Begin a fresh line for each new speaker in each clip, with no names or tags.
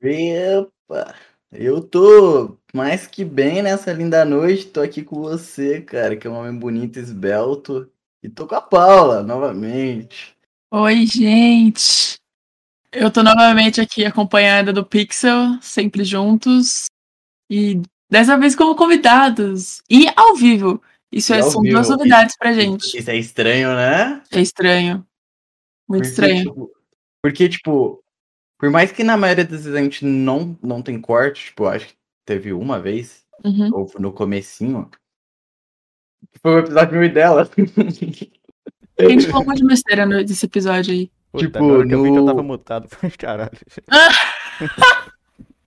Epa! Eu tô mais que bem nessa linda noite, tô aqui com você, cara, que é um homem bonito, esbelto. E tô com a Paula, novamente.
Oi, gente! Eu tô novamente aqui acompanhada do Pixel, sempre juntos. E dessa vez como convidados. E ao vivo. Isso
E
é-
ao
são
vivo,
duas
isso-
novidades pra gente.
Isso é estranho, né?
É estranho. Muito
Porque,
estranho.
tipo, porque, tipo, por mais que na maioria das vezes a gente não, não tem corte, tipo, acho que teve uma vez,
Uhum.
ou no comecinho. Foi o episódio mil dela.
A gente falou muito de besteira tipo no- nesse episódio aí.
Puta, Tipo,
agora que eu vi que eu tava
no-
mutado, caralho.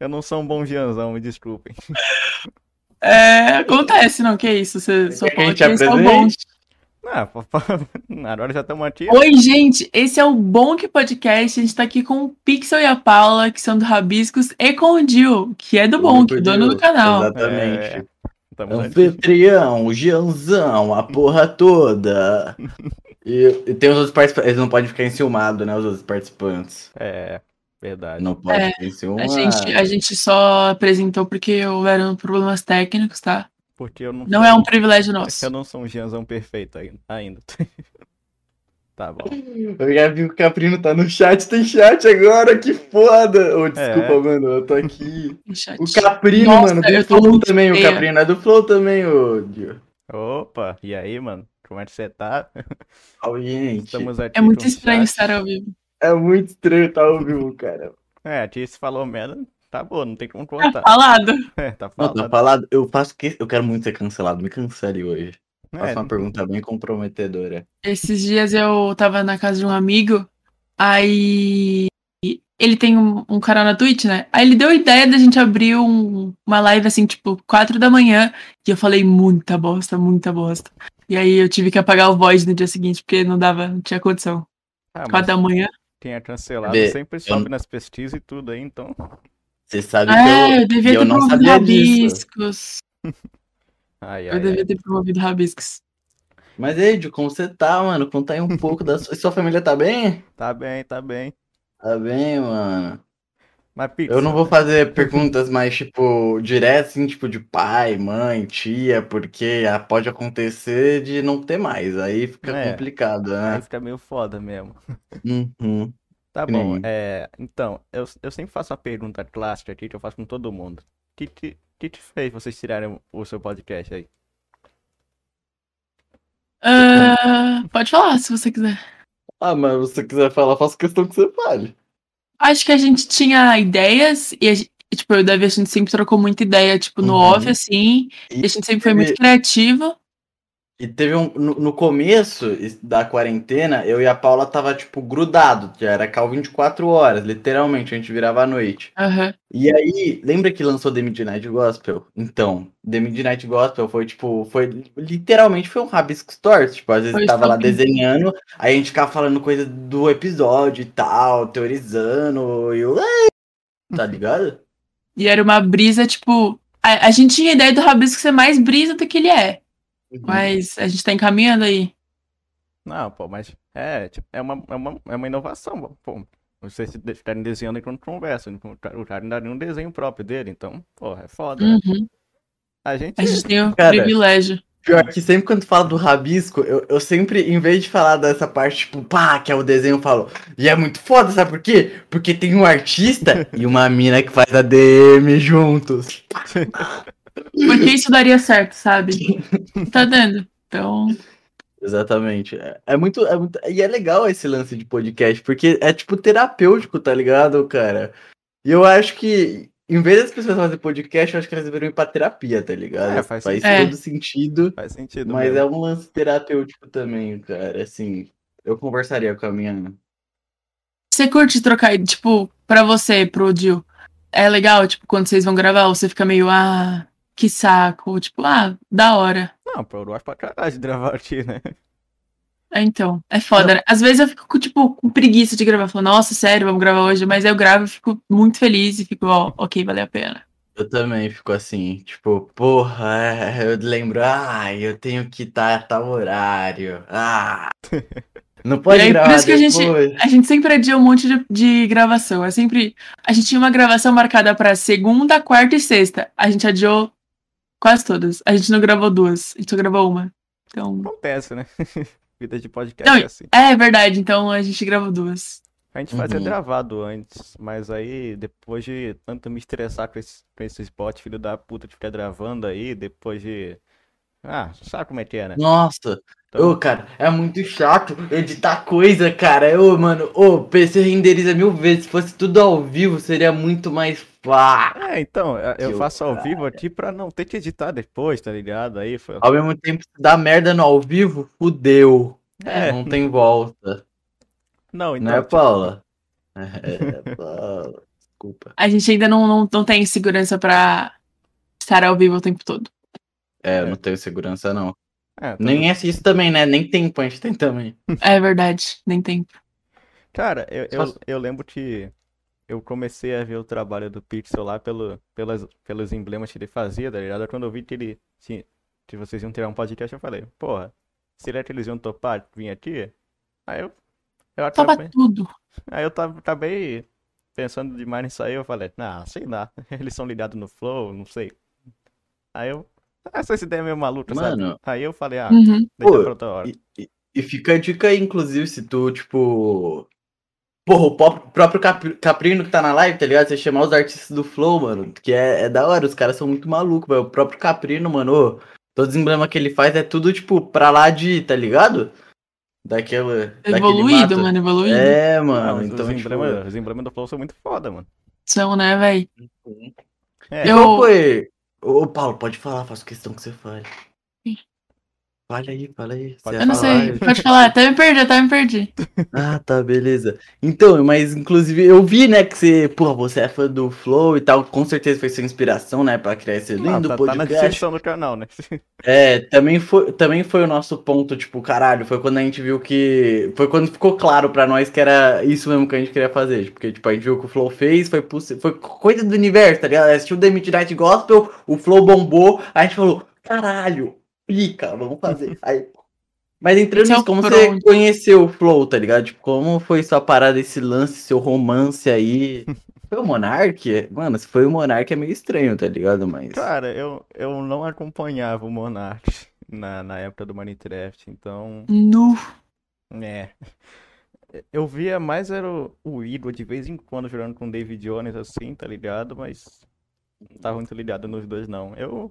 eu não sou um bom Gianzão, me desculpem.
É, acontece, não, que isso? Você só
Quer que a
falou
gente
que esse é o bom.
apresente?
Ah, pa- pa- agora já estamos aqui.
Oi, gente! Esse é o Bom Que Podcast. A gente tá aqui com o Pixel e a Paula, que são do Rabiscos, e com o Gil, que é do Bonk,
Meu
dono do
Deus,
canal.
Exatamente.
É,
um
estamos aqui.
Anfitrião, Gianzão, a porra toda. E, e tem os outros participantes. Eles não podem ficar enciumados, né? Os outros participantes.
É, verdade.
Não é. podem
É,
ficar Ah.
A
enciumados.
gente, a gente só apresentou porque houveram problemas técnicos, tá?
Porque eu não,
Não
sou-
é um privilégio
Eu
nosso.
não sou um Gianzão perfeito ai- ainda. tá bom.
Eu já vi que o Caprino tá no chat, tem chat agora, que foda! Ô, desculpa,
É.
mano, eu tô aqui.
Chat.
O Caprino,
Nossa,
mano,
eu
do
tô
Flow
muito
também, o
feia.
Caprino é do Flow também, ô. Dio.
Opa, e aí, mano? Como é que você tá?
Ó, gente,
Estamos aqui
É muito
com
Então,
o
estranho
chat.
estar ao vivo.
é muito estranho tá ao vivo, cara.
É, aqui se falou merda, tá bom, não tem como
Tá
contar.
falado.
É, tá
Não, tá
falando.
falado, eu faço que. Eu quero muito ser cancelado, me cancele hoje. Faça
É,
uma pergunta bem comprometedora.
Esses dias eu tava na casa de um amigo, aí ele tem um, um canal na Twitch, né? Aí ele deu a ideia da gente abrir um- uma live assim, tipo, quatro da manhã, e eu falei muita bosta, muita bosta. E aí eu tive que apagar o voz no dia seguinte, porque não dava, não tinha condição.
Tá,
ah, mas-
Quatro da manhã.
tinha cancelado,
Cadê?
sempre sobe nas pesquisas e tudo aí, então.
Você sabe que eu.
É, eu devia
e eu
ter
não
promovido
sabia disso.
rabiscos.
Ai, ai,
Eu devia ter promovido rabiscos.
Mas, Edio, como você tá, mano? Conta aí um pouco da sua. Sua família tá bem?
ai. Tá bem, tá bem.
Tá bem, mano.
Mas Pix,
Eu não vou fazer perguntas mais, tipo, diretas, assim, tipo, de pai, mãe, tia, porque ah, pode acontecer de não ter mais. Aí fica
É.
complicado,
aí
né?
fica meio foda mesmo.
Uhum.
Tá
Que
bom,
nem-
é, então, eu, eu sempre faço uma pergunta clássica aqui que eu faço com todo mundo. O que, te- que te fez vocês tirarem o seu podcast aí?
Ah, pode falar se você quiser.
Ah, mas se você quiser falar, faço questão que você fale.
Acho que a gente tinha ideias e a gente, tipo, eu e o Davi, a gente sempre trocou muita ideia, tipo, no
Uhum.
off, assim.
E
E a gente sempre foi
teve-
muito criativo.
E teve um. No, no começo da quarentena, eu e a Paula tava, tipo, grudado. Já era cal 24 horas, literalmente, a gente virava à noite.
Aham.
E aí, lembra que lançou The Midnight Gospel? Então, The Midnight Gospel foi tipo, foi literalmente foi um rabisco stories, tipo, às vezes
Foi
tava lá
shopping.
desenhando, aí a gente ficava falando coisa do episódio e tal, teorizando, e eu, "É", tá ligado?
E era uma brisa, tipo. A, a gente tinha a ideia do Rabisco ser mais brisa do que ele é.
Uhum.
Mas a gente tá encaminhando aí.
Não, pô, mas é, tipo, é uma, é uma, é uma inovação, pô. Vocês de- ficarem desenhando enquanto conversam. O cara o cara ainda tem um desenho próprio dele, então, porra, é foda. né?
Uhum.
A gente.
A gente tem o
Cara.
privilégio.
Pior que sempre quando fala do rabisco, eu, eu sempre, em vez de falar dessa parte, tipo, pá, que é o desenho, eu falo, e é muito foda, sabe por quê? Porque tem um artista e uma mina que faz a DM juntos.
Porque isso daria certo, sabe? Tá dando. Então.
Exatamente. É, é muito, é muito. E é legal esse lance de podcast, porque é tipo terapêutico, tá ligado, cara? E eu acho que, em vez das pessoas fazerem podcast, eu acho que elas deveriam ir pra terapia, tá ligado?
É, faz
sentido.
todo sentido,
Faz sentido
mas
mesmo.
é um lance terapêutico também, cara. Assim, eu conversaria com a minha.
Você curte trocar, tipo, pra você, pro Dil, é legal, tipo, quando vocês vão gravar, ou você fica meio, ah, que saco, ou tipo, ah, da hora.
Não, pô, eu gosto pra caralho de gravar aqui, né?
É, então, é foda, né? Às vezes eu fico, com, tipo, com preguiça de gravar, falo, nossa, sério, vamos gravar hoje, mas aí eu gravo e fico muito feliz e fico, ó, ok, valeu a pena.
Eu também fico assim, tipo, porra, é, eu lembro, ah, eu tenho que estar a tal horário. Ah, Não pode
E aí, por
gravar
isso que a gente-
depois.
A gente sempre adia um monte de, de gravação. É sempre. A gente tinha uma gravação marcada pra segunda, quarta e sexta. A gente adiou quase todas. A gente não gravou duas, a gente só gravou uma. Então.
Acontece, né? Vida de podcast
Não,
é assim.
É verdade, então a gente gravou duas.
A gente fazia
Uhum.
gravado antes, mas aí depois de tanto me estressar com esse, com esse spot, filho da puta, de ficar gravando aí, depois de. Ah, sabe como é que é, né?
Nossa,
Então-
ô, cara, é muito chato editar coisa, cara. Ô, mano, ô, PC renderiza mil vezes. Se fosse tudo ao vivo, seria muito mais fácil.
É, então, eu- eu
Que
faço ao vivo aqui pra não ter que editar depois, tá ligado? Aí foi.
Ao mesmo tempo, se dá merda no ao vivo, fudeu.
É,
Não tem volta.
não, então.
Né, Paula? É, Paula. Desculpa.
A gente ainda não, não, não tem segurança pra estar ao vivo o tempo todo.
É, eu não tenho segurança, não.
é, tá-
Nem assisto também, né? Nem tempo a gente tem também.
É verdade, nem tem.
Cara, eu, eu,
Só-
eu lembro que eu comecei a ver o trabalho do Pixel lá pelo, pelas, pelos emblemas que ele fazia, tá ligado? Quando eu vi que ele, sim, que vocês iam tirar um podcast, eu falei, porra, será que eles iam topar vir aqui? Aí eu, eu
Topa
acabei,
tudo.
aí eu tava- acabei pensando demais nisso aí, eu falei, ah, sei lá, eles são ligados no Flow, não sei. Aí eu, essas ideias é meio malucas, sabe?
Mano. hum,
Aí eu falei, ah,
Uhum.
deixa
Pô,
pra outra hora.
E, e- e fica a dica aí, inclusive, se tu, tipo. Porra, o pop- próprio Capri- Caprino que tá na live, tá ligado? Você chamar os artistas do Flow, mano, que é, é da hora, os caras são muito malucos, velho. O próprio Caprino, mano, ô, todos os emblemas que ele faz é tudo, tipo, pra lá de, tá ligado? Daquela. daquele
Evoluído,
mato.
mano, evoluído.
É,
Ah,
mano,
os, os
então, tipo,
emblemas, os emblemas do Flow são muito foda, mano.
São, né, véi?
É,
Eu-
Qual foi? Ô, Paulo, pode falar, faço questão que você fale.
Ih.
Fale aí, fala aí.
Pode
você ia
Eu não
falar,
sei,
eu-
pode falar, até me perdi, até me perdi.
Ah, tá, beleza. Então, mas inclusive eu vi, né, que você, pô, você é fã do Flow e tal, com certeza foi sua inspiração, né, pra criar esse
Ah,
lindo
tá, tá na
podcast.
descrição do canal, né?
é, também foi, também foi o nosso ponto, tipo, caralho, foi quando a gente viu que, foi quando ficou claro pra nós que era isso mesmo que a gente queria fazer, tipo, porque, tipo, a gente viu que o Flow fez, foi possi- foi coisa do universo, tá ligado? Assistiu o The Midnight Gospel, o Flow bombou, a gente falou, caralho, pica, vamos fazer. Aí, mas entrando
Esse é
nisso,
o
como você
front.
conheceu o Flow, tá ligado? Tipo, como foi sua parada, esse lance, seu romance aí? Foi o Monark? Mano, se foi o Monark é meio estranho, tá ligado? Mas.
Cara, eu, eu não acompanhava o Monark na, na época do Minecraft, então,
Nu.
é. Eu via mais era o, o Igor de vez em quando jogando com o David Jones assim, tá ligado? Mas não tava muito ligado nos dois, não. Eu,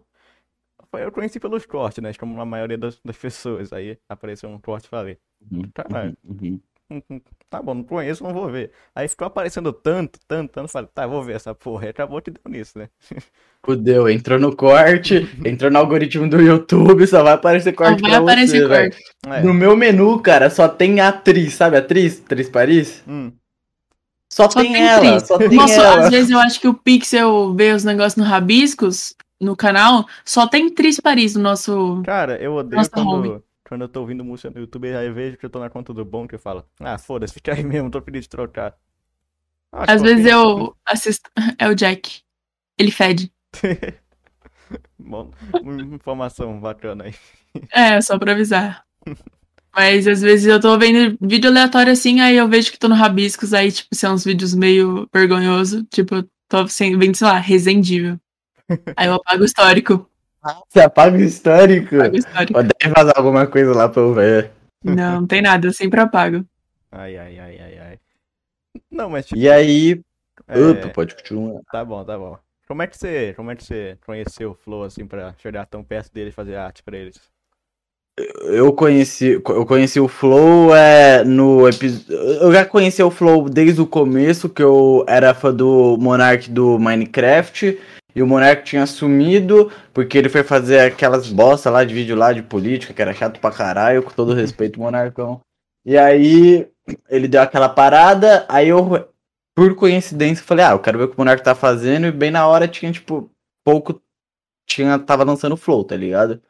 eu conheci pelos cortes, né? Como a maioria das, das pessoas. Aí apareceu um corte e falei,
Uhum,
caralho,
uhum,
Hum, hum, Tá bom, não conheço, não vou ver. Aí ficou aparecendo tanto, tanto, tanto. Falei, tá, vou ver essa porra. E acabou te deu nisso, né?
Fudeu, entrou no corte, entrou no algoritmo do YouTube, só vai aparecer corte
vai
pra
aparecer
você, velho.
corte.
É.
No meu menu, cara, só tem atriz, sabe? Atriz? Atriz Paris?
Hum.
Só,
Só
tem,
tem
ela,
atriz.
só tem
Nossa,
ela.
às vezes eu acho que o Pixel vê os negócios no Rabiscos, no canal, só tem Tris Paris no nosso.
Cara, eu odeio
Nossa,
quando,
homem.
quando eu tô ouvindo música no YouTube, aí eu vejo que eu tô na conta do bom que eu falo, ah, foda-se, fica aí mesmo, tô pedindo de trocar. Ah,
Às
que
vezes
fofinho.
eu assisto. É o Jack. Ele fede.
Bom, uma informação bacana aí.
É, só pra avisar. Mas às vezes eu tô vendo vídeo aleatório assim, aí eu vejo que tô no Rabiscos, aí, tipo, são uns vídeos meio vergonhoso. Tipo, eu tô sem- vendo, sei lá, resendível. Aí eu apago o histórico.
Você apaga o histórico.
Apago o histórico.
Ó, Deve vazar alguma coisa lá pra eu ver.
Não, não tem nada, eu sempre apago.
Ai, ai, ai, ai, ai. Não, mas tipo,
E aí.
é,
Opa, pode continuar.
tá bom, tá bom. Como é que você, como é que você conheceu o Flow, assim, pra chegar tão perto deles e fazer arte pra eles?
Eu conheci, eu conheci o Flow é, no episódio. Eu já conheci o Flow desde o começo, que eu era fã do Monark do Minecraft. E o Monark tinha sumido, porque ele foi fazer aquelas bosta lá de vídeo lá de política, que era chato pra caralho, com todo respeito, Monarcão. E aí ele deu aquela parada, aí eu, por coincidência, falei, ah, eu quero ver o que o Monark tá fazendo, e bem na hora tinha, tipo, pouco. Tinha, tava lançando o Flow, tá ligado?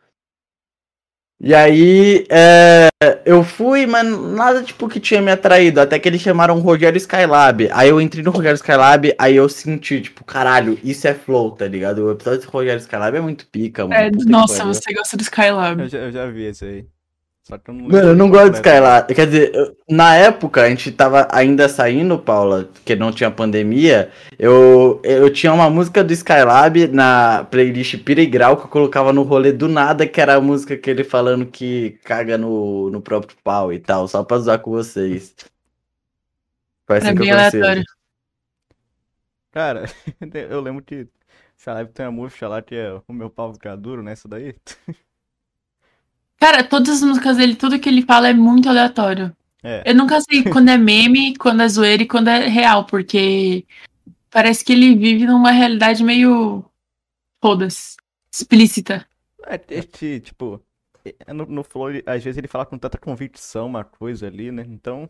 E aí, é, eu fui, mas nada tipo que tinha me atraído. Até que eles chamaram o Rogério Skylab. Aí eu entrei no Rogério Skylab, aí eu senti, tipo, caralho, isso é flow, tá ligado? O episódio do Rogério Skylab é muito pica, mano.
É,
Puta que
nossa,
pariu.
Hum. você gosta do Skylab.
Eu já, eu já vi esse aí. Só que eu não
Mano, eu não
lembro
gosto de
completo.
Skylab. Quer dizer, eu- na época a gente tava ainda saindo, Paula, porque não tinha pandemia. Eu, eu tinha uma música do Skylab na playlist Pira e Grau que eu colocava no rolê do nada, que era a música que ele falando que caga no, no próprio pau e tal, só pra zoar com vocês. Foi
Era
assim que
bem
eu conheci.
aleatório.
Cara, eu lembro que Skylab tem uma música lá que é O Meu Pau Fica Duro, né? Isso daí.
Cara, todas as músicas dele, tudo que ele fala é muito aleatório.
É.
Eu nunca sei quando é meme, quando é zoeira e quando é real, porque parece que ele vive numa realidade meio. Foda-se. Explícita.
É, te- te- tipo, é, no, no flow, ele- às vezes ele fala com tanta convicção uma coisa ali, né? Então,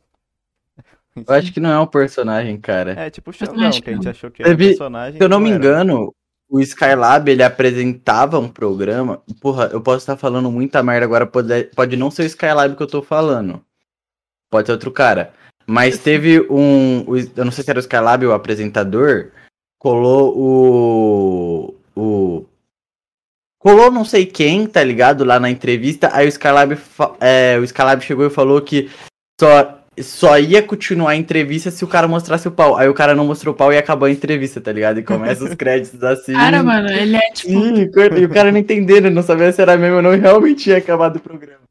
Eu acho que não é um personagem, cara.
é tipo o
também
Xandão,
acho
que
que
a gente
não.
achou que era um
Teve-
personagem.
Se eu não
e
me
era.
engano, o Skylab, ele apresentava um programa. Porra, eu posso estar falando muita merda agora, pode, pode não ser o Skylab que eu tô falando. Pode ser outro cara. Mas teve um. o- Eu não sei se era o Skylab ou o apresentador. Colou o. O. Colou não sei quem, tá ligado? Lá na entrevista. Aí o Skylab, fa- é, o Skylab chegou e falou que só só ia continuar a entrevista se o cara mostrasse o pau. Aí o cara não mostrou o pau e acabou a entrevista, tá ligado? E começa os créditos assim.
Cara, mano, ele é tipo.
Sim, e cor- e o cara não entendendo, não sabia se era mesmo ou não, e realmente tinha acabado o programa.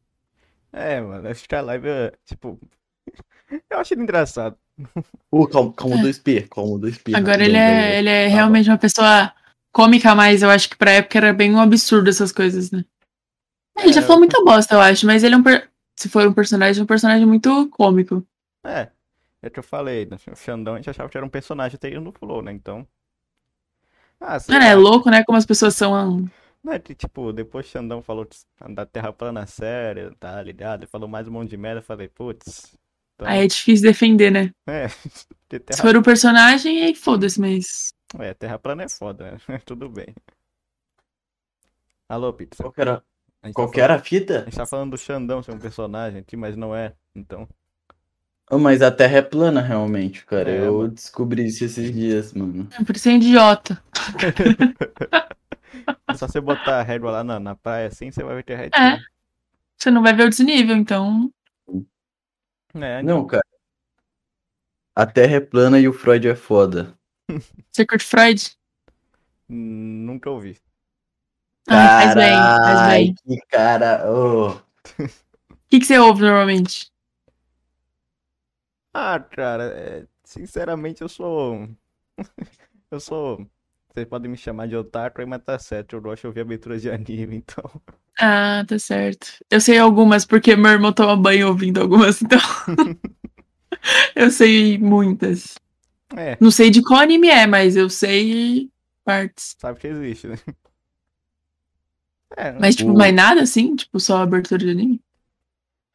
É, mano, acho que a live é, tipo. Eu acho ele engraçado.
Uh, como, como do espia, como do espia.
Agora
Do-
ele é,
do-
ele é realmente uma pessoa cômica, mas eu acho que pra época era bem um absurdo essas coisas, né? É, Ele já
É.
falou muita bosta, eu acho, mas ele é um. per- Se for um personagem, é um personagem muito cômico.
É, é o que eu falei, né? O Xandão a gente achava que era um personagem até ele no flow, né? Então. Ah, sei
Mano, é
lá.
louco, né? Como as pessoas são.
Não, é que, tipo, depois que Xandão falou que da Terra plana séria, tá ligado? Ele falou mais um monte de merda, eu falei, putz, então,
Aí é difícil defender, né?
é,
Se
ter terra,
for o personagem, aí foda-se, mas.
é, terra plana é foda, né? Tudo bem. Alô, Pizza.
Qual que era,
A gente tá
qual que
falando-
era a fita?
A gente tá falando do Xandão ser um personagem aqui, mas não é, então.
Ah, mas a Terra é plana, realmente, cara.
É,
eu
mano.
descobri isso esses dias, mano.
É, Por isso é idiota.
É só você botar a régua lá na, na praia assim, você vai ver que é retinho.
É. Você não vai ver o desnível, então.
É,
Não, cara. A Terra é plana e o Freud é foda.
Você curte Freud?
nunca ouvi.
Ai, Ah, faz bem, faz
Carai,
bem.
que cara. ô.
O que, que você ouve normalmente?
Ah, cara, é, sinceramente eu sou. um Eu sou. um. Vocês podem me chamar de otaku, aí, mas tá certo. Eu gosto de ouvir abertura de anime, então.
Ah, tá certo. Eu sei algumas, porque meu irmão toma banho ouvindo algumas, então. eu sei muitas.
É,
Não sei de qual anime é, mas eu sei partes.
sabe que existe, né? É,
Mas, tipo,
O-
mais nada assim? Tipo, só abertura de anime?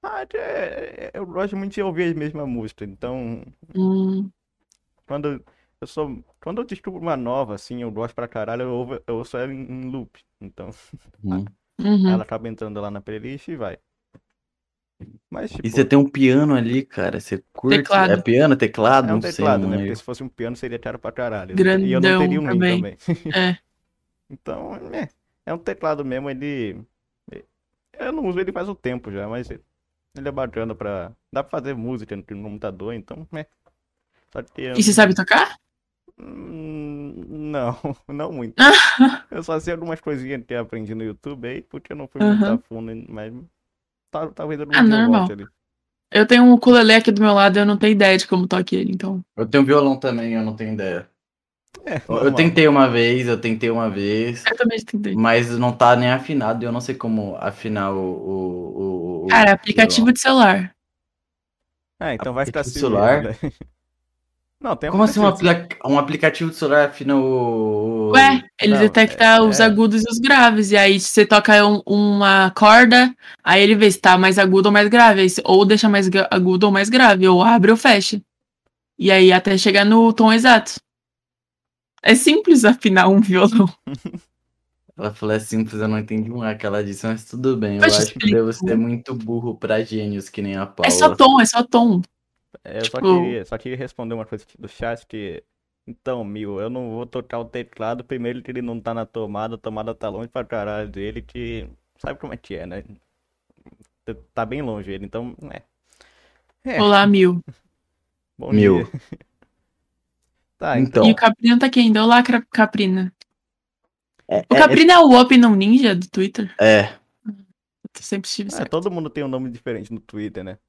ah, é- eu gosto muito de ouvir a mesma música, então.
Hum,
Quando eu sou. Quando eu descubro uma nova, assim, eu gosto pra caralho, eu ouvo, eu ouço ela em, em loop. Então,
Hum.
uhum.
ela acaba entrando lá na playlist e vai. Mas, tipo,
E
é
você tem um piano ali, cara. Você curte.
Teclado.
É piano, teclado?
é um
não
teclado,
sei,
né?
mano.
Porque se fosse um piano seria caro pra caralho. E eu não
Grandão
teria um rim
também.
também.
É.
Então, é, é um teclado mesmo, ele. é, Eu não uso ele faz um tempo já, mas ele é bacana pra. Dá pra fazer música no computador, então, é. Só que eu-
E você sabe tocar?
Hum, Não, não muito. Eu só sei algumas coisinhas que eu aprendi no YouTube aí, porque eu não fui muito a
Aham.
fundo, mas tal- talvez eu
Ah,
não
normal.
ali.
Eu tenho um ukulele aqui do meu lado, eu não tenho ideia de como toque ele, então.
Eu tenho violão também, eu não tenho ideia.
É,
Eu
normal.
tentei uma vez, eu tentei uma vez,
Eu também entendi.
mas não tá nem afinado e eu não sei como afinar o. o, o- o-
Cara, aplicativo de celular.
Ah, então vai ficar
Aplicativo
assim mesmo,
celular?
né? Não, tem
Como assim um,
aplicativo.
apli- um aplicativo de celular afina o. o-
Ué, ele
Não,
detecta
é-
os
é.
agudos e os graves. E aí você toca um- uma corda, aí ele vê se tá mais agudo ou mais grave. aí se- Ou deixa mais gra- agudo ou mais grave. Ou abre ou fecha. E aí até chegar no tom exato. É simples afinar um violão.
Ela falou é simples, eu não entendi um ar que ela disse, mas tudo bem. Eu
Poxa,
acho que
explica.
devo ser muito burro pra gênios que nem a Paula.
É só tom, é só tom.
É, eu só
Tipo-
queria, só queria responder uma coisa aqui do chat que. Então, Mil, eu não vou tocar o teclado. Primeiro que ele não tá na tomada, a tomada tá longe pra caralho dele, que. Sabe como é que é, né? t- tá bem longe ele, então, né. É,
Olá, Mil.
bom
Mil.
dia. Tá, então,
Então,
E o Caprino tá aqui ainda. Olá, Cra- Caprina.
é,
O Caprina é, o Opinum Ninja do Twitter.
é- é.
Eu sempre estive
é,
certo.
todo mundo tem um nome diferente no Twitter, né?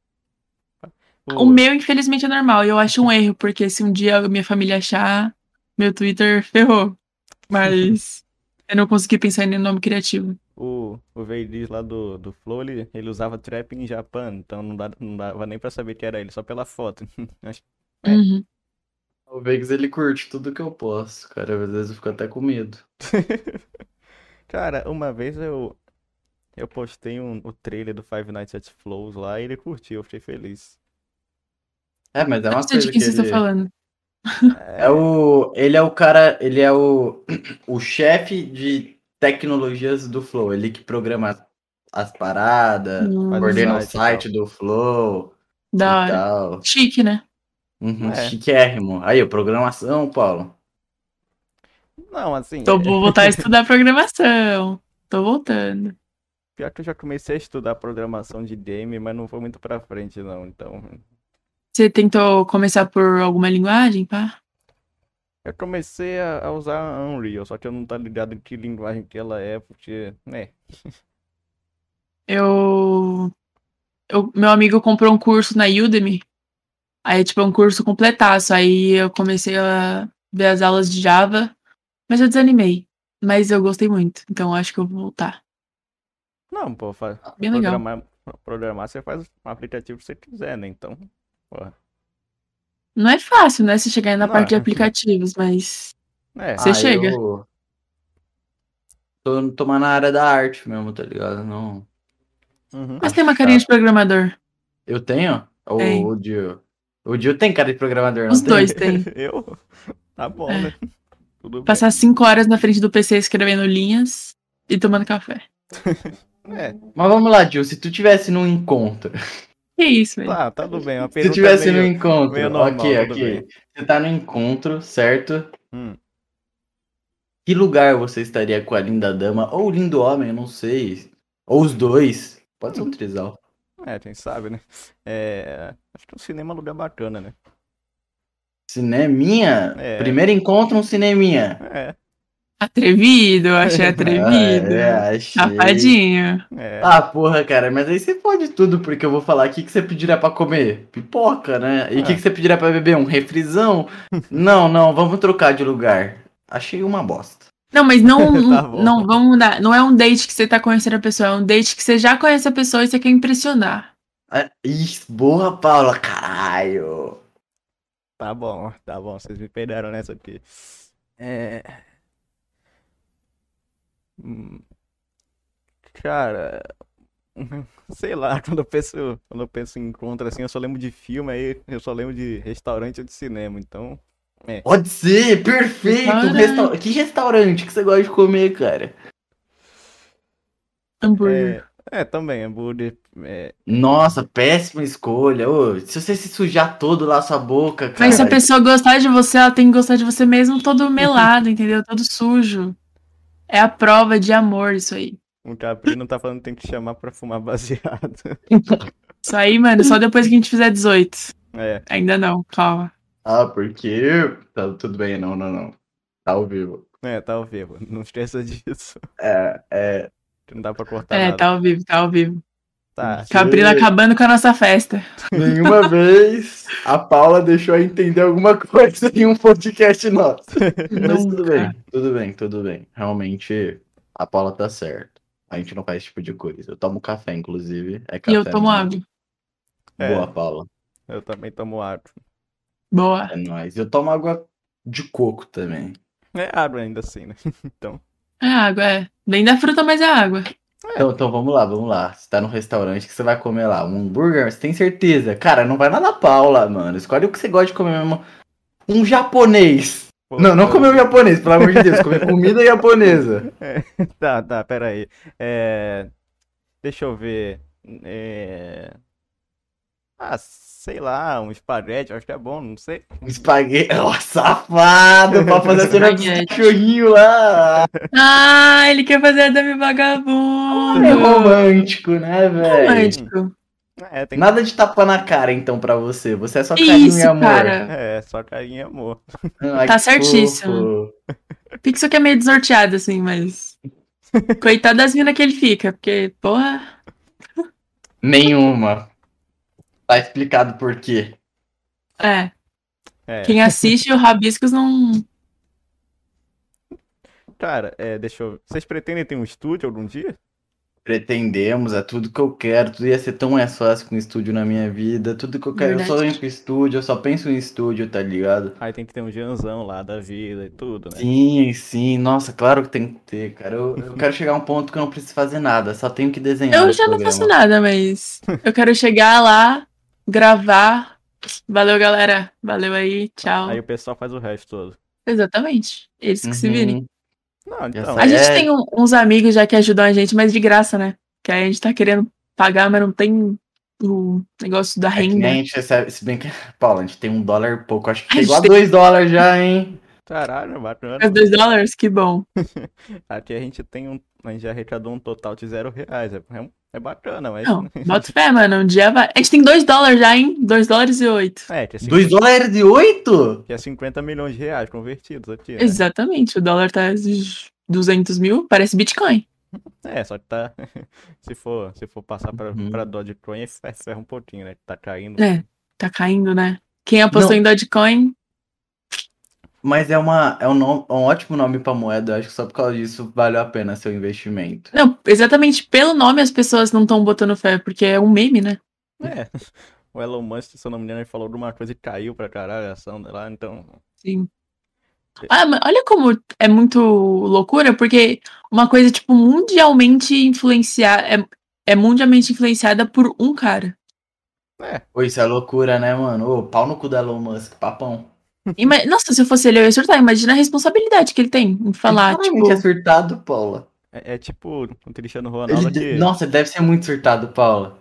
tipo,
O meu, infelizmente, é normal. E eu acho um erro, porque se um dia a minha família achar, meu Twitter ferrou. Mas eu não consegui pensar em nenhum nome criativo.
O, o Verdiz lá do, do Flow, ele, ele usava trap em Japan, então não, dá, não dava nem pra saber que era ele, só pela foto. É.
Uhum.
O Vegas ele curte tudo que eu posso, cara. Às vezes eu fico até com medo.
Cara, uma vez eu, eu postei um, o trailer do Five Nights at Flows lá e ele curtiu, eu fiquei feliz.
É, mas é uma
não sei
coisa
de quem
que
vocês
ele...
estão falando.
É o, ele é o cara, ele é o, o chefe de tecnologias do Flow. Ele que programa as paradas,
Hum,
Faz
ordena o
site e
site do Flow
da
e
hora.
tal.
Chique, né?
Uhum,
É.
Chiquérrimo. Aí, ó, programação, Paulo.
Não, assim,
Tô,
é-
vou voltar a estudar programação. Tô voltando.
pior que eu já comecei a estudar programação de game, mas não foi muito pra frente, não. Então,
Você tentou começar por alguma linguagem, pá?
eu comecei a, a usar a Unreal, só que eu não tá ligado em que linguagem que ela é, porque, né,
Eu, eu- meu amigo comprou um curso na Udemy. Aí, tipo, é um curso completaço. Aí eu comecei a ver as aulas de Java, mas eu desanimei. Mas eu gostei muito, então acho que eu vou voltar.
não, pô, faz,
Bem É legal.
programar, programar você faz um aplicativo que você quiser, né? Então, porra,
Não é fácil, né? Você chegar na
Não
parte de
é.
aplicativos, mas
é.
Você chega.
Eu... Tô, tô mais na área da arte mesmo, tá ligado? Não...
Uhum.
Mas
Acho
tem uma carinha de programador.
Eu tenho? Ou
Tem.
o Dio? O Dio tem cara de programador, não
Os
tem?
dois têm.
Eu? Tá bom,
É.
né? Tudo bem.
Passar cinco horas na frente do PC escrevendo linhas e tomando café.
É,
Mas vamos lá, Dio, se tu tivesse num encontro...
Que É isso, velho.
tá, tá tudo bem. Uma
Se
pergunta
tivesse
meio-
no encontro,
meio normal,
ok,
tudo
ok.
bem.
Você tá no encontro, certo?
Hum.
Que lugar você estaria com a linda dama? Ou o lindo homem, eu não sei. Ou os dois. Pode ser um trisal.
É, quem sabe, né? É, Acho que o cinema é um lugar bacana, né?
Cineminha?
É.
Primeiro encontro, um cineminha.
É,
Atrevido, eu achei atrevido.
Ah, é, achei.
Safadinho.
é.
Ah, porra, cara, mas aí você pode tudo, porque eu vou falar o que, que você pedirá pra comer? Pipoca, né? E o que,
É.
que você pedirá pra beber? Um refrisão? não, não, vamos trocar de lugar. Achei uma bosta.
Não, mas não,
Tá bom.
não vamos mudar. Não é um date que você tá conhecendo a pessoa, é um date que você já conhece a pessoa e você quer impressionar.
Ah, Ih, boa, Paula, caralho.
Tá bom, tá bom. Vocês me pegaram nessa aqui. É. Hum. Cara, sei lá, quando eu penso, quando eu penso em encontro assim, eu só lembro de filme, aí eu só lembro de restaurante ou de cinema, então.
Pode ser, perfeito!
Restaurante.
Resta- Que restaurante que você gosta de comer, cara?
Hambúrguer.
É, é também, hambúrguer. É,
Nossa, péssima escolha. Ô, se você se sujar todo lá sua boca, É, cara.
Mas se a pessoa gostar de você, ela tem que gostar de você mesmo todo melado, entendeu? Todo sujo. É a prova de amor isso aí.
um caprino tá falando que tem que chamar pra fumar baseado.
Isso aí, mano, só depois que a gente fizer 18.
É,
Ainda não, calma.
Ah, porque. Tá tudo bem, não, não, não. Tá ao vivo.
é, tá ao vivo. Não esqueça disso.
É, é.
que Não dá pra cortar
É,
nada.
tá ao vivo, tá ao vivo.
Tá.
Cabrina
Sim.
acabando com a nossa festa.
Nenhuma vez a Paula deixou eu entender alguma coisa em um podcast nosso. Mas tudo
Nunca.
bem, tudo bem, tudo bem. Realmente, a Paula tá certa. A gente não faz esse tipo de coisa. Eu tomo café, inclusive. É
E
café
eu tomo
mesmo.
água.
É.
Boa, Paula.
Eu também tomo água.
Boa.
É nóis. Eu tomo água de coco também.
É água ainda assim, né? Então.
É água, é. Bem da fruta, mas é água.
Então, então vamos lá, vamos lá. Você tá num restaurante, o que você vai comer lá? Um hambúrguer? Você tem certeza? Cara, não vai lá na Paula, mano. Escolhe o que você gosta de comer mesmo. Um japonês.
pô,
Não, não
eu-
comer um japonês, pelo amor de Deus. Comer comida japonesa.
Tá, tá, pera aí. É... Deixa eu ver. É... Ah, sei lá, um espaguete, eu acho que é bom, não sei.
Um espaguete. Ó, safado! Pra fazer a cena do
Espaguete.
cachorrinho lá.
Ah, ele quer fazer Adame Vagabundo.
É romântico, né, velho?
Romântico.
É, tem
Nada de tapa na cara, então, pra você. Você é só carinho
Isso,
e amor.
cara.
É, só carinha e amor.
Ai,
Tá
que
certíssimo.
fofo.
Pixel que é meio desorteado, assim, mas. Coitado das minas que ele fica, porque, porra.
Nenhuma. Tá explicado por quê.
É.
É,
Quem assiste o Rabiscos não.
cara, é, deixa eu. Vocês pretendem ter um estúdio algum dia?
Pretendemos, é tudo que eu quero. Tudo ia ser tão mais fácil com o estúdio na minha vida. Tudo que eu quero. Eu só
Verdade.
venho com estúdio, eu só penso em estúdio, tá ligado?
Aí tem que ter um Janzão lá da vida e tudo, né?
Sim, sim. Nossa, claro que tem que ter, cara. Eu, eu quero chegar a um ponto que eu não preciso fazer nada, só tenho que desenhar.
Eu
no
já não
É, programa.
faço nada, mas. Eu quero chegar lá, gravar. Valeu, galera. Valeu aí. Tchau.
Aí o pessoal faz o resto todo.
Exatamente. Eles que se
Uhum.
virem.
Não,
Já
então.
A gente
É.
tem um- uns amigos já que ajudam a gente, mas de graça, né? Que aí a gente tá querendo pagar, mas não tem o negócio da
É que
renda.
nem a gente recebe, se bem que. Paulo, a gente tem um dólar e pouco. Acho que
A gente
chegou a
tem-
dois dólares já, hein?
é, Caralho, bacana.
Os dois dólares, que bom.
Aqui a gente tem um. A gente arrecadou um total de zero reais. É, é um- é bacana, mas.
Não, bota fé, mano. Um dia vai. A gente tem dois dólares já, hein? Dois dólares e oito.
É, que é, 50,
Dois dólares e oito?
que é 50 milhões de reais convertidos aqui.
É.
Né?
Exatamente. O dólar tá esses 200 mil, parece Bitcoin.
É, só que tá. se, for, se for passar pra,
Uhum.
pra Dogecoin, é ferra um pouquinho, né? Tá caindo.
É, tá caindo, né? Quem apostou
Não.
em Dogecoin,
Mas é, uma, é um, nom- um ótimo nome pra moeda. Eu acho que só por causa disso valeu a pena seu investimento.
não, exatamente pelo nome as pessoas não estão botando fé, porque é um meme, né?
É. O Elon Musk, se eu não me engano, ele falou alguma coisa e caiu pra caralho a ação lá, então.
Sim. Ah, mas olha como é muito loucura, porque uma coisa, tipo, mundialmente influenciada. É, é mundialmente influenciada por um cara.
Pô, isso é loucura, né, mano? Ô, pau no cu da Elon Musk, papão.
Ima- Nossa, se eu fosse ele, eu ia surtar. Imagina a responsabilidade que ele tem em falar,
Claramente
tipo.
é surtado, Paula.
É, é tipo o Cristiano
Ele
Ronaldo
de-
que.
Nossa, ele deve ser muito surtado, Paula.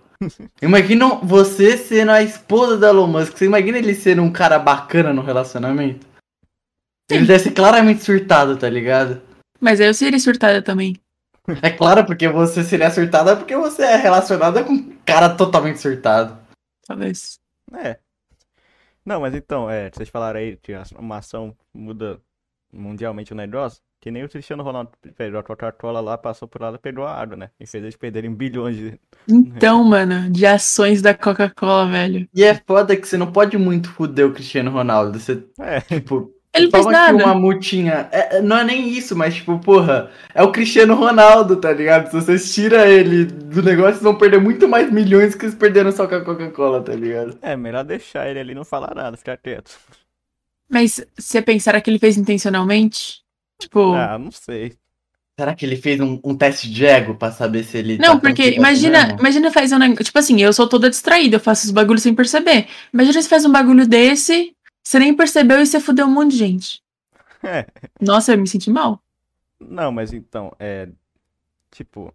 imagina você sendo a esposa da Elon Musk. Você imagina ele sendo um cara bacana no relacionamento? Ele deve ser claramente surtado, tá ligado?
Mas aí eu seria surtada também.
É claro, porque você seria surtada porque você é relacionada com um cara totalmente surtado.
Talvez.
É. Não, mas então, é, vocês falaram aí que a- uma ação muda mundialmente o negócio, que nem o Cristiano Ronaldo pegou a Coca-Cola lá, passou por lá e pegou a água, né? E fez eles perderem bilhões de.
É.
Então, mano, de ações da Coca-Cola, velho.
E é foda que você não pode muito fuder o Cristiano Ronaldo. Você,
É,
tipo,
Ele não fez
Toma aqui
nada.
uma multinha. É, é, não é nem isso, mas tipo, porra, é o Cristiano Ronaldo, tá ligado? Se vocês tiram ele do negócio, vocês vão perder muito mais milhões que eles perderam só com a Coca-Cola, tá ligado?
é melhor deixar ele ali e não falar nada, ficar quieto.
Mas você pensar que ele fez intencionalmente? Tipo.
É.
Ah, não sei.
Será que ele fez um, um teste de ego pra saber se ele.
Não,
tá
porque
conseguindo
imagina,
mesmo?
imagina faz um negócio. Tipo assim, eu sou toda distraída, eu faço os bagulhos sem perceber. Imagina se faz um bagulho desse, você nem percebeu e você fudeu um monte de gente.
É.
Nossa, eu me senti mal.
Não, mas então, é. Tipo,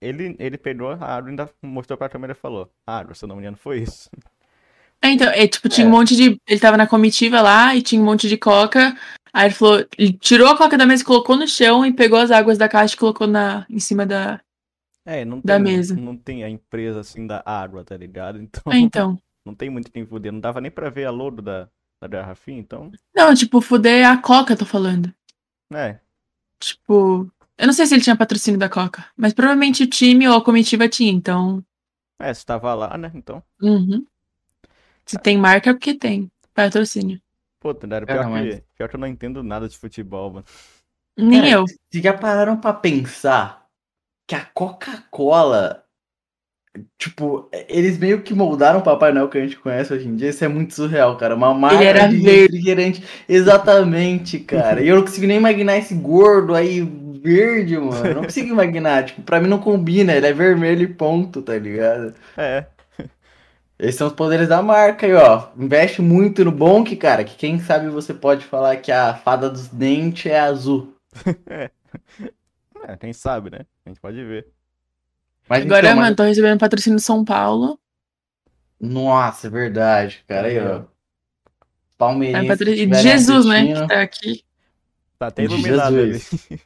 ele, ele pegou a água e ainda mostrou pra câmera e falou: Água, se eu não me engano, foi isso.
É, então, é, tipo, tinha
É.
um monte de. Ele tava na comitiva lá e tinha um monte de coca. Aí ele falou, ele tirou a coca da mesa, colocou no chão e pegou as águas da caixa e colocou na, em cima da.
É, não
Da
tem,
mesa.
não tem a empresa assim da água, tá ligado? Então.
É, então.
Não tem muito quem fuder. Não dava nem pra ver a lodo da, da garrafinha, então.
Não, tipo, fuder a coca, eu tô falando.
É.
Tipo. Eu não sei se ele tinha patrocínio da coca, mas provavelmente o time ou a comitiva tinha, então.
É, se tava lá, né? Então.
Uhum. Se tem marca, é porque tem. Patrocínio.
Pô, Tandara,
Cara,
pior, que,
mas-
pior que eu não entendo nada de futebol, mano.
Nem
É.
eu.
Vocês já pararam pra pensar que a Coca-Cola. Tipo, eles meio que moldaram o Papai Noel que a gente conhece hoje em dia. Isso é muito surreal, cara. Uma marca
era
de
verde.
refrigerante. Exatamente, cara. E eu não consigo nem imaginar esse gordo aí verde, mano. Eu não consigo imaginar. Tipo, pra mim não combina. Ele é vermelho e ponto, tá ligado?
É.
Esses são os poderes da marca aí, ó. Investe muito no Bonk, cara. Que quem sabe você pode falar que a fada dos dentes é azul.
É, quem sabe, né? A gente pode ver.
Mas
Agora,
então, mas-
mano, tô recebendo patrocínio de São Paulo.
Nossa, é verdade, cara. Aí, ó.
É,
Palmeirense.
patro-
se
e
estiverem
Jesus, né? Que
assistindo,
tá aqui.
Tá até iluminado ali.
Jesus.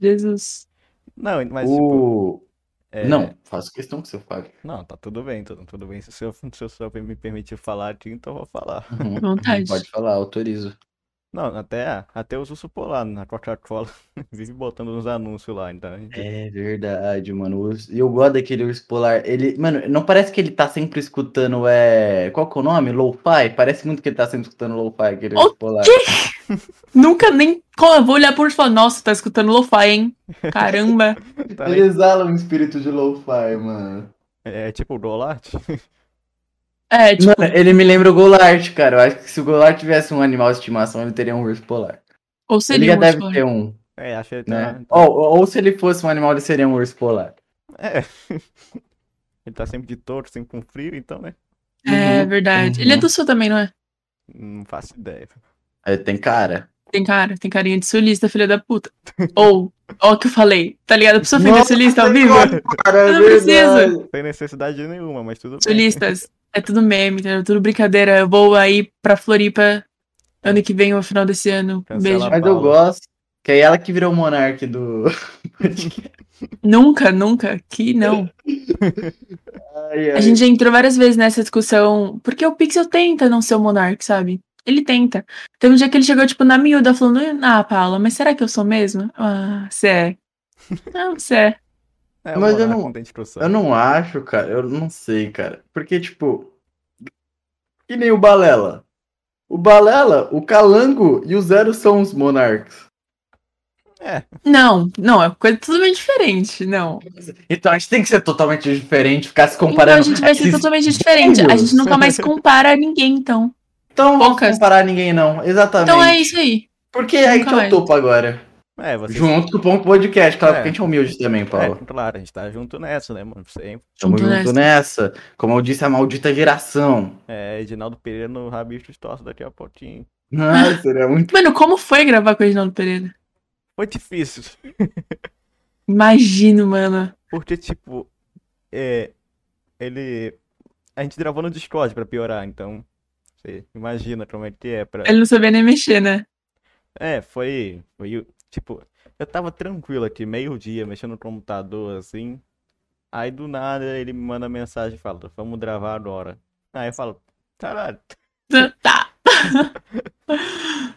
Jesus.
Não, mas tipo.
O...
é,
Não, faço questão que você fale.
Não, tá tudo bem, tudo, tudo bem. Se o seu, se o seu me permitir falar aqui, então eu vou falar.
Uhum,
Vontade.
Pode falar, autorizo.
Não, até, até os urso polar na Coca-Cola. Vive botando uns anúncios lá, então. a gente-
É verdade, mano. O urso- E eu gosto daquele urso polar. Ele, mano, não parece que ele tá sempre escutando, é... Qual que é o nome? Lo-fi? Parece muito que ele tá sempre escutando lo-fi, aquele
O
urso polar.
Nunca nem. Como eu vou olhar por isso e falar, nossa, tá escutando lo-fi, hein? Caramba.
tá
Ele
nem-
exala um espírito de lo-fi, mano.
É, tipo o Golart.
É, tipo,
Mano, ele me lembra o Golart, cara. Eu acho que se o Golart tivesse um animal de estimação, ele teria um urso polar.
ou
Ele
seria
já
um
deve
urso
ter um,
É, achei que
Ah,
né?
tá.
Ou, ou se ele fosse um animal, ele seria um urso polar.
É. Ele tá sempre de touro, sempre com frio, então, né?
polar. É
Uhum,
verdade.
uhum.
Ele é do sul também, não é?
Não faço ideia.
Aí tem cara.
Tem cara, tem carinha de sulista, filha da puta. Ou, ó o que eu falei, tá ligado? Precisa ofender
Nossa,
sulista ao
tem
vivo?
cara, cara, é
Eu não preciso.
verdade.
Sem necessidade nenhuma, mas tudo bem.
Sulistas, é tudo meme, entendeu? Tudo brincadeira. Eu vou aí pra Floripa ano que vem, no final desse ano. Um
Cancela
Beijo.
Mas eu
Paula.
gosto. Que é ela que virou o monarca do.
Nunca, nunca, que não.
Ai,
A
ai.
gente já entrou várias vezes nessa discussão, porque o Pixel tenta não ser o Monark, sabe? Ele tenta. Teve um dia que ele chegou, tipo, na miúda, falando: Ah, Paula, mas será que eu sou mesmo? Ah, você é. Não, você é.
É, o
Mas eu não-
monarca tem
Tá.
discussão.
Eu não acho, cara. Eu não sei, cara. Porque, tipo. Que nem o Balela. O Balela, o Calango e o Zero são os monarcas.
Não, não, é coisa totalmente diferente, não.
Então a gente tem que ser totalmente diferente, ficar se
Então
comparando.
a gente vai ser totalmente diferente. A gente nunca mais compara ninguém, então.
Então não vamos
Poucas.
comparar ninguém, não. Exatamente.
Então é isso aí.
Porque é aí
Nunca
que eu
mais.
topo agora.
É, vocês.
Junto com o podcast, claro,
É.
porque a gente é humilde também, Paulo.
É, claro, a gente tá junto nessa, né, mano? Sempre.
Tamo
Junto
junto né? nessa. Como eu disse, a maldita geração.
É, Edinaldo Pereira no Rabicho Torce daqui a pouquinho.
Ah, seria muito.
Mano, como foi gravar com o Reginaldo Pereira?
Foi difícil.
Imagino, mano.
Porque, tipo, é, ele. A gente gravou no Discord pra piorar, então. Você imagina como é que é pra.
Ele não sabia nem mexer, né?
É, foi. Foi. Tipo, eu tava tranquilo aqui, meio-dia, mexendo no computador, assim. Aí do nada ele me manda mensagem e fala, vamos gravar agora. Aí eu falo, caralho.
Tá.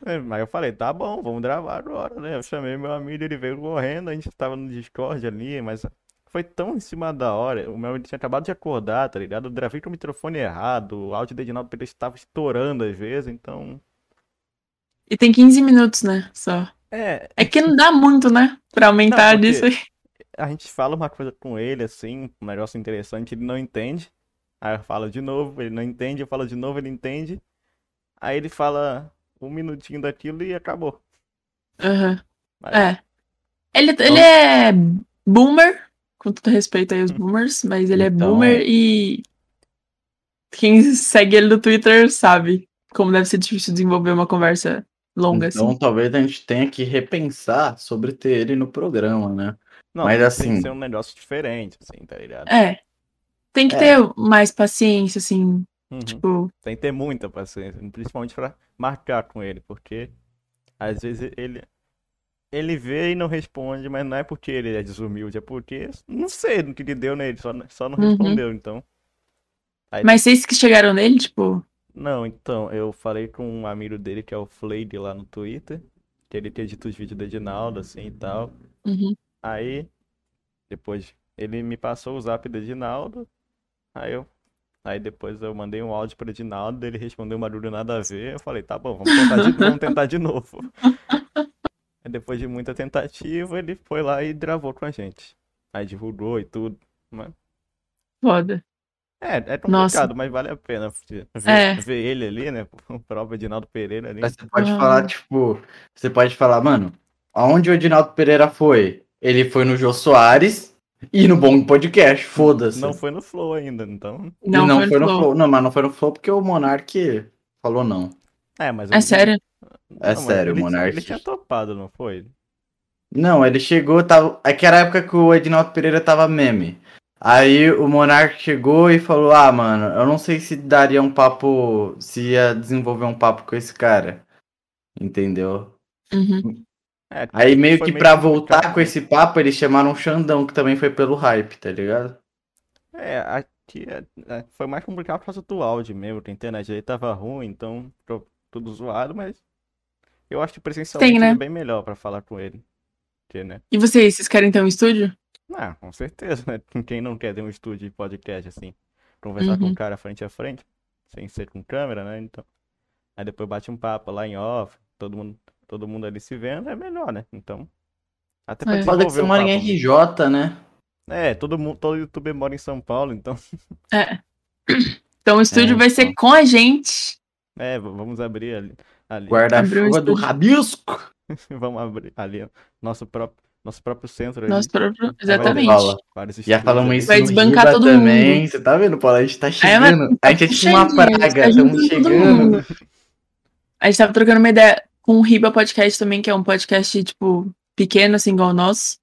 É, Mas eu falei, tá bom, vamos gravar agora, né? Eu chamei meu amigo, ele veio correndo, a gente tava no Discord ali, mas foi tão em cima da hora. O meu amigo tinha acabado de acordar, tá ligado? Eu gravei com o microfone errado, o áudio do Edinaldo Pereira estava estourando às vezes, então.
E tem 15 minutos, né? Só.
É,
É que não dá muito, né? Pra aumentar
Não, porque-
disso aí.
a gente fala uma coisa com ele, assim, um negócio interessante, ele não entende. Aí eu falo de novo, ele não entende, eu falo de novo, ele entende. Aí ele fala um minutinho daquilo e acabou.
Aham.
Mas-
É. Ele,
Então
ele é boomer, com todo respeito aí aos boomers, mas ele é
Hum. Então,
boomer
é.
e. Quem segue ele no Twitter sabe como deve ser difícil desenvolver uma conversa longa,
Então
assim.
talvez a gente tenha que repensar sobre ter ele no programa, né?
Não,
Mas
tem que
assim-
ser um negócio diferente, assim, tá ligado?
É. Tem que
É. Hum.
ter mais paciência, assim,
Uhum.
tipo.
Tem que ter muita paciência, principalmente pra marcar com ele, porque às vezes ele ele vê e não responde, mas não é porque ele é desumilde, é porque não sei no que ele deu nele, só, só não
Uhum.
respondeu, então. Aí-
Mas vocês que chegaram nele, tipo.
Não, então, eu falei com um amigo dele que é o Flayde lá no Twitter, que ele que edita os vídeos do Edinaldo, assim e tal.
uhum.
Aí, depois, ele me passou o zap do Edinaldo. Aí eu. Aí depois eu mandei um áudio pro Edinaldo, ele respondeu um barulho nada a ver. Eu falei, tá bom, vamos tentar de, vamos tentar de novo. Aí depois de muita tentativa, ele foi lá e gravou com a gente. Aí divulgou e tudo.
Foda.
É, é
Nossa.
complicado, mas vale a pena ver,
É.
ver ele ali, né? O próprio Edinaldo Pereira ali.
Mas você pode
Ah.
falar, tipo, você pode falar, mano, aonde o Edinaldo Pereira foi? Ele foi no Jô Soares e no Bom Podcast, foda-se.
Não foi no Flow ainda, então.
E
Não, foi, no flow.
Não, mas não foi no Flow porque o Monark falou não.
É, mas
É
eu-
sério.
É
mas
sério,
ele,
Monark.
ele tinha topado, não foi?
é Não, ele chegou, tava. Aquela época que o Edinaldo Pereira tava meme. Aí o Monark chegou e falou: Ah, mano, eu não sei se daria um papo. Se ia desenvolver um papo com esse cara. Entendeu?
Uhum.
É,
Aí meio
foi
que pra
complicado,
voltar com
né?
esse papo, eles chamaram o Xandão, que também foi pelo hype, tá ligado?
É, aqui é- é, foi mais complicado por causa do áudio mesmo, que a internet aí tava ruim, então ficou tudo zoado, mas eu acho que presencialmente
né?
é bem melhor pra falar com ele. Que, né?
E vocês, vocês querem ter um estúdio?
Ah, com certeza, né? Quem não quer ter um estúdio de podcast assim, conversar com
Uhum.
o cara frente a frente, sem ser com câmera, né? Então, aí depois bate um papo lá em off, todo mundo, todo mundo ali se vendo, é melhor, né? Então, até pra
É.
Foda que
desenvolver
você
o
mora em
papo mesmo.
RJ, né?
É, todo mundo, todo youtuber mora em São Paulo, então
É. Então o estúdio
É,
vai ser
então.
com a gente.
É, v- vamos abrir ali, ali-
Abriu o
Guarda-chuva do
estúdio.
rabisco.
vamos abrir ali, ó, nosso próprio, nosso próprio centro ali.
Nosso próprio.
Vai ter
Exatamente.
aula.
vários
Já
estúdios
falamos
ali.
isso
Vai
no
desbancar
Riba
todo
também. Você tá vendo, Paulo? A gente tá chegando. a gente é tipo uma
Chegando, tá
praga. Estamos
juntando todo
chegando.
mundo. A gente tava trocando uma ideia com o Riba Podcast também, que é um podcast, tipo, pequeno, assim, igual o nosso.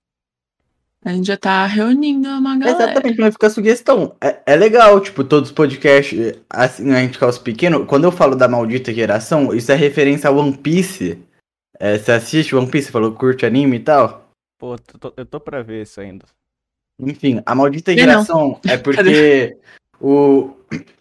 A gente já tá reunindo uma galera.
Exatamente, mas fica a sugestão. É, é legal, tipo, todos os podcasts, assim, a gente causa pequeno. Quando eu falo da maldita geração, isso é referência a One Piece. É, você assiste One Piece, falou, curte anime e tal.
Pô, tô- tô- eu tô pra ver isso ainda.
Enfim, a maldita
Eu não.
geração é porque o.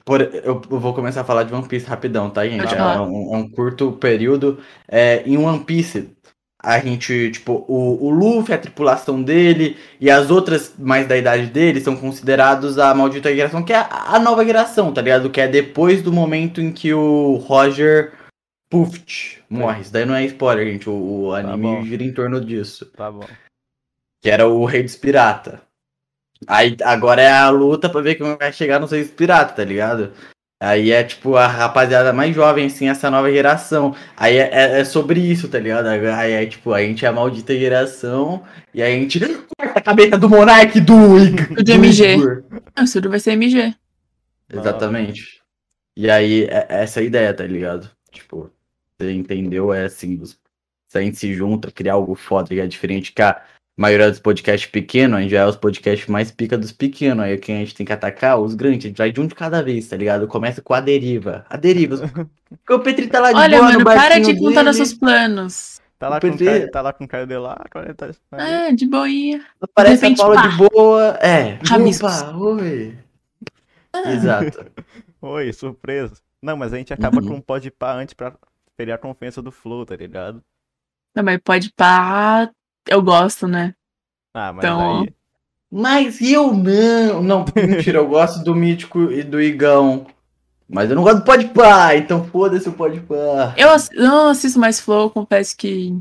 por- eu eu vou começar a falar de One Piece rapidão, tá, gente?
Pode
É
falar.
um, é um curto período. É, em One Piece, a gente, tipo, o, o Luffy, a tripulação dele e as outras mais da idade dele são considerados a maldita geração, que é a, a nova geração, tá ligado? Que é depois do momento em que o Roger Puft morre. Isso daí não é spoiler, gente. O, o anime
bom.
gira em torno disso
Tá bom.
que era o Rei dos Pirata. Aí agora é a luta pra ver quem vai chegar nos Reis dos Pirata, tá ligado? Aí é tipo a rapaziada mais jovem, assim, essa nova geração. Aí é, é- é sobre isso, tá ligado? Aí é tipo, a gente é a maldita geração e a gente corta a cabeça do Monark e do Ig-
Do
do
MG.
Igor.
Ah, O estúdio vai ser MG.
Exatamente. E aí é é essa a ideia, tá ligado? Tipo, você entendeu? É assim, os- se a gente se junta, criar algo foda que é diferente que a maioria dos podcasts pequenos, a gente já é os podcasts mais pica dos pequenos. Aí quem a gente tem que atacar, os grandes, a gente vai de um de cada vez, tá ligado? Começa com a deriva. A deriva. Porque o Petri tá lá de
Olha,
boa
mano,
no
para de
barquinho
contar
dele.
nossos planos.
Tá lá
O
com o
PV.
Caio, tá lá com o Caio Delaco, né? Tá, tá
Ah, de boinha.
Parece a
repente,
Paula
pá.
de boa. É.
Rabiscos.
Opa, oi. Exato.
Oi, surpresa. Não, mas a gente acaba
Uhum.
com o pode pá antes pra ferir a confiança do Flow, tá ligado?
Não, mas pode pá. Eu gosto, né?
Ah, mas
Então,
aí.
Mas eu não. Não, mentira, eu gosto do Mítico e do Igão. Mas eu não gosto do Pode Pá, então foda-se o Pode Pá.
Eu ass- eu não assisto mais Flow, confesso que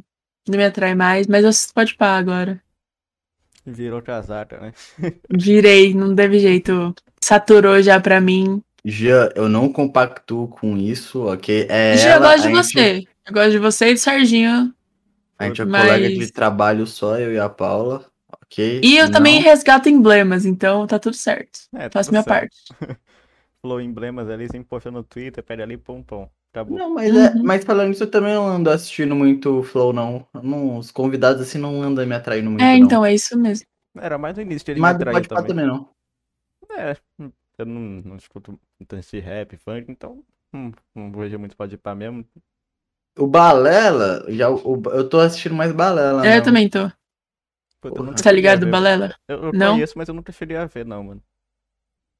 não me atrai mais, mas eu assisto pode pá agora.
Virou casaca, né?
Virei, não teve jeito. Saturou já pra mim.
Jean, eu não compactuo com isso, ok? É
Gi, eu
ela,
gosto de
a gente-
você. Eu gosto de você e do Serginho.
a gente é
Mas-
colega de trabalho só, eu e a Paula, ok?
E eu
Não.
também resgato emblemas, então tá tudo certo.
É,
Faço
tudo
Tá
minha
certo.
parte.
Flow emblemas ali, sempre posta no Twitter, pede ali, pum, pum. Acabou.
Não, mas, é-
Uhum.
mas falando isso, eu também não ando assistindo muito o Flow, não. Eu não- Os convidados assim não andam me atraindo muito,
É,
não.
então é isso mesmo.
Era mais no início que ele me
Mas do
atraiu
Pode Pá
também.
também não.
É, hum, eu não, não escuto tanto esse rap, funk, então hum, não vejo muito pode pá mesmo.
O Balela, já, o- eu tô assistindo mais Balela.
É, eu
não. é
também tô.
Puta, eu
Porra.
nunca
Você tá
cheguei a
ligado,
ver.
Balela?
Eu, eu
Não?
conheço, mas eu nunca cheguei a ver, não, mano.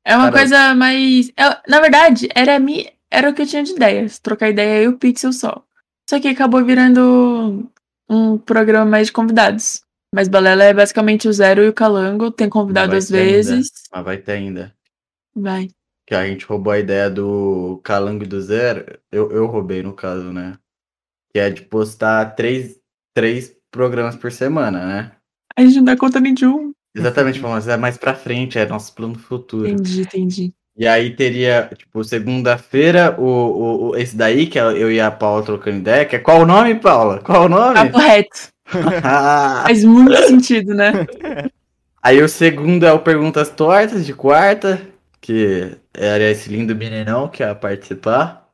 É uma
Cara,
coisa mais. é- na verdade, era a minha... era o que eu tinha de ideias. Trocar ideia eu e o Pixel só. Só que acabou virando um programa mais de convidados. Mas Balela é basicamente o Zero e o Calango. Tem convidado
Vai
às
ter ainda.
vezes.
Mas Ah, vai ter ainda.
Vai.
Que a gente roubou a ideia do Calango e do Zero. Eu, eu roubei, no caso, né? Que é de postar três, três programas por semana, né?
A gente não dá conta nem de um.
Exatamente, mas é mais pra frente, é nosso plano futuro.
Entendi, entendi.
E aí teria, tipo, segunda-feira, o, o, o- esse daí, que é eu e a Paula trocando ideia, que é qual o nome, Paula? Qual o nome?
Papo reto. Faz muito sentido, né?
Aí o segundo é o Perguntas Tortas de quarta, que era esse lindo meninão que ia participar.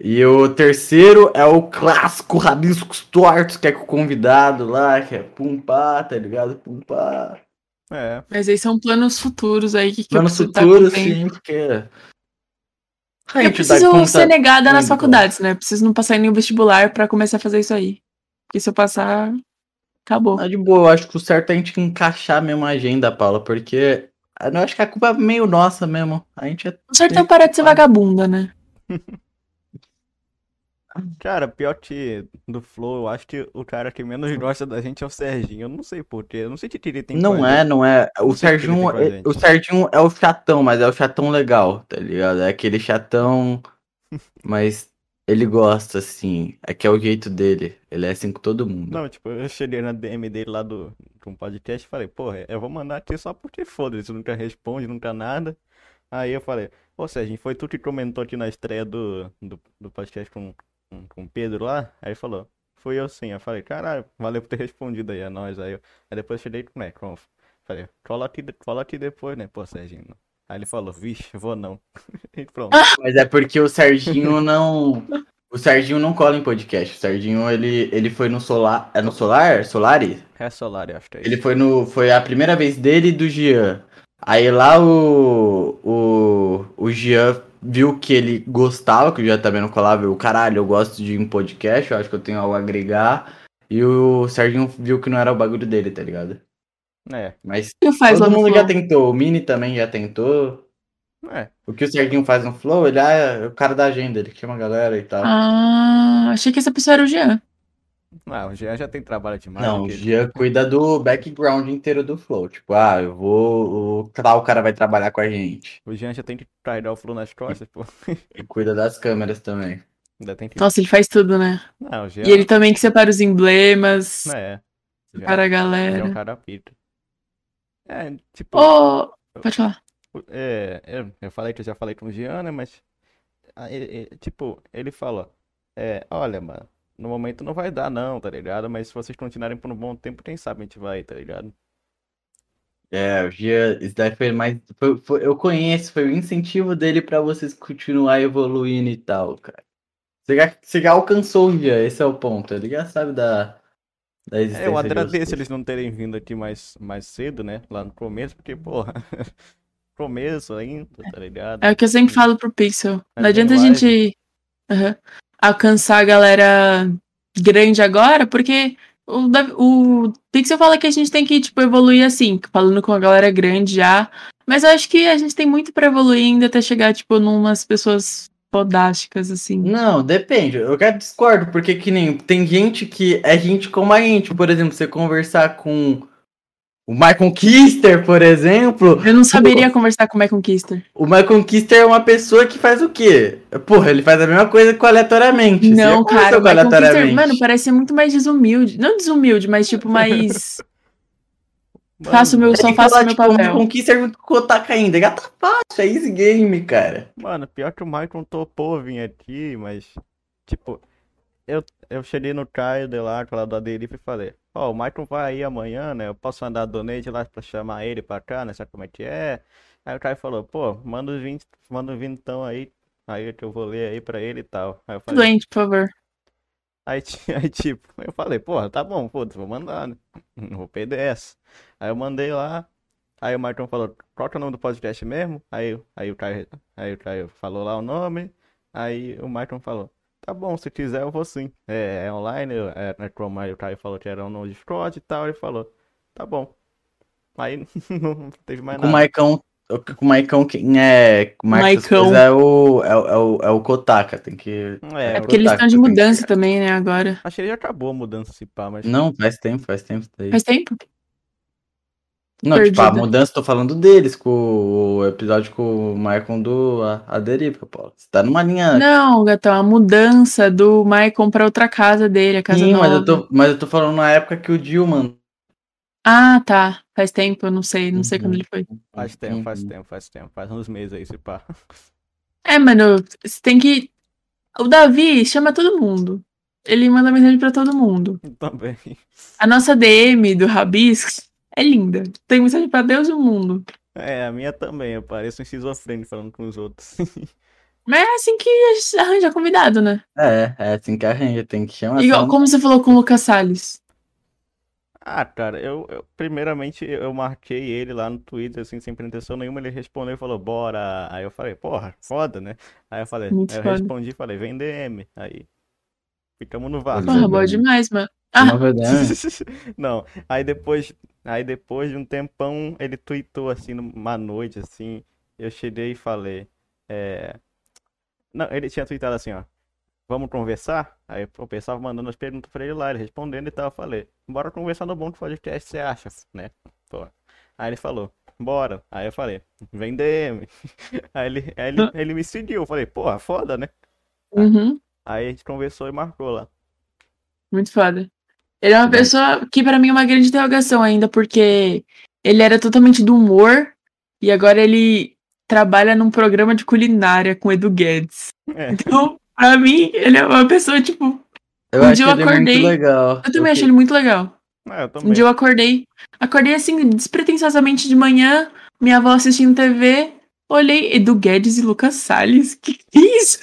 E o terceiro é o clássico Rabiscos Tortos, que é com o convidado lá, que é pum pá, tá ligado? Pum pá.
É.
Mas aí são planos futuros aí que, que
Mas no
preciso tá
futuro,
cumprindo.
sim, porque. A
Eu
gente dá
preciso
conta-
ser negada nas
Muito bom.
faculdades, né? Preciso não passar em nenhum vestibular pra começar a fazer isso aí. Porque se eu passar, acabou.
Ah, de boa, eu acho que o certo é a gente encaixar mesmo a agenda, Paula, porque ah, eu acho que a culpa é meio nossa mesmo. A gente é.
O certo é eu parar de ser vagabunda, né?
Cara, pior que do Flow, eu acho que o cara que menos gosta da gente é o Serginho. Eu não sei porquê. Eu não sei que tira tem
não
com a
é,
gente.
não é. O
Não sei o que
Serginho,
então. ele tem com a
é-
gente.
o Serginho é o chatão, mas é o chatão legal, tá ligado? É aquele chatão, mas ele gosta, assim. É que é o jeito dele. Ele é assim com todo mundo.
Não, tipo, eu cheguei na DM dele lá do, do podcast e falei, porra, eu vou mandar aqui só porque foda-se, nunca responde, nunca nada. Aí eu falei, ô Serginho, foi tu que comentou aqui na estreia do, do, do podcast com, com, com o Pedro lá? Aí ele falou, fui eu sim. Eu falei, caralho, valeu por ter respondido aí a nós. Aí, eu- aí depois eu cheguei com o com Falei, cola aqui, de- cola aqui depois, né, pô, Serginho. Aí ele falou, vixe, vou não. E pronto.
Mas é porque o Serginho não. O Serginho não cola em podcast. O Serginho, ele, ele foi no Solar. É no Solar? Solari?
É solar, eu acho que é
Ele foi no. Foi a primeira vez dele e do Jean. Aí lá o. O, o Jean viu que ele gostava, que o Jean também não colava. Eu, caralho, eu gosto de um podcast, eu acho que eu tenho algo a agregar. E o Serginho viu que não era o bagulho dele, tá ligado?
isso. É,
Mas
O que faz lá
todo
no
mundo
Flow?
já tentou, o Mini também já tentou.
é.
O que o Serginho faz no Flow, ele ah, é o cara da agenda, ele chama a galera e tal.
Ah, achei que essa pessoa era o Jean.
Ah, o Jean já tem trabalho demais.
Não, o
aquele.
Gia cuida do background inteiro do Flow. Tipo, ah, eu vou. O tal cara vai trabalhar com a gente.
O Jean já tem que carregar o Flow nas costas, pô.
E cuida das câmeras também.
Ainda tem que.
Nossa, ele faz tudo, né?
Não, o Jean.
E ele também que separa os emblemas,
É. O Jean-
separa a
o Jean é um
galera.
cara pica. É, tipo.
Ô, pode falar.
É, eu, eu falei que eu já falei com o Jean, né? Mas. ah, ele- ele- tipo, ele falou: é, olha, mano, no momento não vai dar, não, tá ligado? Mas se vocês continuarem por um bom tempo, quem sabe a gente vai, tá ligado?
É, o Gia, isso daí foi mais. foi- foi- eu conheço, foi o incentivo dele pra vocês continuar evoluindo e tal, cara. Você já, você já alcançou o Gia, esse é o ponto. Ele já sabe da, da
É,
existência.
eu
de
agradeço
vocês.
eles não terem vindo aqui mais, mais cedo, né? Lá no começo, porque, porra. começo ainda, tá ligado?
É o que eu sempre falo pro Pixel.
Mas
Não adianta a
tem live.
gente aham, alcançar a galera grande agora, porque o, Davi- o Pixel fala que a gente tem que tipo, evoluir assim, falando com a galera grande já. Mas eu acho que a gente tem muito pra evoluir ainda até chegar, tipo, numas pessoas podásticas, assim.
Não, depende. Eu quero discordo, porque que nem tem gente que é gente como a gente. Por exemplo, você conversar com o Michael Kister, por exemplo,
Eu não saberia conversar com o Michael Kister.
O Michael Kister é uma pessoa que faz o quê? Porra, ele faz a mesma coisa com aleatoriamente. Você já
Não,
conversou
cara, o
com
Michael Kister,
aleatoriamente.
mano, parece ser muito mais desumilde. Não desumilde, mas tipo, mais.
Mano,
faço meu,
Tem
só
que
faço
falar,
meu
tipo, o
papel.
Michael Kister junto com o Kotaka ainda. Gata fácil, é easy game, cara.
Mano, pior que o Michael topou vir aqui, mas. Tipo, eu, eu cheguei no Caio de lá, lá do Adelife, e falei: Ó, o Michael vai aí amanhã, né? Eu posso mandar donate lá pra chamar ele pra cá, né? Sabe como é que é? Aí o Caio falou: Pô, manda os 20, manda os vintão aí, aí é que eu vou ler aí pra ele e tal. Aí eu falei:
Doente, por favor.
Aí, ti- aí, tipo, eu falei, porra, tá bom, foda-se, vou mandar, né? Não vou perder essa. Aí eu mandei lá, aí o Marcão falou, qual que é o nome do podcast mesmo? Aí, eu- aí, o, Caio, aí o Caio falou lá o nome, aí o Marcão falou, tá bom, se quiser eu vou sim. É, é online, eu- é, é como aí o Caio falou que era no Discord e tal, ele falou, tá bom. Aí não teve mais
Com o
nada.
Maicon. Com o Maicon, quem é. com o Marcos
Maicon.
Souza É o, é, o- é o, é o Kotaka, tem que.
É,
É
eu
porque
Kotaka
eles estão de
tem que-
mudança também, né, agora.
achei que já acabou a mudança se pá, mas
Não, faz tempo, faz tempo isso daí.
Faz tempo?
Não, tipo, a
perdida.
mudança, tô falando deles, com o episódio com o Maicon do A, a Deriva, Paulo. Você tá numa linha
Não, gatão, a mudança do Maicon pra outra casa dele, a casa
Sim,
nova.
mas eu, tô, mas eu tô falando na época que o Dilma.
Ah, tá. Faz tempo, eu não sei, não sei
Uhum.
quando ele foi.
faz tempo, faz
Uhum.
tempo, faz tempo, faz uns meses aí se pá.
É, mano, você tem que. O Davi chama todo mundo. Ele manda mensagem pra todo mundo.
Também.
A nossa DM do Rabiscos é linda. Tem mensagem pra Deus e o mundo.
É, a minha também, eu pareço um esquizofrênico falando com os outros.
Mas é assim que a gente arranja convidado, né?
É, é assim que arranja, tem que chamar.
Igual,
só-
como você falou com o Lucas Salles.
Ah, cara, eu, eu- primeiramente eu marquei ele lá no Twitter, assim, sem pretensão nenhuma, ele respondeu e falou, bora. Aí eu falei, porra, foda, né? Aí eu falei,
Muito
aí eu
foda.
respondi e falei, vem DM. Aí ficamos no vácuo.
Porra, boa
bem.
demais, mano. Ah.
Na verdade.
Não, aí depois, aí depois de um tempão, ele tweetou assim numa noite assim, eu cheguei e falei, é... Não, ele tinha tweetado assim, ó, vamos conversar? Aí eu pensava mandando as perguntas pra ele lá, ele respondendo e tal, eu falei, bora conversar no bom do podcast, você acha, né? Pô. Aí ele falou, bora. Aí eu falei, vem DM. Aí ele, aí ele, ele me seguiu, eu falei, porra, foda, né?
Uhum,
Aí a gente conversou e marcou lá.
muito foda. Ele é uma
Sim.
pessoa que pra mim é uma grande interrogação ainda, porque ele era totalmente do humor e agora ele trabalha num programa de culinária com Edu Guedes.
É.
Então, pra mim, ele é uma pessoa, tipo,
Eu
Um
acho
dia eu
ele é muito
acordei-
legal.
eu também acho ele muito legal.
Ah, eu
Um
também.
dia eu acordei. Acordei assim, despretensiosamente de manhã, minha avó assistindo TV. Olhei, Edu Guedes e Lucas Salles. Que que é isso?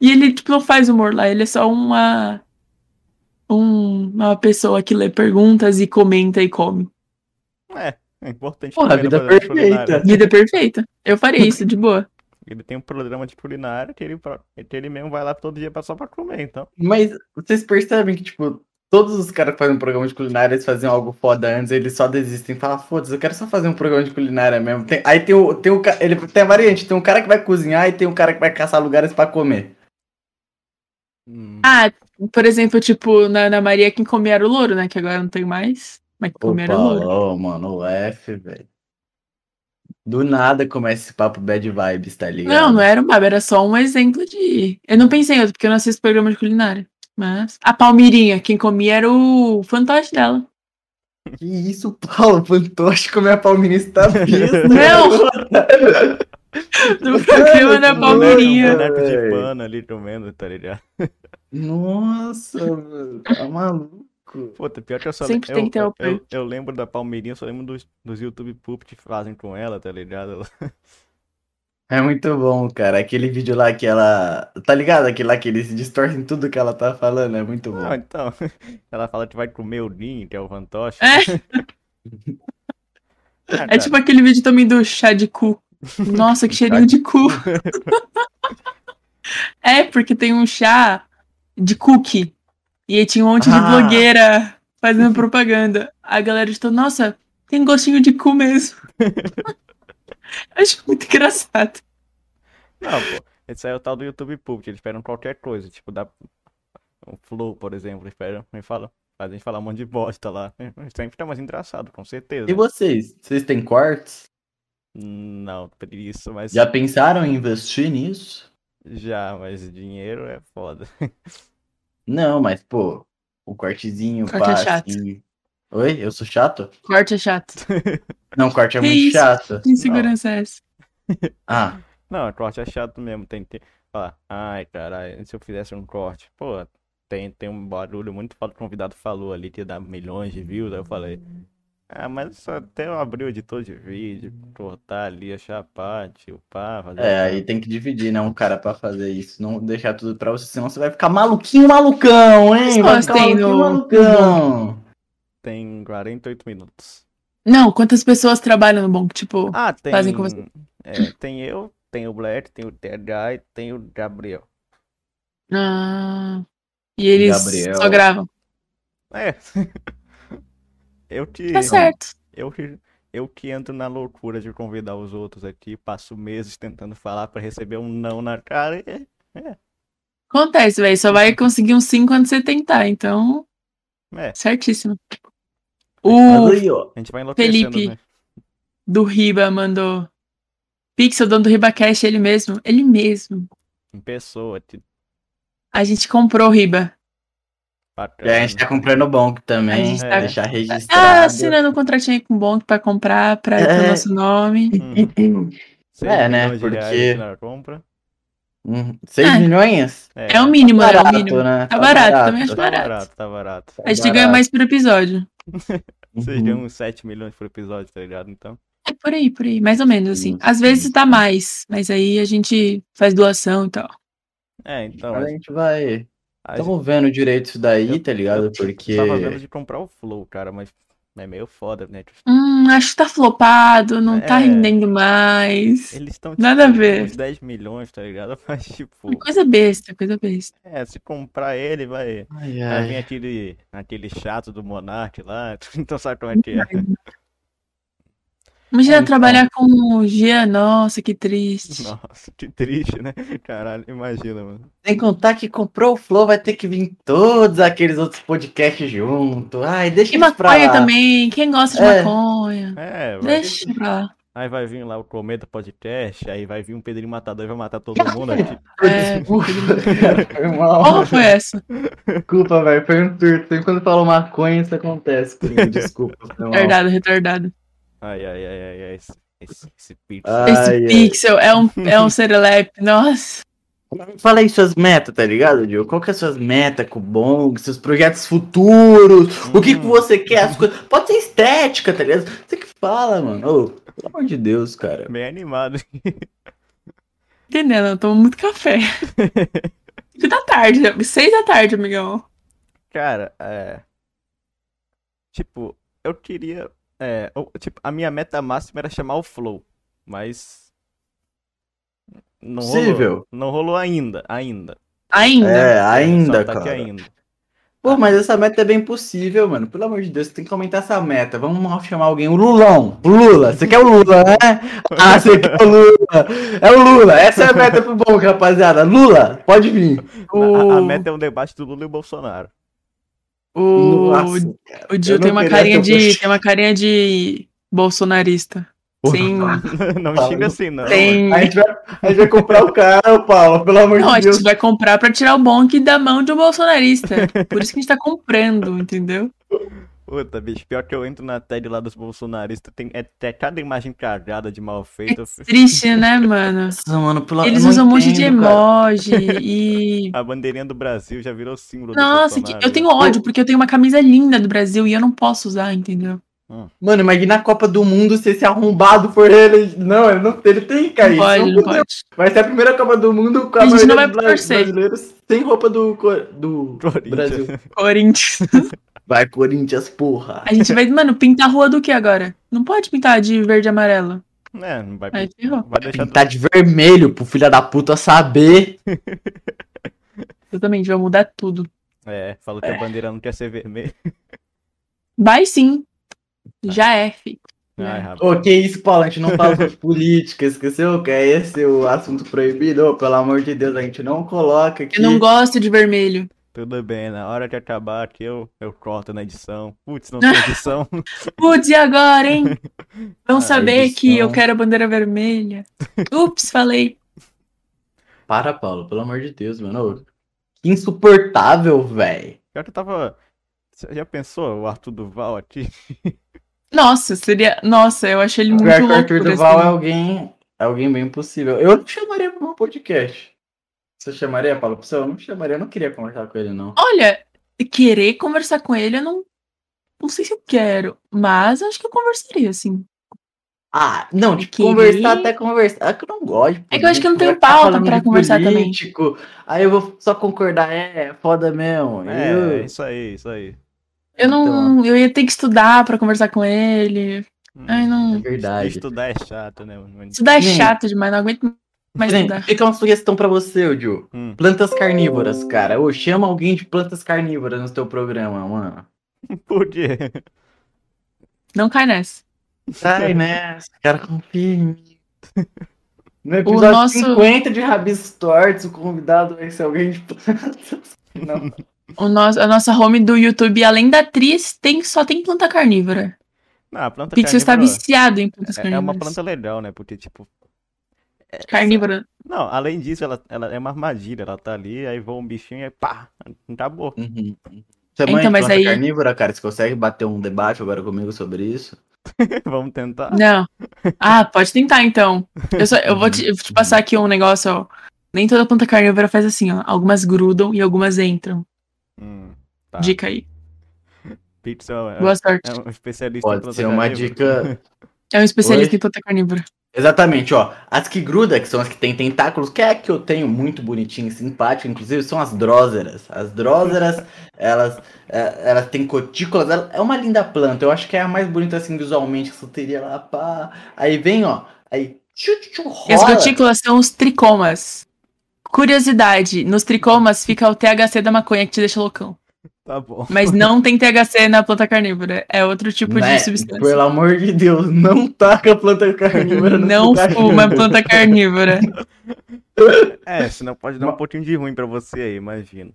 e ele, tipo, não faz humor lá, ele é só uma. um- uma pessoa que lê perguntas e comenta e come.
É importante
Porra, a
também no
vida é
programa de culinária.
perfeita.
Vida perfeita. Eu faria isso, de boa.
Ele tem um programa de culinária que ele, pra- que ele mesmo vai lá todo dia pra- só pra comer, então.
Mas vocês percebem que, tipo, todos os caras que fazem um programa de culinária, eles faziam algo foda antes, eles só desistem. Falam, foda-se, eu quero só fazer um programa de culinária mesmo. Tem- aí tem o, tem o. ca- Ele tem a variante, tem um cara que vai cozinhar e tem um cara que vai caçar lugares pra comer.
Hum.
Ah, por exemplo, tipo, na Ana Maria, quem comia era o louro, né? Que agora não tem mais. Mas quem comia
Opa,
era o é louro.
ô, mano, o F, velho. Do nada começa esse papo bad vibes, tá ligado?
Não, não era um baba, era só um exemplo de. Eu não pensei em outro, porque eu não assisto programa de culinária. Mas. A Palmirinha, quem comia era o fantoche dela.
Que isso, Paulo? Fantoche como é a palminista vista.
Não! Do programa da
Mano,
Palmirinha.
Um boneco de
Véi.
pano ali comendo, tá ligado?
Nossa, mano, tá maluco.
Puta, pior que eu só
Sempre tem que ter
eu,
apoio.
eu, eu lembro da Palmeirinha, eu só lembro dos, dos YouTube Poop que fazem com ela, tá ligado?
É muito bom, cara. Aquele vídeo lá que ela. Tá ligado? Aquele lá que eles distorcem tudo que ela tá falando. É muito
Não,
Ah,
bom.
então. Ela fala que vai comer o Ninho, que é o fantoche.
É.
Ah,
É
cara,
tipo aquele vídeo também do chá de cu. Nossa, que cheirinho de cu. É, porque tem um chá de cookie. E aí tinha um monte de
Ah.
blogueira fazendo propaganda. A galera estou, nossa, tem gostinho de cu mesmo. Acho muito engraçado.
Não, pô. Esse aí é o tal do YouTube Poop, eles esperam qualquer coisa, tipo, dá. Um flow, por exemplo, eles esperam e falam. Fazem a gente falar um monte de bosta lá. Sempre tá mais engraçado, com certeza.
E vocês? Vocês têm cortes?
Não, por isso, mas
Já pensaram em investir nisso?
já, mas dinheiro é foda.
Não, mas, pô, o cortezinho,
Corte
pá,
é chato.
assim. Oi? Eu sou chato?
Corte é chato.
Não, corte é
Que
muito
isso?
chato.
Que insegurança é essa?
Ah,
Não, corte é chato mesmo, tem que falar, ai, caralho, se eu fizesse um corte, pô, tem, tem um barulho muito foda, o convidado falou ali que ia dar milhões de views, aí eu falei, ah, mas só até eu abrir o editor de vídeo, cortar ali, achar a parte, upar, fazer
é,
aquilo.
aí tem que dividir, né? Um cara pra fazer isso. Não deixar tudo pra você, senão você vai ficar maluquinho, malucão, hein? Vai
Quantas
ficar
tem
maluquinho,
no-
malucão.
Tem 48 minutos.
Não, quantas pessoas trabalham no Bonk? Tipo,
Ah, tem,
Fazem com você.
é, tem eu, tem o Black, tem o TH e tem o Gabriel.
ah, e eles
Gabriel.
só gravam.
É, eu te...
Tá certo.
Eu que, eu que entro na loucura de convidar os outros aqui, passo meses tentando falar pra receber um não na cara. e-
Acontece, velho. Só vai conseguir uns 5 quando você tentar. Então,
É,
certíssimo.
Mas
O
aí, ó.
a gente vai enlouquecendo,
Felipe.
né?
do Riba mandou. Pixel, dono do RibaCast, ele mesmo. Ele mesmo.
Em pessoa, te-
A gente comprou o Riba.
É, a gente tá
bacana.
comprando bonk
A
também.
gente
tá-
Deixar
Ah,
registrado.
assinando um contratinho aí com o Bonk pra comprar, pra ter
É.
o nosso nome.
Hum, seis
É, né,
milhões de reais
porque-
na compra.
Hum, 6
É.
milhões?
É o mínimo, né? É o mínimo.
né?
Tá barato, também acho
Tá
barato.
barato, tá barato.
A gente ganha mais por episódio.
Uhum.
Vocês ganham uns 7 milhões por episódio, tá ligado? Então,
É por aí, por aí, mais ou menos assim.
Isso,
Às vezes
isso.
dá mais, mas aí a gente faz doação e tal.
é, então,
A gente vai
Aí
Tamo vendo direito isso daí,
Eu-
tá ligado?
eu
então Porque.
tava vendo de comprar o Flow, cara, mas é meio foda, né? Tipo,
Hum, acho que tá flopado, não tá
É.
rendendo mais.
Eles estão
Nada a ver.
uns 10 milhões, tá ligado? Mas tipo,
Coisa besta, coisa besta.
é, se comprar ele vai,
Ai,
vai
ai.
vir aquele, aquele chato do Monark lá, então sabe como é que é.
Imagina
então.
trabalhar com o Gia, nossa, que triste.
Nossa, que triste, né? Caralho, imagina, mano.
Sem contar que comprou o Flow, vai ter que vir todos aqueles outros podcasts junto. Ai, deixa
E
isso pra
maconha
lá.
também, quem gosta de
É.
maconha?
É, vai,
Deixa pra lá.
aí vai vir lá o Cometa Podcast, aí vai vir um Pedrinho Matador e vai matar todo mundo. aí, tipo,
É.
Desculpa, foi mal.
Qual foi essa?
Desculpa, velho. Foi um surto. Sempre quando eu falo maconha, isso acontece comigo. Desculpa, foi mal.
Retardado, retardado.
Ai, ai, ai, ai, ai, esse, esse, esse pix.
Ah.
Esse
Ai, ai.
pixel é um, é um serelepe, nossa.
Fala aí suas metas, tá ligado, Diogo? Qual que é suas metas com o Bong, seus projetos futuros, o que, que
Hum.
você quer, as coisas. Pode ser estética, tá ligado? Você que fala, mano. Ô, pelo amor de Deus, cara.
é Bem animado.
Entendendo, eu tomo muito café. Cinco da tarde, já- seis da tarde, amigão.
Cara, é. Tipo, eu queria. É, eu- tipo, a minha meta máxima era chamar o Flow, mas. Não rolou.
Possível.
Não rolou ainda, ainda.
Ainda.
É,
só
ainda,
tá aqui
cara.
ainda.
Pô, mas essa meta é bem possível, mano. Pelo amor de Deus, você tem que aumentar essa meta. Vamos chamar alguém. O Lulão. O Lula. Você quer o Lula, né? Ah, você quer o Lula. É o Lula. Essa é a meta pro Bong, rapaziada. Lula, pode vir.
A, a
O-
meta é um debate do Lula e o Bolsonaro.
O,
Nossa.
o
eu
Gil
não
tem uma
queria
carinha
ter
de.
você.
Tem uma carinha de bolsonarista. Sim,
Não
Fala,
xinga
não
assim, não. mano.
tem.
A gente, vai, a gente vai comprar o cara, Paulo. Pelo amor
Não, a
de Deus.
gente vai comprar pra tirar o bonk da mão de um bolsonarista. Por isso que a gente tá comprando, entendeu?
Puta, bicho, pior que eu entro na TED lá dos bolsonaristas, tem é, é cada imagem cagada de mal feita.
Triste, né, mano?
Nossa, mano, pelo-
Eles
eu não
usam um monte de
entendo, cara.
emoji e.
A bandeirinha do Brasil já virou símbolo do
Nossa, que-
Bolsonaro.
eu tenho ódio, porque eu tenho uma camisa linda do Brasil e eu não posso usar, entendeu?
Mano, imagina a Copa do Mundo se esse arrombado for ele. Não, ele não, ele tem que é
Não
cair.
pode,
senão
não
fudeu.
pode.
Vai ser a primeira Copa do Mundo com a,
A gente não
maioria
vai
dos
torcer.
brasileiros sem roupa do, co- do
Corinthians.
Brasil.
Corinthians.
Vai, Corinthians, porra.
A gente vai, mano, pintar a rua do que agora? Não pode pintar de verde e amarelo.
É, não vai,
Aí ferrou.
vai deixar do
Pintar tá de vermelho pro filho da puta saber.
Exatamente, vai mudar tudo.
É, falou que a bandeira não quer ser vermelha.
Vai sim. Já é, fi.
Ai,
É.
rapaz.
Ô, que isso, Paulo? A gente não fala sobre política, esqueceu? Que é esse o assunto proibido? Ô, pelo amor de Deus, a gente não coloca aqui.
Eu não gosto de vermelho.
Tudo bem, na hora que acabar aqui eu, eu corto na edição. Putz, não tem edição.
Putz, e agora, hein? Vão
Ah,
saber
edição.
que eu quero a bandeira vermelha. Ups, falei.
Para, Paulo, pelo amor de Deus, mano. Ô, que insuportável, velho.
Pior que eu tava. Você já pensou o Arthur Duval aqui?
Nossa, seria. Nossa, eu achei ele muito
Pior É que o
louco.
Arthur
por
Duval
esse-
é alguém, é alguém bem possível. Eu não chamaria pra um podcast. Você chamaria, Paulo? Pra você? Eu não chamaria, eu não queria conversar com ele, não.
Olha, querer conversar com ele, eu não. Não sei se eu quero, mas acho que eu conversaria, assim.
Ah, não, tipo,
queria.
conversar até conversar. É que eu não gosto. de
É que eu acho que eu não tenho
política,
pauta
falando
pra
de
conversar também.
político, Aí eu vou só concordar, é, foda mesmo.
É,
Eu-
isso aí, isso aí.
Eu não.
Então,
Eu ia ter que estudar pra conversar com ele.
Hum,
Ai,
É
não.
verdade.
Estudar é chato, né? mano?
Estudar é
Gente.
chato demais, não aguento mais
Gente,
estudar.
Fica uma sugestão pra você, Ju.
Hum.
Plantas carnívoras, cara. Ô, chama alguém de plantas carnívoras no teu programa, mano.
Por quê?
Não cai nessa.
Sai nessa, né? cara, confia em mim. No
O
episódio
nosso-
50 de Rabis Tortos, o convidado vai ser alguém de plantas. Não.
O nosso, a nossa home do YouTube, além da atriz, tem, só tem planta carnívora.
Não, a planta
Pixel está
carnívora
viciado em plantas
é, é
carnívoras.
uma planta legal, né? Porque, tipo. é-
carnívora.
Não, além disso, ela, ela é uma armadilha. Ela tá ali, aí voa um bichinho e aí pá, acabou.
Uhum. Você é mãe
Então,
de
mas
planta
aí-
carnívora, cara? Você consegue bater um debate agora comigo sobre isso?
Vamos tentar.
Não. Ah, pode tentar então. Eu, só, eu vou te, eu vou te passar aqui um negócio, ó. Nem toda planta carnívora faz assim, ó. Algumas grudam e algumas entram.
Hum, tá.
Dica aí.
Pixel é,
Boa sorte.
é um especialista em
Pode
planta
ser uma
carnívora.
dica.
É um especialista
Oi?
em planta carnívora.
Exatamente, ó. As que gruda, que são as que têm tentáculos, que é a que eu tenho muito bonitinha e simpática, inclusive, são as dróseras. As dróseras, elas, é, elas têm cutículas, ela- é uma linda planta. Eu acho que é a mais bonita, assim, visualmente, que só teria lá, pá. Aí vem, ó, aí tchu, tchu, tchu,
E As
rola.
gotículas são os tricomas. Curiosidade, nos tricomas fica o THC da maconha que te deixa loucão.
Tá bom.
Mas não tem THC na planta carnívora. É outro tipo
Né?
de substância.
Pelo amor de Deus, não taca a planta carnívora no
Não
lugar.
fuma planta carnívora.
É, senão pode dar um pouquinho de ruim pra você aí, imagino.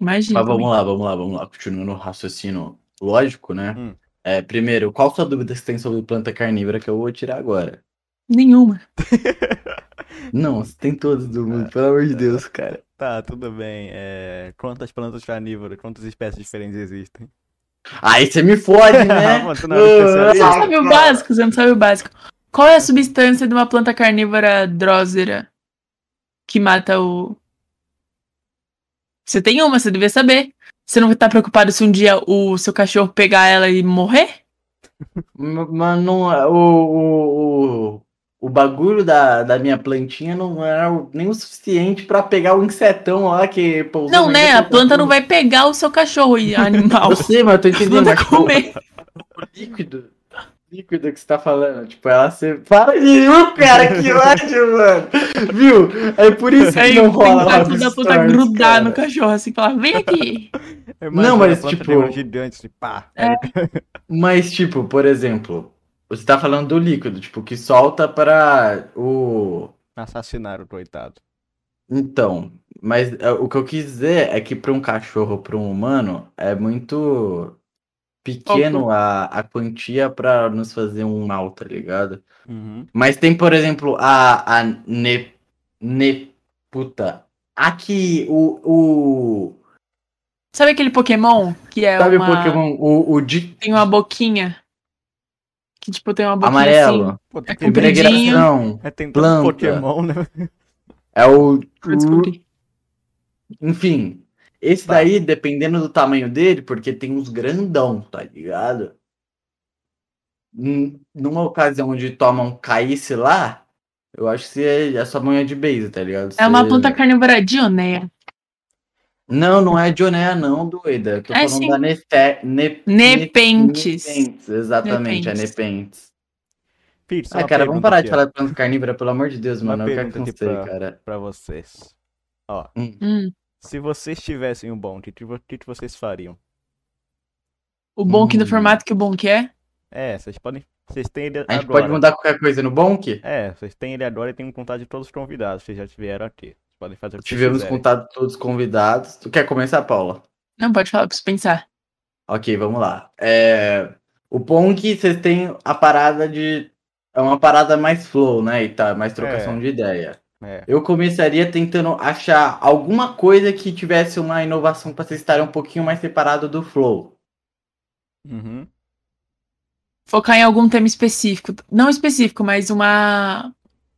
Imagina.
Mas Ah, vamos lá, vamos lá, vamos lá. Continuando o raciocínio lógico, né?
Hum.
É, primeiro, qual sua dúvida que você tem sobre planta carnívora que eu vou tirar agora?
Nenhuma.
Não, você tem todas do mundo, pelo amor de Deus, cara.
Tá, tudo bem. É, quantas plantas carnívoras, quantas espécies diferentes existem?
Aí você me fode,
É.
né?
Ah, mano, tu não era
Você não
especialista.
sabe o básico, você não sabe o básico. Qual é a substância de uma planta carnívora drósera que mata o. Você tem uma, você devia saber. Você não tá preocupado se um dia o seu cachorro pegar ela e morrer?
M- Mas não, é- o, o, o, o bagulho da, da minha plantinha não era o- nem o suficiente pra pegar o insetão lá que pousou.
Não,
na
né?
minha
A planta não vai pegar o seu cachorro e animal.
Eu sei, mas eu tô
A
entendendo.
planta
mas, tipo,
comer.
o líquido. o Líquido que você tá falando. Tipo, ela se. Para de. Uh, cara, que ódio, mano. Viu? É por isso que
Aí
não
o
rola.
tentáculo
Love
da planta
Stories,
grudar
cara.
no cachorro, assim, falar, vem aqui.
Eu
Não,
imagino
mas,
a planta
tipo-
carnívora gigante, assim, pá.
É.
Mas, tipo, por exemplo, você tá falando do líquido, tipo, que solta para o.
Assassinaram o coitado.
Então, mas é, o que eu quis dizer é que para um cachorro, para um humano, é muito pequeno a, a quantia para nos fazer um mal, tá ligado?
Uhum.
Mas tem, por exemplo, a, a ne, ne, puta, a que o, o,
Sabe aquele Pokémon que é
sabe o
uma...
Pokémon, o, o de
tem uma boquinha. Que, tipo, tem uma boquinha assim.
amarelo,
Pô,
É
tem-
compridinho.
Bregração,
É tem
planta.
tanto Pokémon, né?
é o,
Eu descobri.
enfim, esse
Tá.
daí, dependendo do tamanho dele, porque tem uns grandão, tá ligado? N- Numa ocasião onde toma um caísse lá, eu acho que você é a sua mãe é de base, tá ligado?
É uma
Você-
planta carnívora dioneia.
Não, não é Dionéia, não, doida. Eu tô
É,
falando
sim.
da Nefe... Ne...
Nepentes.
Nepentes, Exatamente,
Nepentes.
é Nepentes.
Pires,
Ah,
É uma
cara, vamos
pergunta
parar
aqui,
de
ó,
falar de planta carnívora, pelo amor de Deus,
Uma
mano. Eu quero que
pergunta
não
aqui
sei,
pra-
cara.
pra vocês.
Hum.
Se vocês tivessem um bom, o que, que vo- que que vocês fariam?
O bom que do
Hum.
formato que o bom que é.
É, vocês podem. Vocês têm ele
A gente
agora.
pode mudar qualquer coisa no Bonk?
É, vocês têm ele agora e tem um contato de todos os convidados. Vocês já tiveram aqui. Vocês podem fazer o que vocês
Tivemos
quiserem.
contato com todos os convidados. Tu quer começar, Paula?
Não, pode falar, preciso pensar.
Ok, vamos lá. É, O Pong, vocês têm a parada de. É uma parada mais flow, né? E tá, mais trocação
É.
de ideia.
É.
Eu começaria tentando achar alguma coisa que tivesse uma inovação pra vocês estarem um pouquinho mais separado do flow.
Uhum.
Focar em algum tema específico. Não específico, mas uma,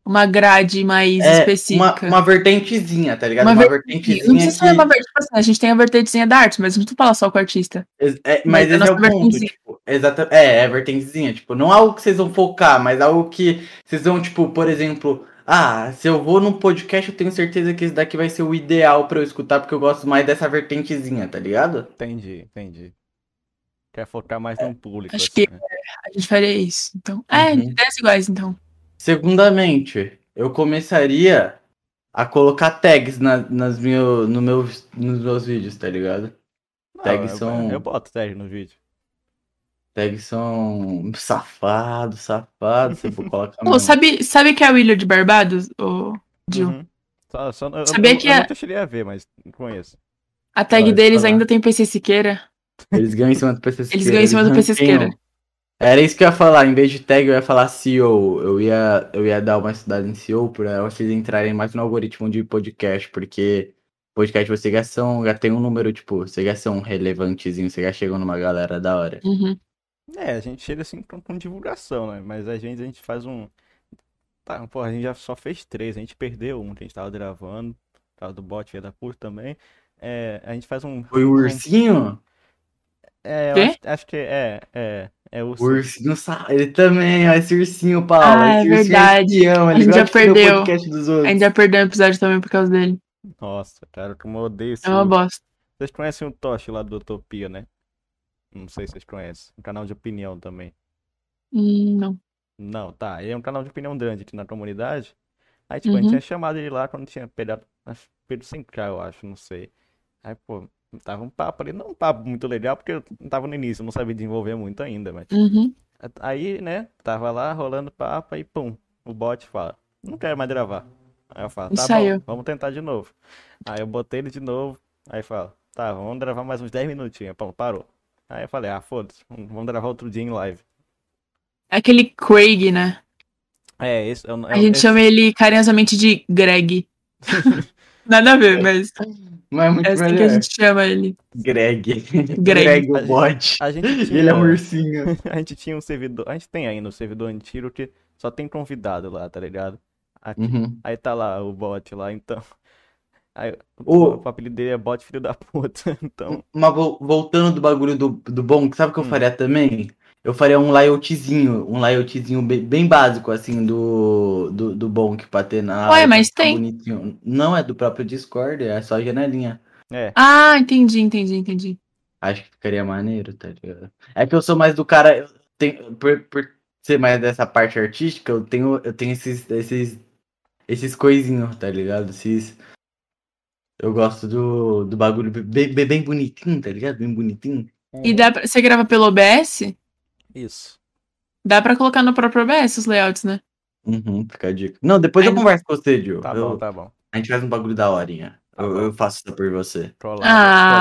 uma grade mais
É, uma,
específica.
uma vertentezinha, tá ligado?
Uma
Uma,
Não
vertentezinha.
precisa ser
que-
uma vertente, tipo assim, a gente tem a vertentezinha da arte, mas não tu fala só com o artista.
Ex- é,
Mas
mas
a
esse é o
nossa
ponto,
vertentezinha.
tipo, exata, é, é vertentezinha, tipo, não algo que vocês vão focar, mas algo que vocês vão, tipo, por exemplo, ah, se eu vou num podcast, eu tenho certeza que esse daqui vai ser o ideal pra eu escutar, porque eu gosto mais dessa vertentezinha, tá ligado?
Entendi, entendi. Quer focar mais
É,
no público.
acho
assim,
que-
né?
A gente faria isso. Então, é,
Uhum.
ideias iguais, então.
Segundamente, eu começaria a colocar tags na, nas meu, no meu, nos meus vídeos, tá ligado?
Não,
Tags
eu-
são-
Eu boto tag no vídeo.
Tags são safado, safado, se eu for colocar
Pô,
mesmo.
sabe, sabe que é a William de Barbados? O Gil?
um.
Uhum. Só, só, eu,
Sabia
eu,
que
eu
é-
nunca cheguei a ver, mas conheço.
A tag
Pode
deles
falar.
ainda tem PC Siqueira.
Eles ganham em cima do PC Siqueira.
ganham em cima do
não
PC Siqueira.
ganham. Era isso que eu ia falar. Em vez de tag, eu ia falar CEO. Eu ia, eu ia dar uma estudada em CEO para vocês entrarem mais no algoritmo de podcast, porque podcast você já, são, já tem um número, tipo, você já são relevantezinho, você já chegou numa galera da hora.
Uhum.
É, a gente chega assim com, com divulgação, né? Mas às vezes a gente faz um. Tá, pô, a gente já só fez três, a gente perdeu um que a gente tava gravando, por causa do bot, filha da puta também. É, a gente faz um.
Foi o
um-
ursinho?
É, eu
Quê?
acho, acho que é, é. É o
O ursinho sa- ele também, ó, esse ursinho, Paulo.
Ah, é
esse ursinho
verdade.
espião,
A
ele
gente
gosta
já
de fazer o
perdeu.
podcast dos outros.
Ainda perdeu o episódio também por causa dele.
Nossa, cara, como eu odeio esse
É uma bosta.
Vocês conhecem o Toshi lá do Utopia, né? Não sei se vocês conhecem. Um canal de opinião também.
Hum, não.
Não, tá. Ele é um canal de opinião grande aqui na comunidade. Aí, tipo, a
Uhum.
gente tinha chamado ele lá quando tinha pegado, acho, Pedro 100k, eu acho, não sei. Aí, pô, tava um papo ali. Não um papo muito legal, porque eu tava no início, eu não sabia desenvolver muito ainda, mas.
Uhum.
Aí, né, tava lá rolando papo e pum, o bot fala, não quero mais gravar. Aí eu falo,
E
tá
saiu.
bom, vamos tentar de novo. Aí eu botei ele de novo, aí fala, tá, vamos gravar mais uns 10 minutinhos. Pum, parou. Aí eu falei, ah, foda-se, vamos gravar outro dia em live.
É Aquele Craig, né?
É, esse é o.
A gente chama ele carinhosamente de Greg. Nada a ver, mas
Mas é muito
é assim que
melhor.
a gente chama ele.
Greg.
Greg.
o bot.
A gente
Ele é um
tinha-
ursinho.
A gente tinha um servidor, a gente tem ainda um servidor antigo que só tem convidado lá, tá ligado? Aqui-
Uhum.
Aí tá lá o bot lá, então. Aí,
Ô.
o apelido dele é bot filho da puta, então.
Mas vol- voltando do bagulho do, do bom, sabe o que eu
Hum.
faria também? Eu faria um layoutzinho, um layoutzinho bem, bem básico, assim, do, do, do bom que pra ter na.
Ué,
pra
mas
ficar
tem.
bonitinho. Não é do próprio Discord, é só a janelinha.
É,
Ah, entendi, entendi, entendi.
Acho que ficaria maneiro, tá ligado? É que eu sou mais do cara. eu tenho- por, por ser mais dessa parte artística, eu tenho, eu tenho esses, esses, esses coisinhos, tá ligado? Esses. Eu gosto do, do bagulho bem, bem, bem bonitinho, tá ligado? Bem bonitinho.
E dá pra... você grava pelo OBS?
isso.
Dá pra colocar no próprio OBS os layouts, né?
Uhum, fica a dica. Não, depois eu
Ainda-
converso com você, Gil.
Tá
Eu-
bom, tá bom.
A gente faz um bagulho da horinha.
Tá
eu,
bom.
eu faço isso por você.
Trollado,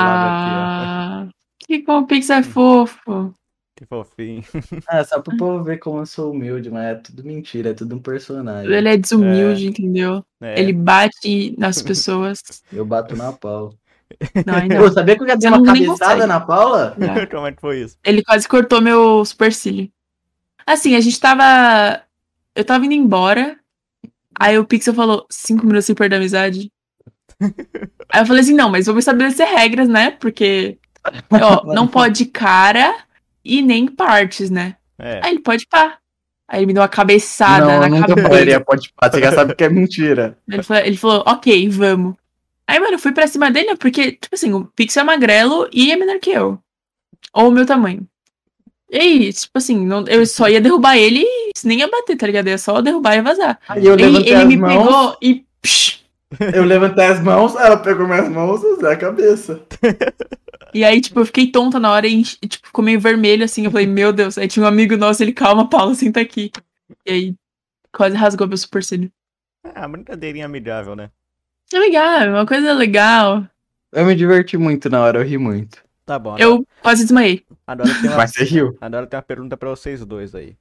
trollado aqui, ó.
Ah, que como o Pix é fofo.
Que fofinho.
Ah, só pro povo ver como eu sou humilde, mas é tudo mentira, é tudo um personagem.
Ele é desumilde, entendeu?
É,
Ele bate nas pessoas.
Eu bato na Paula.
Não, ainda
Pô, sabia que eu já dei
Você
uma
não- nem
cabeçada
consegue.
na Paula?
não.
como é que foi isso?
Ele quase cortou meu supercílio. Assim, a gente tava. Eu tava indo embora. Aí o Pixel falou: cinco minutos sem perder a amizade. Aí eu falei assim: não, mas vamos estabelecer regras, né? Porque. É, Ó, não pode cara e nem partes, né?
É,
Aí ele pode pá. Aí ele me deu uma cabeçada
não,
né, na
eu nunca
cabeça.
falaria pode pá, você já sabe que é mentira.
Ele falou, ele falou, ok, vamos. Aí, mano, eu fui pra cima dele, né, porque, tipo assim, o Pixel é magrelo e é menor que eu. Ou o meu tamanho. E aí, tipo assim, não- eu só ia derrubar ele e isso nem ia bater, tá ligado? Eu ia só derrubar e vazar.
Aí eu
E
levantei
ele
as
me
mãos,
pegou e. psh,
eu levantei as mãos, ela pegou minhas mãos e usei a cabeça.
e aí, tipo, eu fiquei tonta na hora e, tipo, ficou meio vermelho, assim. Eu falei, meu Deus. Aí tinha um amigo nosso, ele, calma, Paulo, senta aqui. E aí, quase rasgou meu supercílio.
ah, brincadeirinha amigável, né?
É legal, é uma coisa legal.
Eu me diverti muito na hora, eu ri muito.
Tá bom, agora,
Eu quase desmaiei.
agora tem uma,
Mas você riu?
agora tem uma pergunta pra vocês dois aí.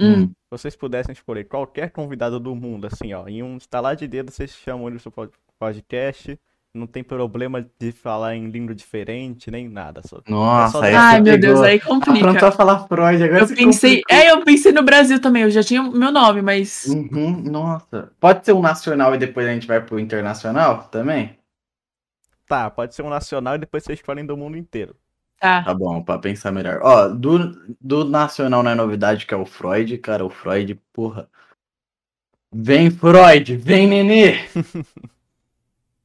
Hum.
Se vocês pudessem escolher qualquer convidado do mundo, assim, ó, em um estalar de dedo, vocês chamam ele pro seu pod- podcast, não tem problema de falar em língua diferente, nem nada. Só...
Nossa,
só-
aí
Ai,
você
meu
pegou.
Deus, aí
É Tá Pronto
complica.
a falar Freud, agora
Eu
você
pensei,
complicou.
é, eu pensei no Brasil também, eu já tinha o meu nome, mas
Uhum, nossa. Pode ser um nacional e depois a gente vai pro internacional também?
Tá, pode ser um nacional e depois vocês escolhem do mundo inteiro.
tá.
Tá bom, pra pensar melhor. Ó, do, do nacional não é novidade, que é o Freud, cara, o Freud, porra. Vem, Freud, vem, nenê!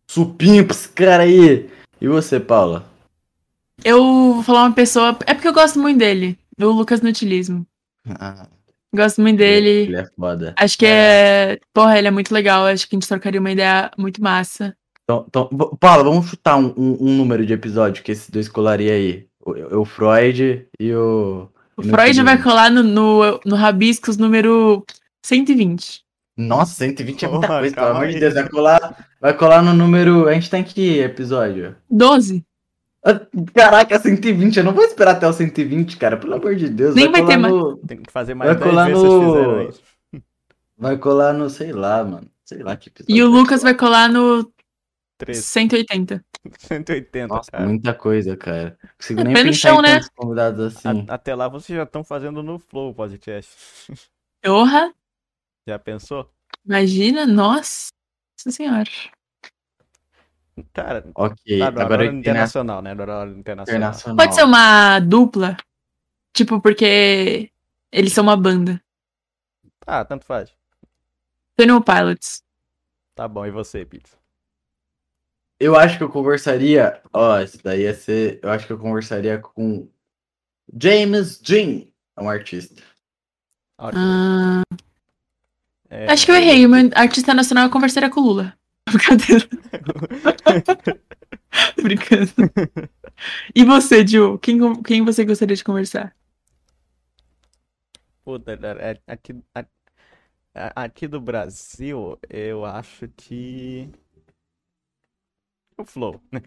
Supimpa esse cara aí! E você, Paula?
Eu vou falar uma pessoa, é porque eu gosto muito dele, do Lucas Nutilismo.
Ah,
Gosto muito
Ele
dele.
é foda.
Acho que é, porra, ele é muito legal, acho que a gente trocaria uma ideia muito massa.
Então, então, v- Paula, vamos chutar um, um- um número de episódio que esses dois colariam aí. O, o Freud e o.
O
e
Freud
Nutilismo.
vai colar no, no, no Rabiscos número 120.
Nossa, 120 é muita
Porra,
coisa, pelo
calma
amor de
aí.
Deus. Vai colar, vai colar no número. A gente tá em que episódio?
12.
Ah, Caraca, 120. Eu não vou esperar até o 120, cara. Pelo amor de Deus.
Nem vai ter
colar
mais.
no-
Tem que fazer mais
Vai
10
colar
vezes vocês
no-
fizeram isso.
Vai colar no, sei lá, mano. Sei lá que episódio.
E o Lucas vai colar no
13,
180.
180,
Nossa,
cara.
muita coisa, cara. Não consigo
É
nem
pé no
pensar
chão,
em
né?
tantos convidados
A-
assim.
até lá vocês já estão fazendo no Flow podcast.
Porra,
Já pensou?
imagina, nossa senhora.
Cara,
Ok,
tá, agora,
agora
é
internacional.
um-
internacional, né? Agora é internacional.
internacional.
Pode ser uma dupla? Tipo, porque eles são uma banda.
Ah, tanto faz.
Twenty Pilots.
Tá bom, e você, Pizza?
Eu acho que eu conversaria. Ó, isso daí ia ser. Eu acho que eu conversaria com James Dean, é um artista.
Olha,
Ah,
é,
acho que eu errei. O meu artista nacional eu conversaria com o Lula. Brincadeira. Brincando. E você, Ju? Quem, quem você gostaria de conversar?
Puta, cara, é- aqui, a- a- aqui do Brasil, eu acho que. O Flow. né?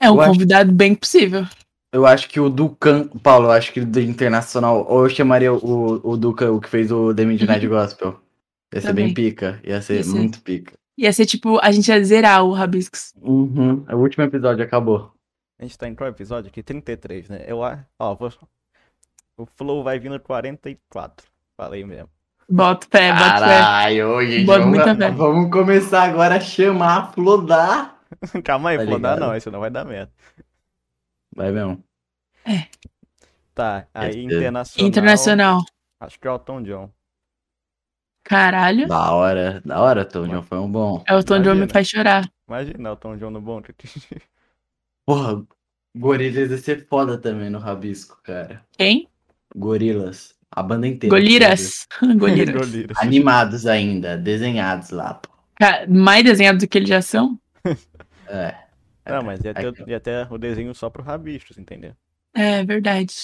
É um
Eu acho-
convidado bem possível.
Eu acho que o Ducan. Paulo, eu acho que do Internacional. Ou eu chamaria o, o Ducan, o que fez o The Midnight Gospel. Ia ser bem
Uhum. Também.
pica. Ia ser
Ia ser.
muito pica.
Ia ser tipo, a gente ia zerar o Rabiscos.
Uhum. O último episódio acabou.
A gente tá em qual episódio aqui? 33, né? Eu acho. Ó, vou... o Flow vai vindo 44. Falei mesmo.
Bota pé, É, bota pé.
Caralho, gente.
Bota muita fé.
Vamos, vamos começar agora a chamar, a flodar.
Calma aí,
Tá
Flow, dá
ligado.
não, isso não vai dar merda.
Vai mesmo.
Tá, aí
Esse-
internacional.
Internacional.
Acho que é o Elton John.
Caralho.
Da hora, da hora, Tom John. Foi um bom.
É o Tom John me
Imagina.
faz chorar.
Imagina o Elton John no bunker.
Porra, Gorilas ia ser foda também no Rabisco, cara.
Quem?
Gorilas. A banda inteira.
Goliras. Goliras.
Goliras.
Animados ainda, desenhados lá, pô.
Ca- Mais desenhado do que eles já são?
É.
Não, mas ia
É,
ter, ia ter o desenho só pro rabiscos, entendeu?
É, verdade.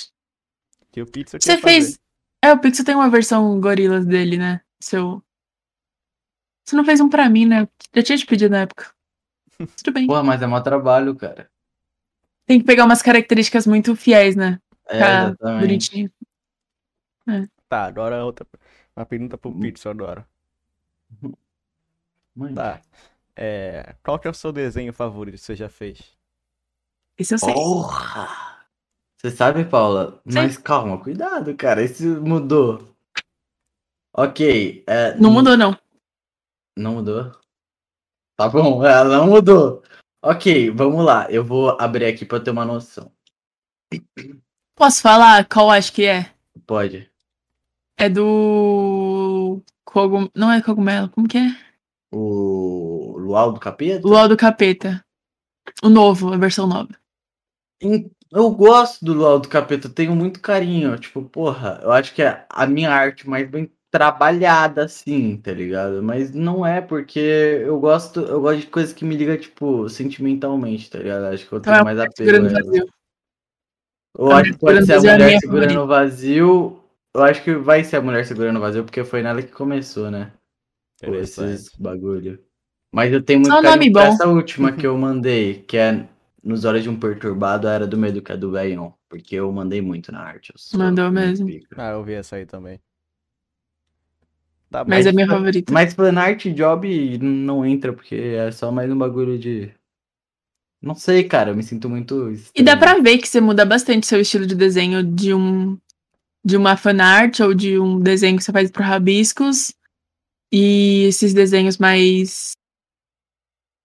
Que o Pizza
Você
quer fazer.
fez. É, o Pixel tem uma versão Gorilas dele, né? Seu. Você não fez um pra mim, né? Eu tinha te pedido na época. Tudo bem.
Porra, mas é mó trabalho, cara.
Tem que pegar umas características muito fiéis, né?
É,
Tá
exatamente.
Bonitinho.
Tá, agora outra. Uma pergunta
Hum.
pro Pizza agora.
Mãe,
Tá. É, qual que é o seu desenho favorito que você já fez?
Isso eu sei.
Oh.
Porra! Você sabe, Paula?
Sei.
Mas calma, cuidado, cara. Isso mudou. Ok. é,
Não mudou, não.
Não mudou? Tá bom, ela não mudou. Ok, vamos lá. Eu vou abrir aqui pra eu ter uma noção.
Posso falar qual acho que é?
Pode.
É do. Cogum... Não é cogumelo, como que é?
O Luau do Capeta?
Luau do Capeta. O novo, a versão nova.
Em- Eu gosto do Luau do Capeta, eu tenho muito carinho. Tipo, porra, eu acho que é a minha arte mais bem trabalhada, assim, tá ligado? Mas não é, porque eu gosto, eu gosto de coisas que me ligam, tipo, sentimentalmente, tá ligado? Acho que eu tenho
é
mais apego.
Segurando
a
o
ela. Eu
Brasil. A
acho que pode
Mulher
ser a
Segurando o Vazio
mulher segurando o vazio.
é a minha
Eu acho que vai ser a mulher segurando o vazio, porque foi nela que começou, né? Pô, Esses
Interessante.
bagulho. Mas eu tenho muito
Só um
carinho
nome
pra
bom. Uhum.
essa última que eu mandei, que é Nos Olhos de um Perturbado, a Era do Medo, que é do Bayon. Porque eu mandei muito na arte. eu sou
Mandou
muito
mesmo.
pica.
Ah, eu vi essa aí também. Tá,
Mas
Mas
é minha
foi-
favorita.
Mas Planart Job não entra, porque é só mais um bagulho de. Não sei, cara, eu me sinto muito.
E dá
estranho.
pra ver que você muda bastante seu estilo de desenho de um de uma fanart ou de um desenho que você faz pro Rabiscos e esses desenhos mais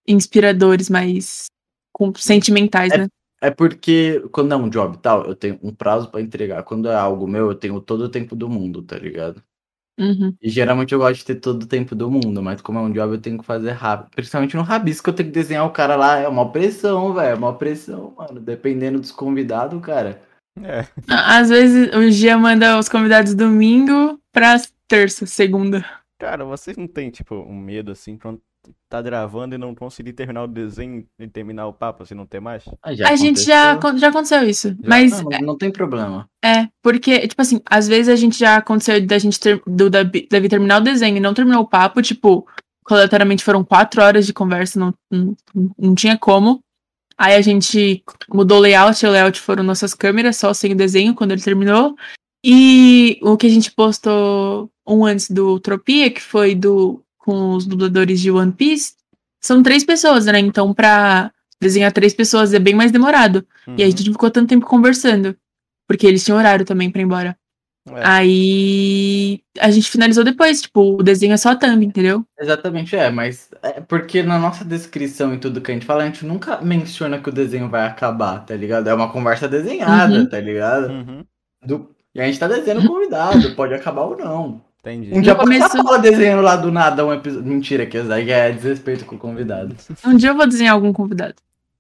inspiradores, mais com- sentimentais,
É-
né?
É porque quando é um job e tal, eu tenho um prazo pra entregar. Quando é algo meu, eu tenho todo o tempo do mundo, tá ligado?
Uhum.
E geralmente eu gosto de ter todo o tempo do mundo, mas como é um job, eu tenho que fazer rápido. Principalmente no rabisco, eu tenho que desenhar o cara lá. É uma pressão, velho. É uma pressão, mano. Dependendo dos convidados, cara.
É,
Às vezes o Gia manda os convidados domingo pra terça, segunda.
cara, vocês não têm, tipo, um medo assim quando tá gravando e não conseguir terminar o desenho e terminar o papo, assim, não ter mais?
Ah,
a gente já,
aconteceu.
acon- já aconteceu isso. Mas
Não, não, não tem problema.
É, porque, tipo assim, às vezes a gente já aconteceu da gente ter, do Davi, Davi terminar o desenho e não terminou o papo, tipo, coletoriamente foram quatro horas de conversa, não, não, não tinha como. Aí a gente mudou o layout, e o layout foram nossas câmeras, só sem o desenho quando ele terminou. E o que a gente postou um antes do Utopia, que foi do com os dubladores de One Piece, são três pessoas, né? Então, pra desenhar três pessoas é bem
Uhum.
mais demorado. E a gente não ficou tanto tempo conversando. Porque eles tinham horário também pra ir embora.
É,
Aí a gente finalizou depois, tipo, o desenho é só a thumb, entendeu?
Exatamente, é, mas é porque na nossa descrição e tudo que a gente fala, a gente nunca menciona que o desenho vai acabar, tá ligado? É uma conversa desenhada,
Uhum.
tá ligado?
uhum,
Do... E a gente tá desenhando o convidado, pode acabar ou não.
entendi.
Um dia pode
começo-
estar desenhando lá do nada um episódio. Mentira, que isso aí é desrespeito com o convidado.
Um dia eu vou desenhar algum convidado.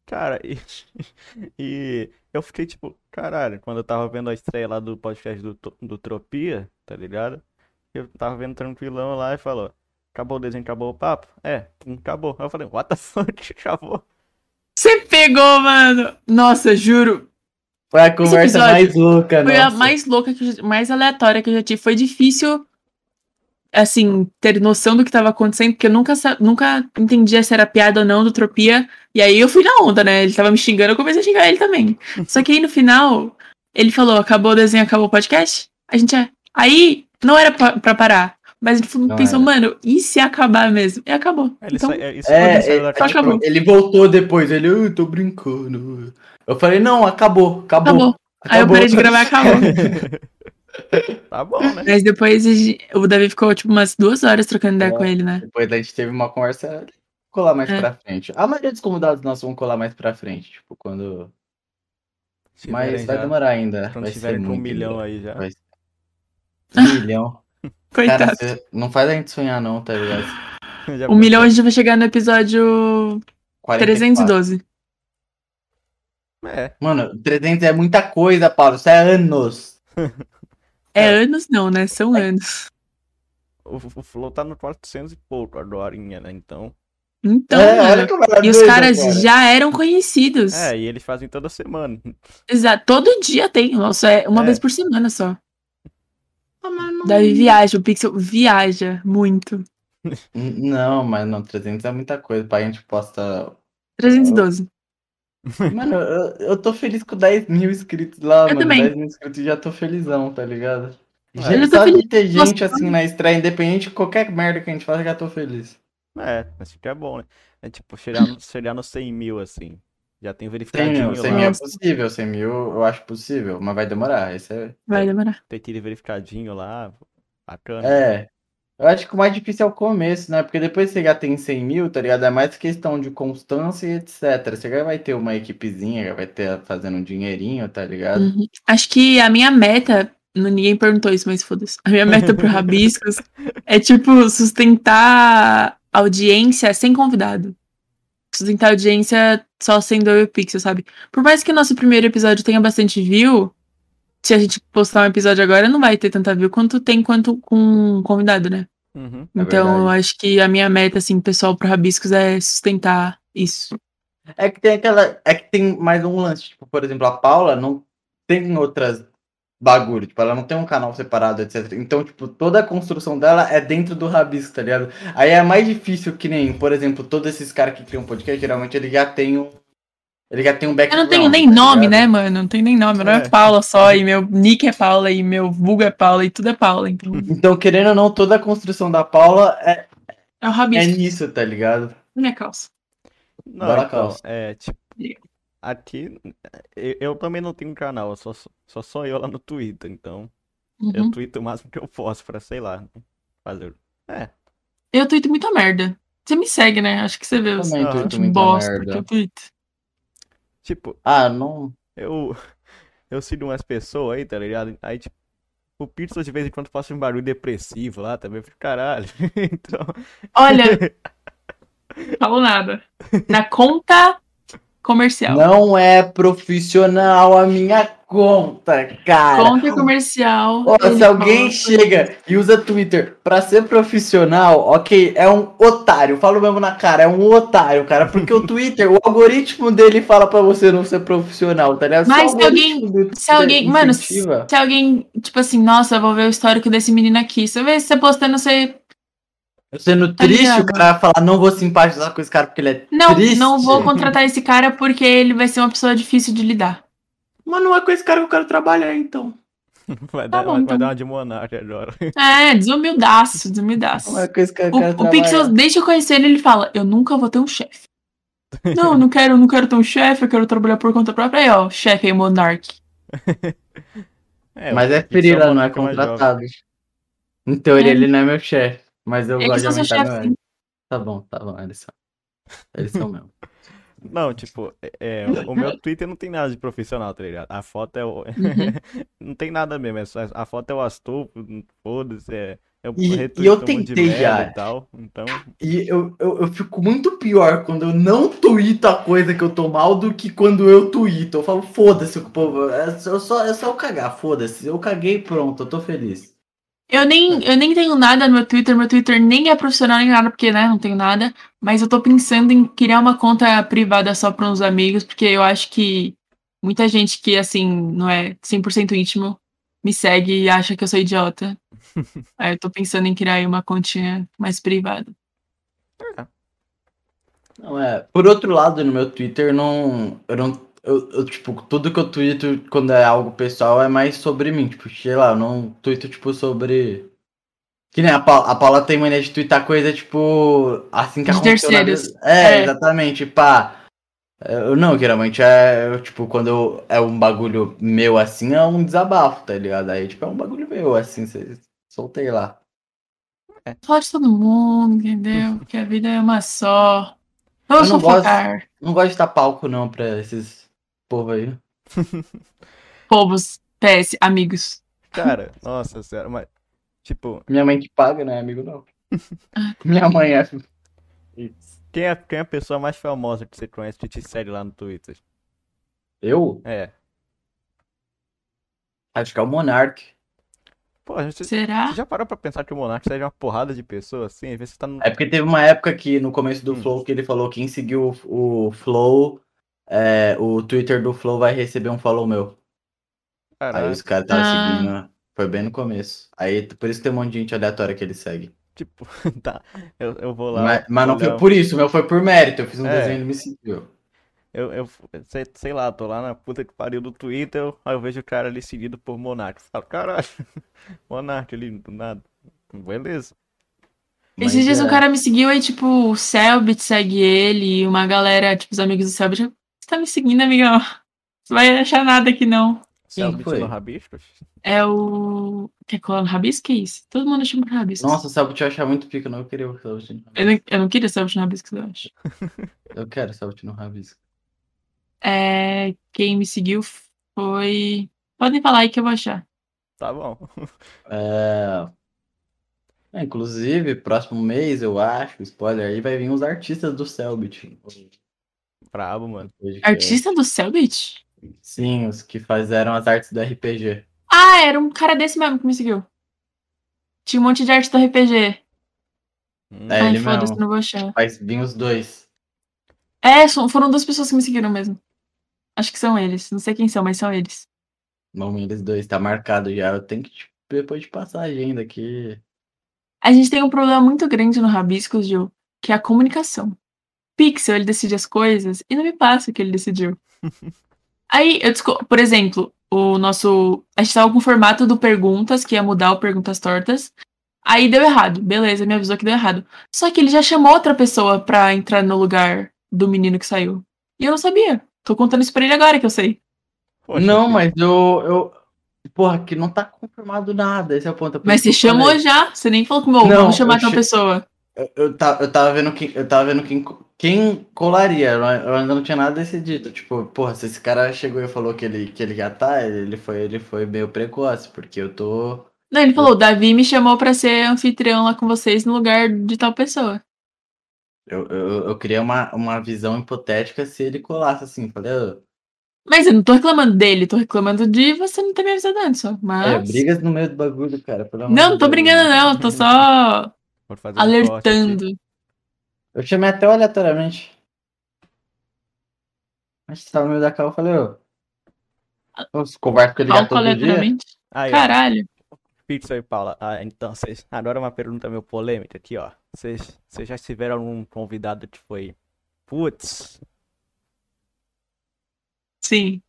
Cara, e, e eu fiquei tipo, caralho, quando eu tava vendo a estreia lá do podcast do, To- do Tropia, tá ligado? Eu tava vendo tranquilão lá e falou, acabou o desenho, acabou o papo? É, pum, acabou. Aí eu falei, what the fuck, acabou.
Você pegou, mano! Nossa, juro.
Foi a conversa
episódio
mais louca,
Foi
nossa.
a mais louca, que eu já- mais aleatória que eu já tive. Foi difícil, assim, ter noção do que tava acontecendo, porque eu nunca, sa- nunca entendia se era piada ou não do Tropia. E aí eu fui na onda, né? Ele tava me xingando, eu comecei a xingar ele também. Só que aí no final, ele falou: acabou o desenho, acabou o podcast? A gente é. Aí não era pra, pra parar. Mas ele falou-
Não
pensou,
era.
mano, e se acabar mesmo? E acabou.
Aí Ele
então,
sa- é, isso quando ele
É,
saiu
é,
da
tipo,
casa
acabou.
pro-
ele voltou depois, ele, eu tô brincando. Eu falei, não, acabou, acabou.
acabou. Aí eu
acabou.
parei de gravar e acabou.
Tá bom, né?
Mas depois a gente- o Davi ficou tipo umas duas horas trocando ideia
É.
com ele, né?
Depois a gente teve uma conversa colar mais
É.
pra frente. A maioria dos convidados nossos vão colar mais pra frente, tipo, quando.
Se
Mas
tiverem
vai
já-
demorar ainda.
né? Quando
vai
tiverem
ser
com um
muito
milhão aí já.
Vai ainda. Um milhão.
Coitado.
Cara, cê- não faz a gente sonhar, não, tá ligado?
já
um milhão a gente vai chegar no episódio
44.
312.
É,
Mano, 300 é muita coisa, Paulo. Isso é anos.
É,
É.
anos não, né? São
É.
anos.
o, o Flow tá no 400 e pouco agora, né? Então.
Então,
é,
mano,
olha que maravilha,
e os caras
cara.
já eram conhecidos.
É, e eles fazem toda semana.
Exato. Todo dia tem. Nossa, é uma
É.
vez por semana só. Davi viaja, o Pixel viaja muito.
N- Não, mas não, 300 é muita coisa. Pra gente posta.
312.
Mano, eu, eu tô feliz com 10 mil inscritos lá, mano.
também.
10 mil inscritos já tô felizão, tá ligado?
É.
Gente,
Eu já tô
só de
feliz.
ter
Nossa.
gente assim na estreia, independente de qualquer merda que a gente faça, já tô feliz.
É, assim que é bom, né? É tipo, chegar no, chegar no 100 mil, assim. Já tem
100
verificadinho
mil, 100 mil
lá.
é possível, 100 mil eu acho possível, mas vai demorar. Isso é.
Vai demorar.
Tem tiro verificadinho lá. Bacana.
É. Eu acho que o mais difícil é o começo, né? Porque depois que você já tem 100 mil, tá ligado? É mais questão de constância e etc. Você já vai ter uma equipezinha, já vai ter fazendo um dinheirinho, tá ligado?
Uhum. Acho que a minha meta. não- Ninguém perguntou isso, mas foda-se. A minha meta pro Rabiscos é, tipo, sustentar a audiência sem convidado. Sustentar a audiência só sendo eu e o Pixel, sabe? Por mais que o nosso primeiro episódio tenha bastante view, se a gente postar um episódio agora, não vai ter tanta view quanto tem quanto com um convidado, né?
Uhum.
É
então,
verdade.
eu acho que a minha meta, assim, pessoal, pro Rabiscos é sustentar isso.
É que tem aquela. É que tem mais um lance. Tipo, por exemplo, a Paula não tem outras bagulho. Tipo, ela não tem um canal separado, etc. Então, tipo, toda a construção dela é dentro do rabisco, tá ligado? Aí é mais difícil que nem, por exemplo, todos esses caras que criam podcast, geralmente ele já tem um. Ele já tem um
Eu
background.
não tenho nem
tá
nome,
ligado?
né, mano? Não tenho nem nome. Meu nome é
É.
Paula só, e meu nick é Paula, e meu vulgo é Paula, e tudo é Paula. Então,
Então, querendo ou não, toda a construção da Paula é,
é o
é
Rabiscos.
nisso, tá ligado?
Minha calça.
Não,
Bora,
então,
Klaus.
é, tipo, aqui eu, eu também não tenho canal, eu só, só sou eu lá no Twitter, então eu
Uhum.
twito o máximo que eu posso pra, sei lá, fazer.
Eu tuito muita merda. Você me segue, né? Acho que você vê os
Também
Ah,
tudo
os
muita
bosta que
merda.
eu tuito.
Tipo,
Ah, não.
eu, eu sigo umas pessoas aí, tá ligado? Aí, tipo, o Pizza de vez em quando faz um barulho depressivo lá também, eu fico, caralho. Então,
Olha, falo nada. Na conta comercial.
Não é profissional a minha conta, cara.
Conta comercial.
Ó,
ele
se alguém
fala-
chega e usa Twitter pra ser profissional, ok, é um otário. Falo mesmo na cara, é um otário, cara. Porque o Twitter, o algoritmo dele fala pra você não ser profissional, tá ligado?
Mas
Só o
se alguém-
algoritmo do
Se
Twitter
alguém, mano, se
incentiva.
se alguém, tipo assim, nossa, eu vou ver o histórico desse menino aqui. Se eu ver você postando, você.
Sendo
Tá
triste,
ligado?
o cara vai falar, não vou simpatizar com esse cara porque ele é.
Não,
Triste.
não vou contratar esse cara porque ele vai ser uma pessoa difícil de lidar.
Mas não é com esse cara que eu quero trabalhar, então.
vai
Tá
dar,
bom,
vai
então.
dar uma de monarca agora.
É, desumildaço, desumildaço.
Não é com esse cara que eu quero
O, o
trabalhar.
Pixel, desde eu conhecer ele, ele fala: Eu nunca vou ter um chefe. Não, eu não quero, eu não quero ter um chefe, eu quero trabalhar por conta própria. Aí, ó, chefe aí, Monark.
É,
mas
o
é
Kid Samuel
freela, não é
fica mais jovem.
contratado. Em teoria,
É.
ele não é meu chefe, mas eu
Eles
gosto de
são seu
aumentar meu
chefe,
ego. Tá bom, tá bom, eles são. Eles são mesmo.
Não, tipo, é, é, o meu Twitter não tem nada de profissional, tá ligado? A foto é o.
Uhum.
Não tem nada mesmo, é só- a foto é o Astolfo, foda-se, é. Eu
E- e eu
retuito um monte de
tentei
merda
já.
e tal, então.
E eu, eu, eu fico muito pior quando eu não tuito a coisa que eu tô mal do que quando eu tuito. Eu falo, foda-se o que o povo. É só, só- é só eu cagar, foda-se. Eu caguei pronto, eu tô feliz.
Eu nem, eu nem tenho nada no meu Twitter, meu Twitter nem é profissional nem nada, porque, né, não tenho nada. Mas eu tô pensando em criar uma conta privada só para uns amigos, porque eu acho que muita gente que, assim, não é 100% íntimo me segue e acha que eu sou idiota. Aí eu tô pensando em criar aí uma continha mais privada.
Não é. Por outro lado, no meu Twitter não. Eu não. Eu, eu, tipo, tudo que eu tuito quando é algo pessoal é mais sobre mim. Tipo, sei lá, eu não tuito, tipo, sobre. Que nem a Paula, a Paula tem mania de tuitar coisa, tipo, assim que
De
aconteceu na vida-
terceiros.
É,
É.
exatamente, pá. Eu não, geralmente é, eu, tipo, quando eu- é um bagulho meu assim, é um desabafo, tá ligado? Aí, tipo, é um bagulho meu, assim, cê- soltei lá.
Falar de todo mundo, entendeu? Que a vida é uma só. Vamos
Uhum. Eu não gosto.
fofocar,
Não gosto de dar palco, não, pra esses povo aí.
povos, PS, amigos.
Cara, nossa senhora, mas. Tipo,
Minha mãe que paga, não é amigo, não. Minha mãe é. Isso.
quem é, quem é a pessoa mais famosa que você conhece que te segue lá no Twitter?
Eu?
É.
Acho que é o Monark.
Pô, a gente.
Será?
Você já parou pra pensar que o Monark segue uma porrada de pessoas assim? Às vezes você tá no.
É porque teve uma época que, no começo do
Hum.
Flow, que ele falou quem seguiu o, o Flow, é, o Twitter do Flow vai receber um follow meu. Aí
Caralho.
os caras estavam
Ah.
seguindo, né? foi bem no começo. Aí, t- por isso tem um monte de gente aleatória que ele segue.
Tipo, tá. Eu, eu vou lá.
Mas, mas não
olhar-
foi por isso, meu foi por mérito. Eu fiz um
É.
desenho e ele me seguiu.
Eu, eu sei, sei lá, tô lá na puta que pariu do Twitter, eu- aí eu vejo o cara ali seguido por Monark. Eu Falo, caralho, Monark ali do nada. Beleza.
Mas,
Esses dias
é,
um cara me seguiu e, tipo, o Selbit segue ele e uma galera, tipo, os amigos do Selbit. Você tá me seguindo, amigão? Você vai achar nada aqui, não.
Você é o
Quem
bicho
foi?
no rabisco?
É o. Quer colar no rabisco? É isso? Todo mundo chama de rabisco.
Nossa, o Selbit eu achar muito pica, eu não queria o Selbit no
Eu
rabisco.
não, eu não queria Selbit no rabisco, eu acho.
Eu quero o Selbit no rabisco.
É, quem me seguiu foi. Podem falar aí que eu vou achar.
Tá bom.
É... é, Inclusive, próximo mês, eu acho, spoiler aí, vai vir uns artistas do Selbit.
Brabo, mano.
É.
Artista do Selbit?
Sim, os que fizeram as artes do RPG.
Ah, era um cara desse mesmo que me seguiu. Tinha um monte de arte do RPG.
Hum,
É,
Ai,
ele
foda-se,
mesmo.
não vou achar.
Mas vinham os dois.
É, são- foram duas pessoas que me seguiram mesmo. Acho que são eles. Não sei quem são, mas são eles.
Vão vir eles dois, tá marcado já. Eu tenho que tipo, depois de passar a agenda aqui.
A gente tem um problema muito grande no Rabiscos, Gil, que é a comunicação. Pixel, ele decide as coisas e não me passa o que ele decidiu. Aí, eu desco... por exemplo, o nosso. A gente tava com o formato do Perguntas, que ia mudar o Perguntas Tortas. Aí deu errado. Beleza, me avisou que deu errado. Só que ele já chamou outra pessoa pra entrar no lugar do menino que saiu. E eu não sabia. Tô contando isso pra ele agora que eu sei.
poxa,
não,
filho.
mas eu, eu. Porra, que não tá confirmado nada. Esse é o ponto. é por
Mas
isso
você
que eu falei.
chamou já? Você nem falou que bom,
Não,
vamos chamar
eu
tal
che-
pessoa.
Eu, eu, ta- eu tava vendo quem, eu tava vendo quem, co- quem colaria, eu eu ainda não tinha nada decidido. Tipo, porra, se esse cara chegou e falou que ele, que ele ia tá, ele foi, ele foi meio precoce, porque eu tô.
Não, ele falou, o Davi me chamou pra ser anfitrião lá com vocês no lugar de tal pessoa.
Eu, eu, eu queria uma, uma visão hipotética se ele colasse assim. Falei, "Ô,
Mas eu não tô reclamando dele, tô reclamando de você não ter me avisado antes, só.
é,
Mas.
brigas no meio do bagulho, cara. pelo amor
não,
de
não tô
Deus." né?
brincando, não, tô só
Vou fazer um corte aqui.
alertando.
Eu chamei até aleatoriamente. Mas você tava no meio da calma, eu falei, ô. Os conversa com ele já
Falco
todo dia.
aleatoriamente.
Aí, ó.
Caralho.
Pizza e Paula. Ah, então, vocês. Agora uma pergunta meio polêmica aqui, ó. Vocês vocês já tiveram um convidado que foi. Putz.
Sim.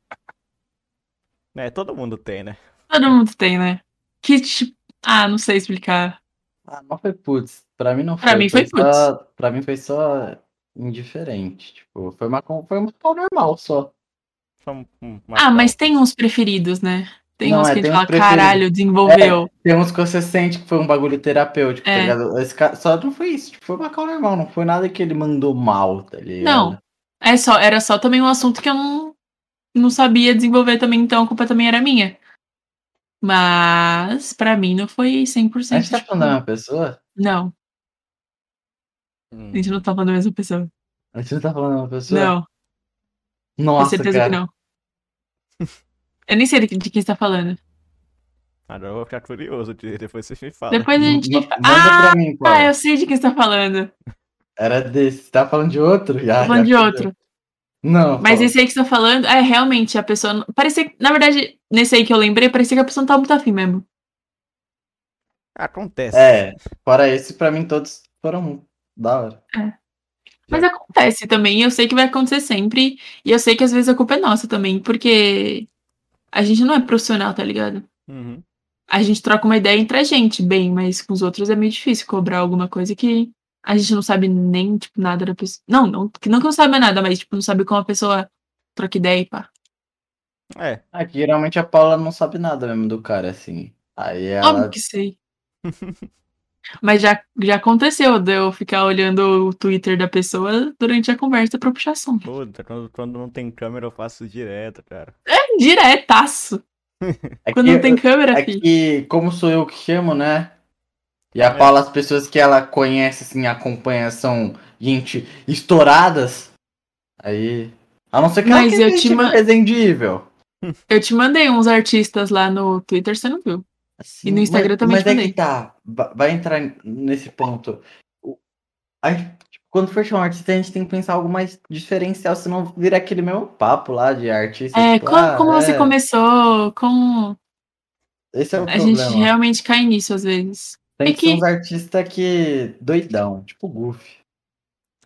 Né, todo mundo tem, né?
Todo mundo tem, né? Que tipo. Ah, não sei explicar.
Ah, não foi putz. Pra mim não foi.
Pra mim foi
Só, pra mim foi só indiferente. Tipo, foi uma, con- foi uma call normal só.
Só um- um- uma
Ah,
calma.
mas tem uns preferidos, né? Tem
tá. Não,
uns
é,
que a gente
tem
fala,
uns preferidos.
caralho, desenvolveu.
Tem uns que você sente que foi um bagulho terapêutico,
É.
tá ligado? Esse cara, só não foi isso, tipo, foi uma call normal, não foi nada que ele mandou mal, tá ligado?
Não. É só, era só também um assunto que eu não, não sabia desenvolver também, então a culpa também era minha. Mas, pra mim, não foi 100%.
A gente tá
tipo,
falando da mesma pessoa?
Não,
Hum.
a gente não tá falando da mesma pessoa.
A gente não tá falando da mesma pessoa?
Não, tenho
Nossa,
certeza
cara.
que não. Eu nem sei de, de quem você tá falando.
Agora eu vou ficar curioso, de- depois vocês me falam.
Depois a gente.
Ma- Manda
Ah,
pra mim, qual.
eu sei de quem você tá falando.
Era desse. Você tá falando de outro? Já,
Tô falando de
já- tá
outro.
Não.
Mas
fala.
esse aí que você tá falando, é realmente a pessoa. não- Parecia. que- Na verdade, nesse aí que eu lembrei, parecia que a pessoa não tava muito afim mesmo.
Acontece.
É, fora esse, pra mim todos foram da hora.
Mas acontece também, eu sei que vai acontecer sempre. E eu sei que às vezes a culpa é nossa também, porque a gente não é profissional, tá ligado?
Uhum.
A gente troca uma ideia entre a gente, bem, mas com os outros é meio difícil cobrar alguma coisa que a gente não sabe nem, tipo, nada da pessoa. Não, não, que não que não saiba nada, mas, tipo, não sabe como a pessoa troca ideia e pá.
É.
É que geralmente a Paula não sabe nada mesmo do cara, assim. Aí ela.
Óbvio que sei. mas já, já aconteceu de eu ficar olhando o Twitter da pessoa durante a conversa pra puxar assunto.
Puta, quando, quando não tem câmera eu faço direto, cara.
É Diretaço.
É
Quando
que-
não tem câmera,
É
filho.
que, como sou eu que chamo, né? E a
É.
Paula, as pessoas que ela conhece, assim, acompanha, são gente estouradas. Aí. A não ser que
Mas
ela
eu te ma-
presendível.
Eu te mandei uns artistas lá no Twitter, você não viu. E no Instagram
mas,
também
Mas
te
é
mandei.
que tá. va- Vai entrar nesse ponto. O- a gente- tipo, quando for chamar um artista, a gente tem que pensar algo mais diferencial, senão vira aquele mesmo papo lá de artista.
É,
tipo,
como,
ah,
como você
é,
começou, como
Esse é o
a
problema.
gente realmente cai nisso às vezes.
Tem
é
que ser
que-
uns artistas que. doidão, tipo Goofy.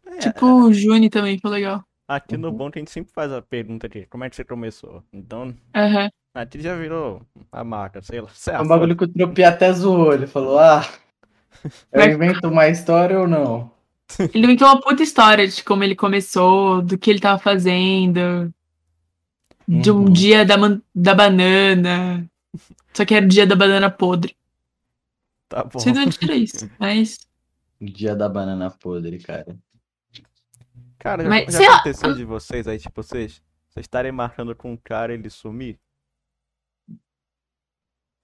É,
Tipo, o Juni também foi legal.
aqui no
Uhum.
Bom que a gente sempre faz a pergunta de como é que você começou. Então,
Aham.
aqui já virou a marca, sei lá.
É um bagulho que o Tropi até zoou. Ele falou: Ah, eu
Vai-
invento uma história ou não?
Ele inventou uma puta história de como ele começou, do que ele tava fazendo, de um
Uhum.
dia da, man- da banana. Só que era o dia da banana podre.
Tá bom.
Não sei de onde tira isso, mas.
O Um Dia da banana podre, cara.
Cara, já,
Mas,
já
sei lá,
aconteceu de vocês aí, tipo, vocês, vocês estarem marcando com um cara e ele sumir?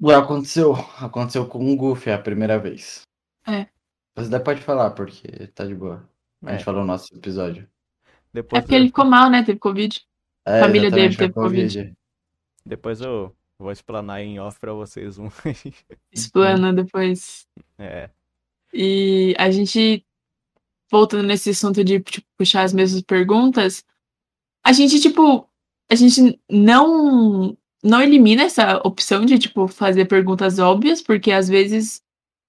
Ué, aconteceu. Aconteceu com um Goofy a primeira vez.
É.
Você até pode falar, porque tá de boa. A gente
É,
falou no nosso episódio.
depois,
É porque ele ficou mal, né? Teve Covid.
É,
Família
exatamente,
dele
foi
teve Covid.
depois eu vou explanar em off pra vocês um.
Uhum.
Explana depois.
É,
E a gente, voltando nesse assunto de tipo, puxar as mesmas perguntas, a gente, tipo, a gente não, não elimina essa opção de, tipo, fazer perguntas óbvias, porque às vezes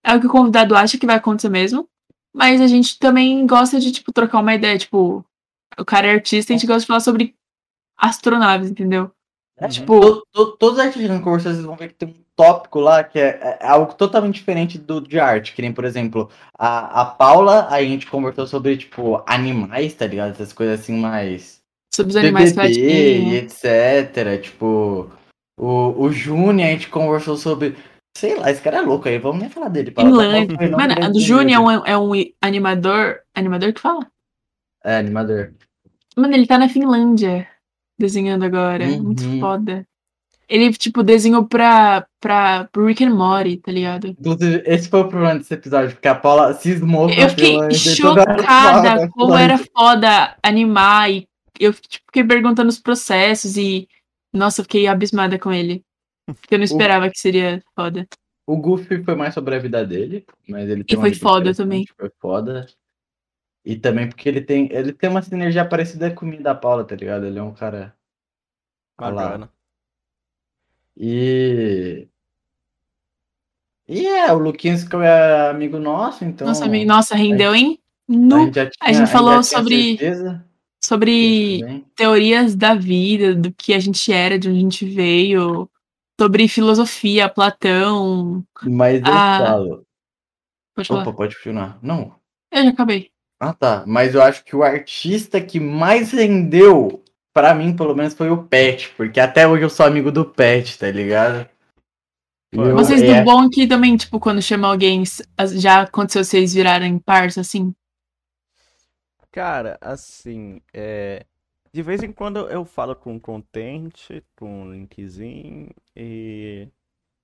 é o que o convidado acha que vai acontecer mesmo, mas a gente também gosta de, tipo, trocar uma ideia, tipo, o cara é artista, a gente gosta de falar sobre astronaves, entendeu?
É,
Tipo,
To- to- Todos os artistas que conversam, vocês vão ver que tem um tópico lá que é, é algo totalmente diferente do de arte. Que nem, por exemplo, a, a Paula, a gente conversou sobre, tipo, animais, tá ligado? Essas coisas assim mais.
sobre os animais que eu acho
BBB e
que...
etc. Tipo, o, o Juni, a gente conversou sobre. Sei lá, esse cara é louco aí, vamos nem falar dele. Paula, tá
Finlândia.
bom, não
Mano,
queria
a do
dizer
Júnior é
dele.
um, é um animador. Animador que fala? um
É, animador.
Mano, ele tá na Finlândia desenhando agora.
Uhum.
Muito foda. Ele, tipo, desenhou pra, pra pro Rick and Morty, tá ligado?
Inclusive, esse foi o problema desse episódio, porque a Paula cismou com a
Eu fiquei
Finlândia e toda hora falava
chocada
da
como era
Finlândia.
foda animar. E eu tipo, fiquei perguntando os processos e. Nossa, eu fiquei abismada com ele. Porque eu não esperava que seria foda.
O Goofy foi mais sobre a vida dele, mas ele tem uma
foi
vida
foda
interessante,
também.
Foi foda. E também porque ele tem, ele tem uma sinergia parecida com o da Paula, tá ligado? Ele é um cara. Olha lá.
bacana.
E. E é, o Luquinhas que é amigo nosso, então. é
Nossa, amigo, nossa, rendeu, hein?
a
Nu,
gente já
a gente
tinha-
falou
já tinha
sobre-
certeza
sobre
disso, né?
teorias da vida, do que a gente era, de onde a gente veio, sobre filosofia, Platão.
Mas eu
Ah,
falo.
Pode falar.
Opa, pode continuar. Não.
Eu já acabei.
Ah, tá. Mas eu acho que o artista que mais rendeu pra mim, pelo menos, foi o Pet, porque até hoje eu sou amigo do Pet, tá ligado? E eu-
Vocês
é,
do bom que também, tipo, quando chama alguém, s- as- já aconteceu vocês virarem parça, assim?
Cara, assim, é, de vez em quando eu falo com content, com o linkzinho, e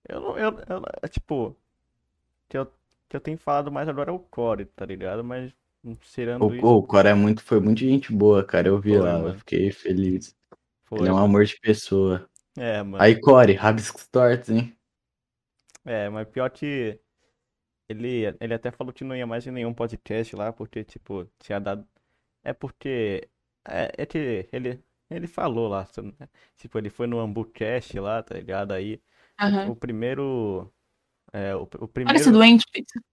eu não, eu, eu- é tipo, que eu, que eu tenho falado mais agora é o core, tá ligado? Mas tirando
O,
isso,
o cara é muito, foi muito gente boa, cara. Eu vi
Foi,
lá, eu
mano.
fiquei feliz. Ele
foi,
é um amor de pessoa.
é, mano,
Aí, Core, Rabiscos Tortos, hein?
é, mas pior que ele, ele até falou que não ia mais em nenhum podcast lá, porque, tipo, tinha dado, é porque, é, é que ele, ele falou lá, se eu não- tipo, ele foi no Ambucast lá, tá ligado? Aí...
Aham.
O primeiro. É, o, o
Parece
primeiro.
doente, Pedro.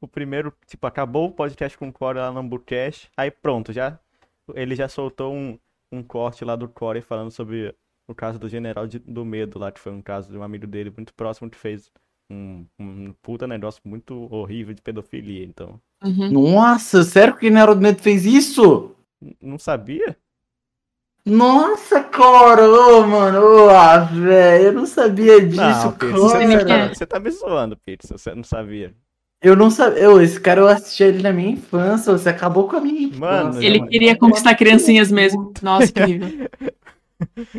O primeiro, tipo, acabou o podcast com o Core lá no Ambucast. Aí pronto, já. Ele já soltou um, um corte lá do Core falando sobre o caso do General de- do Medo lá, que foi um caso de um amigo dele muito próximo que fez um, um puta negócio muito horrível de pedofilia. Então.
Uhum.
Nossa, sério que o Nero do Medo fez isso?
n- Não sabia?
Nossa, Core, ô, mano, ô, ah, velho, eu não sabia disso,
Não, Pete, você, você tá,
cara.
cara.
você tá me zoando, Pete, se você não sabia.
Eu não sabia, eu, esse cara eu assisti ele na minha infância, você acabou com a minha infância.
Mano,
Ele
mano.
queria conquistar criancinhas mesmo. Nossa, que horrível.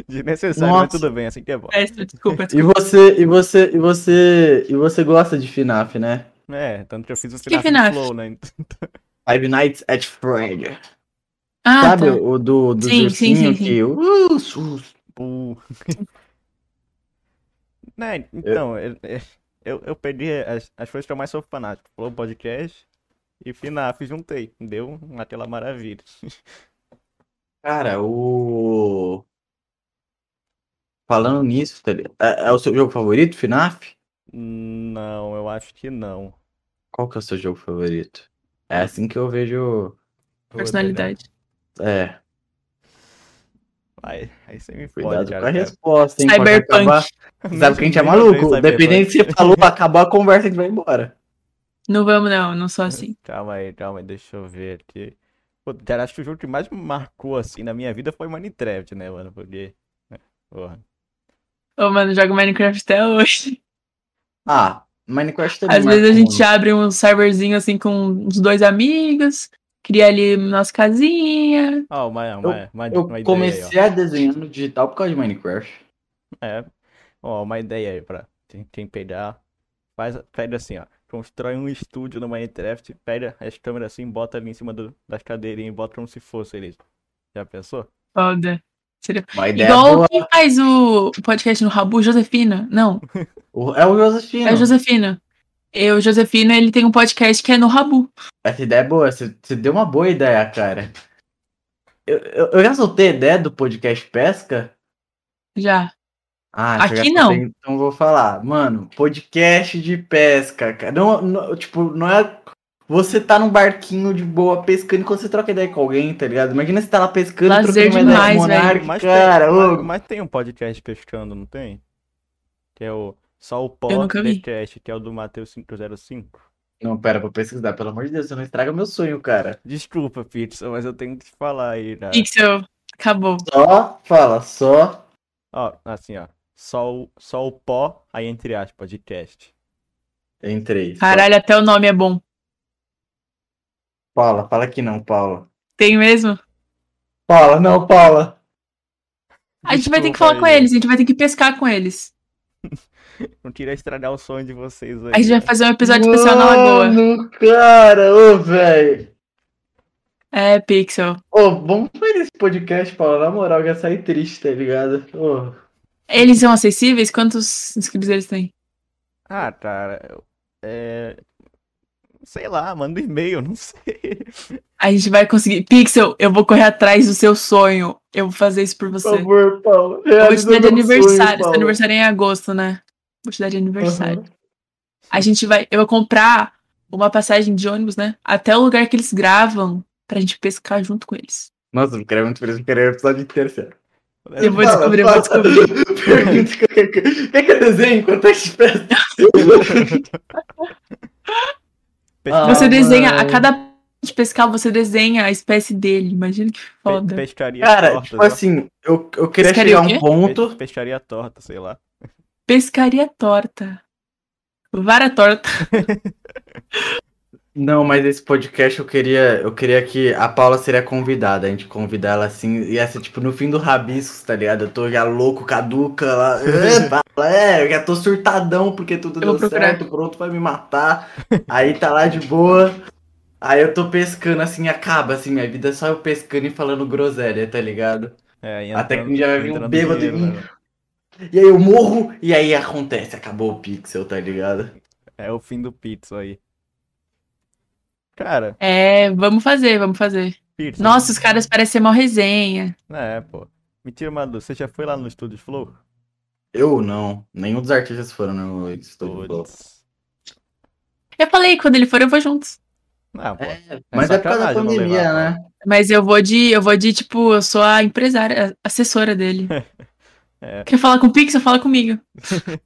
Desnecessário, mas
Nossa.
tudo bem, assim que é bom.
Péssimo, desculpa.
E você, e você, e você, e você gosta de FNAF, né?
É, tanto que eu fiz o
Que
final
FNAF?
Flow, né?
Five Nights at Freddy.
Ah,
Sabe
tá.
o do, do
Sim, sim,
ursinho
sim, sim.
que... Uh, sus-
Pô.
É.
Né, então, eu, eu, eu peguei as, as coisas que eu mais sou fanático. Flow Podcast e FNAF juntei. um Deu aquela maravilha.
Cara, o... Falando nisso, tá ligado? É, é o seu jogo favorito, FNAF?
Não, eu acho que não.
Qual que é o seu jogo favorito? É assim que eu vejo...
Personalidade.
É,
Vai, aí você me fode,
cuidado
cara,
com a
cara.
resposta, hein? pode
Cyberpunk.
acabar- Sabe que a gente é
Nem odeio
maluco?
Cyberpunk.
Dependendo do que você falou, vai acabar a conversa, a gente vai embora.
Não vamos, não. Não sou assim.
Calma aí, calma aí, deixa eu ver aqui. Pô, cara, acho que o jogo que mais me marcou assim na minha vida foi Minecraft, né, mano? Porque. né, Porra.
Ô, mano, jogo Minecraft até hoje.
Ah, Minecraft também. é
Às vezes a
marca
gente
muito.
abre um serverzinho assim com uns dois amigos, cria ali nossa casinha.
Ó, uma, uma, uma,
Eu
uma ideia aí, ó.
comecei a desenhar no digital por causa de Minecraft.
É, ó, uma ideia aí pra quem, quem pegar. Faz, pega assim, ó. Constrói um estúdio no Minecraft, pega as câmeras assim, bota ali em cima do, das cadeirinhas e bota como se fosse eles. Já pensou?
Foda. Seria...
Uma ideia
Igual
boa.
quem faz o o podcast no Rabu, Josefina. Não,
O- É o Josefino.
é o Josefina. Eu, Josefina, ele tem um podcast que é no Rabu.
Essa ideia é boa. Você você deu uma boa ideia, cara. Eu, eu, eu já soltei a ideia do podcast Pesca.
Já.
Ah, se eu já
Aqui
soltei,
não.
Então eu vou falar. Mano, podcast de pesca, cara. Não, não- tipo, não é. Você tá num barquinho de boa pescando quando você troca ideia com alguém, tá ligado? Imagina você tá lá pescando,
Lazer
trocando uma ideia com
demais,
o
velho.
Monark,
Mas tem,
cara.
mas,
ô,
mas tem um podcast pescando, não tem? Que é o Só o
nunca vi.
Podcast, que é o do Matheus 505.
Não, pera, vou pesquisar, pelo amor de Deus, você não estraga meu sonho, cara.
Desculpa, Pizza, mas eu tenho que te falar aí,
É.
cara.
Pixel, acabou.
Só, fala, só.
Ó, assim, ó. Só o, só o pó, aí entre aspas, podcast.
Entrei. só.
Caralho, até o nome é bom.
Paula, fala que não, Paula.
Tem mesmo?
Paula, não, Paula.
A gente vai ter
Desculpa
que falar com
aí.
eles, a gente vai ter que pescar com eles.
Não queria estragar o sonho de vocês aí.
A gente vai
né?
fazer um episódio especial na Lagoa.
Mano, cara, ô, velho.
É, Pixel.
Ô, vamos fazer esse podcast, Paula. Na moral, já saí triste, tá ligado? Ô,
Eles são acessíveis? Quantos inscritos eles têm?
Ah, cara, eu- é... sei lá, manda um e-mail, não sei.
A gente vai conseguir. Pixel, eu vou correr atrás do seu sonho. Eu vou fazer isso por você.
por favor, É Paula.
Eu vou
realiza
te dar é de
meu sonho,
aniversário. Seu
Paula.
aniversário é em agosto, né? Vou te dar de aniversário.
Aham.
A gente vai. Eu vou comprar uma passagem de ônibus, né? Até o lugar que eles gravam pra gente pescar junto com eles.
Nossa, eu queria muito feliz, eu queria o episódio inteiro, sério.
Eu vou
Fala,
descobrir, eu vou
fala.
descobrir.
Pergunta o que que- o que que eu desenho enquanto eu te peço.
Pesquisa-
Ah,
Você desenha a
mano.
cada de pescar, você desenha a espécie dele. Imagina que
Pe
foda.
pescaria
Cara,
torta.
tipo assim, eu, eu queria
Pescaria
chegar a
o quê?
um ponto.
Pescaria torta, sei lá.
Pescaria torta. Vara torta.
Não, mas esse podcast eu queria, eu queria que a Paula seria convidada, a gente convidar ela assim, ia ser tipo no fim do rabiscos, tá ligado? Eu tô já louco, caduca lá. É, Paula, é, eu já tô surtadão porque tudo
Eu vou
deu
procurar.
certo, pronto, vai me matar. Aí tá lá de boa. Aí eu tô pescando assim, acaba assim, minha vida é só eu pescando e falando groselha, tá ligado?
É, e
Até que
entrando-
um dia vai vir um
entrando
bêbado em
dinheiro,
mim.
né?
E aí eu morro e aí acontece, acabou o pixel, tá ligado?
É o fim do pizza aí. Cara,
É, vamos fazer, vamos fazer.
pizza.
Nossa, os caras parecem ser mal resenha.
É, pô. Me tira uma dúvida. Você já foi lá no estúdio Flow?
Eu não, nenhum dos artistas foram no estúdio. Globo.
Puts.
Eu falei, quando ele for, eu vou juntos.
Não, Ah, pô.
É, mas é por causa da
sacanagem não
pandemia,
levar,
né?
Mas eu vou de, eu vou de, tipo, eu sou a empresária, a assessora dele.
É.
Quer falar com o Pixel? Fala comigo.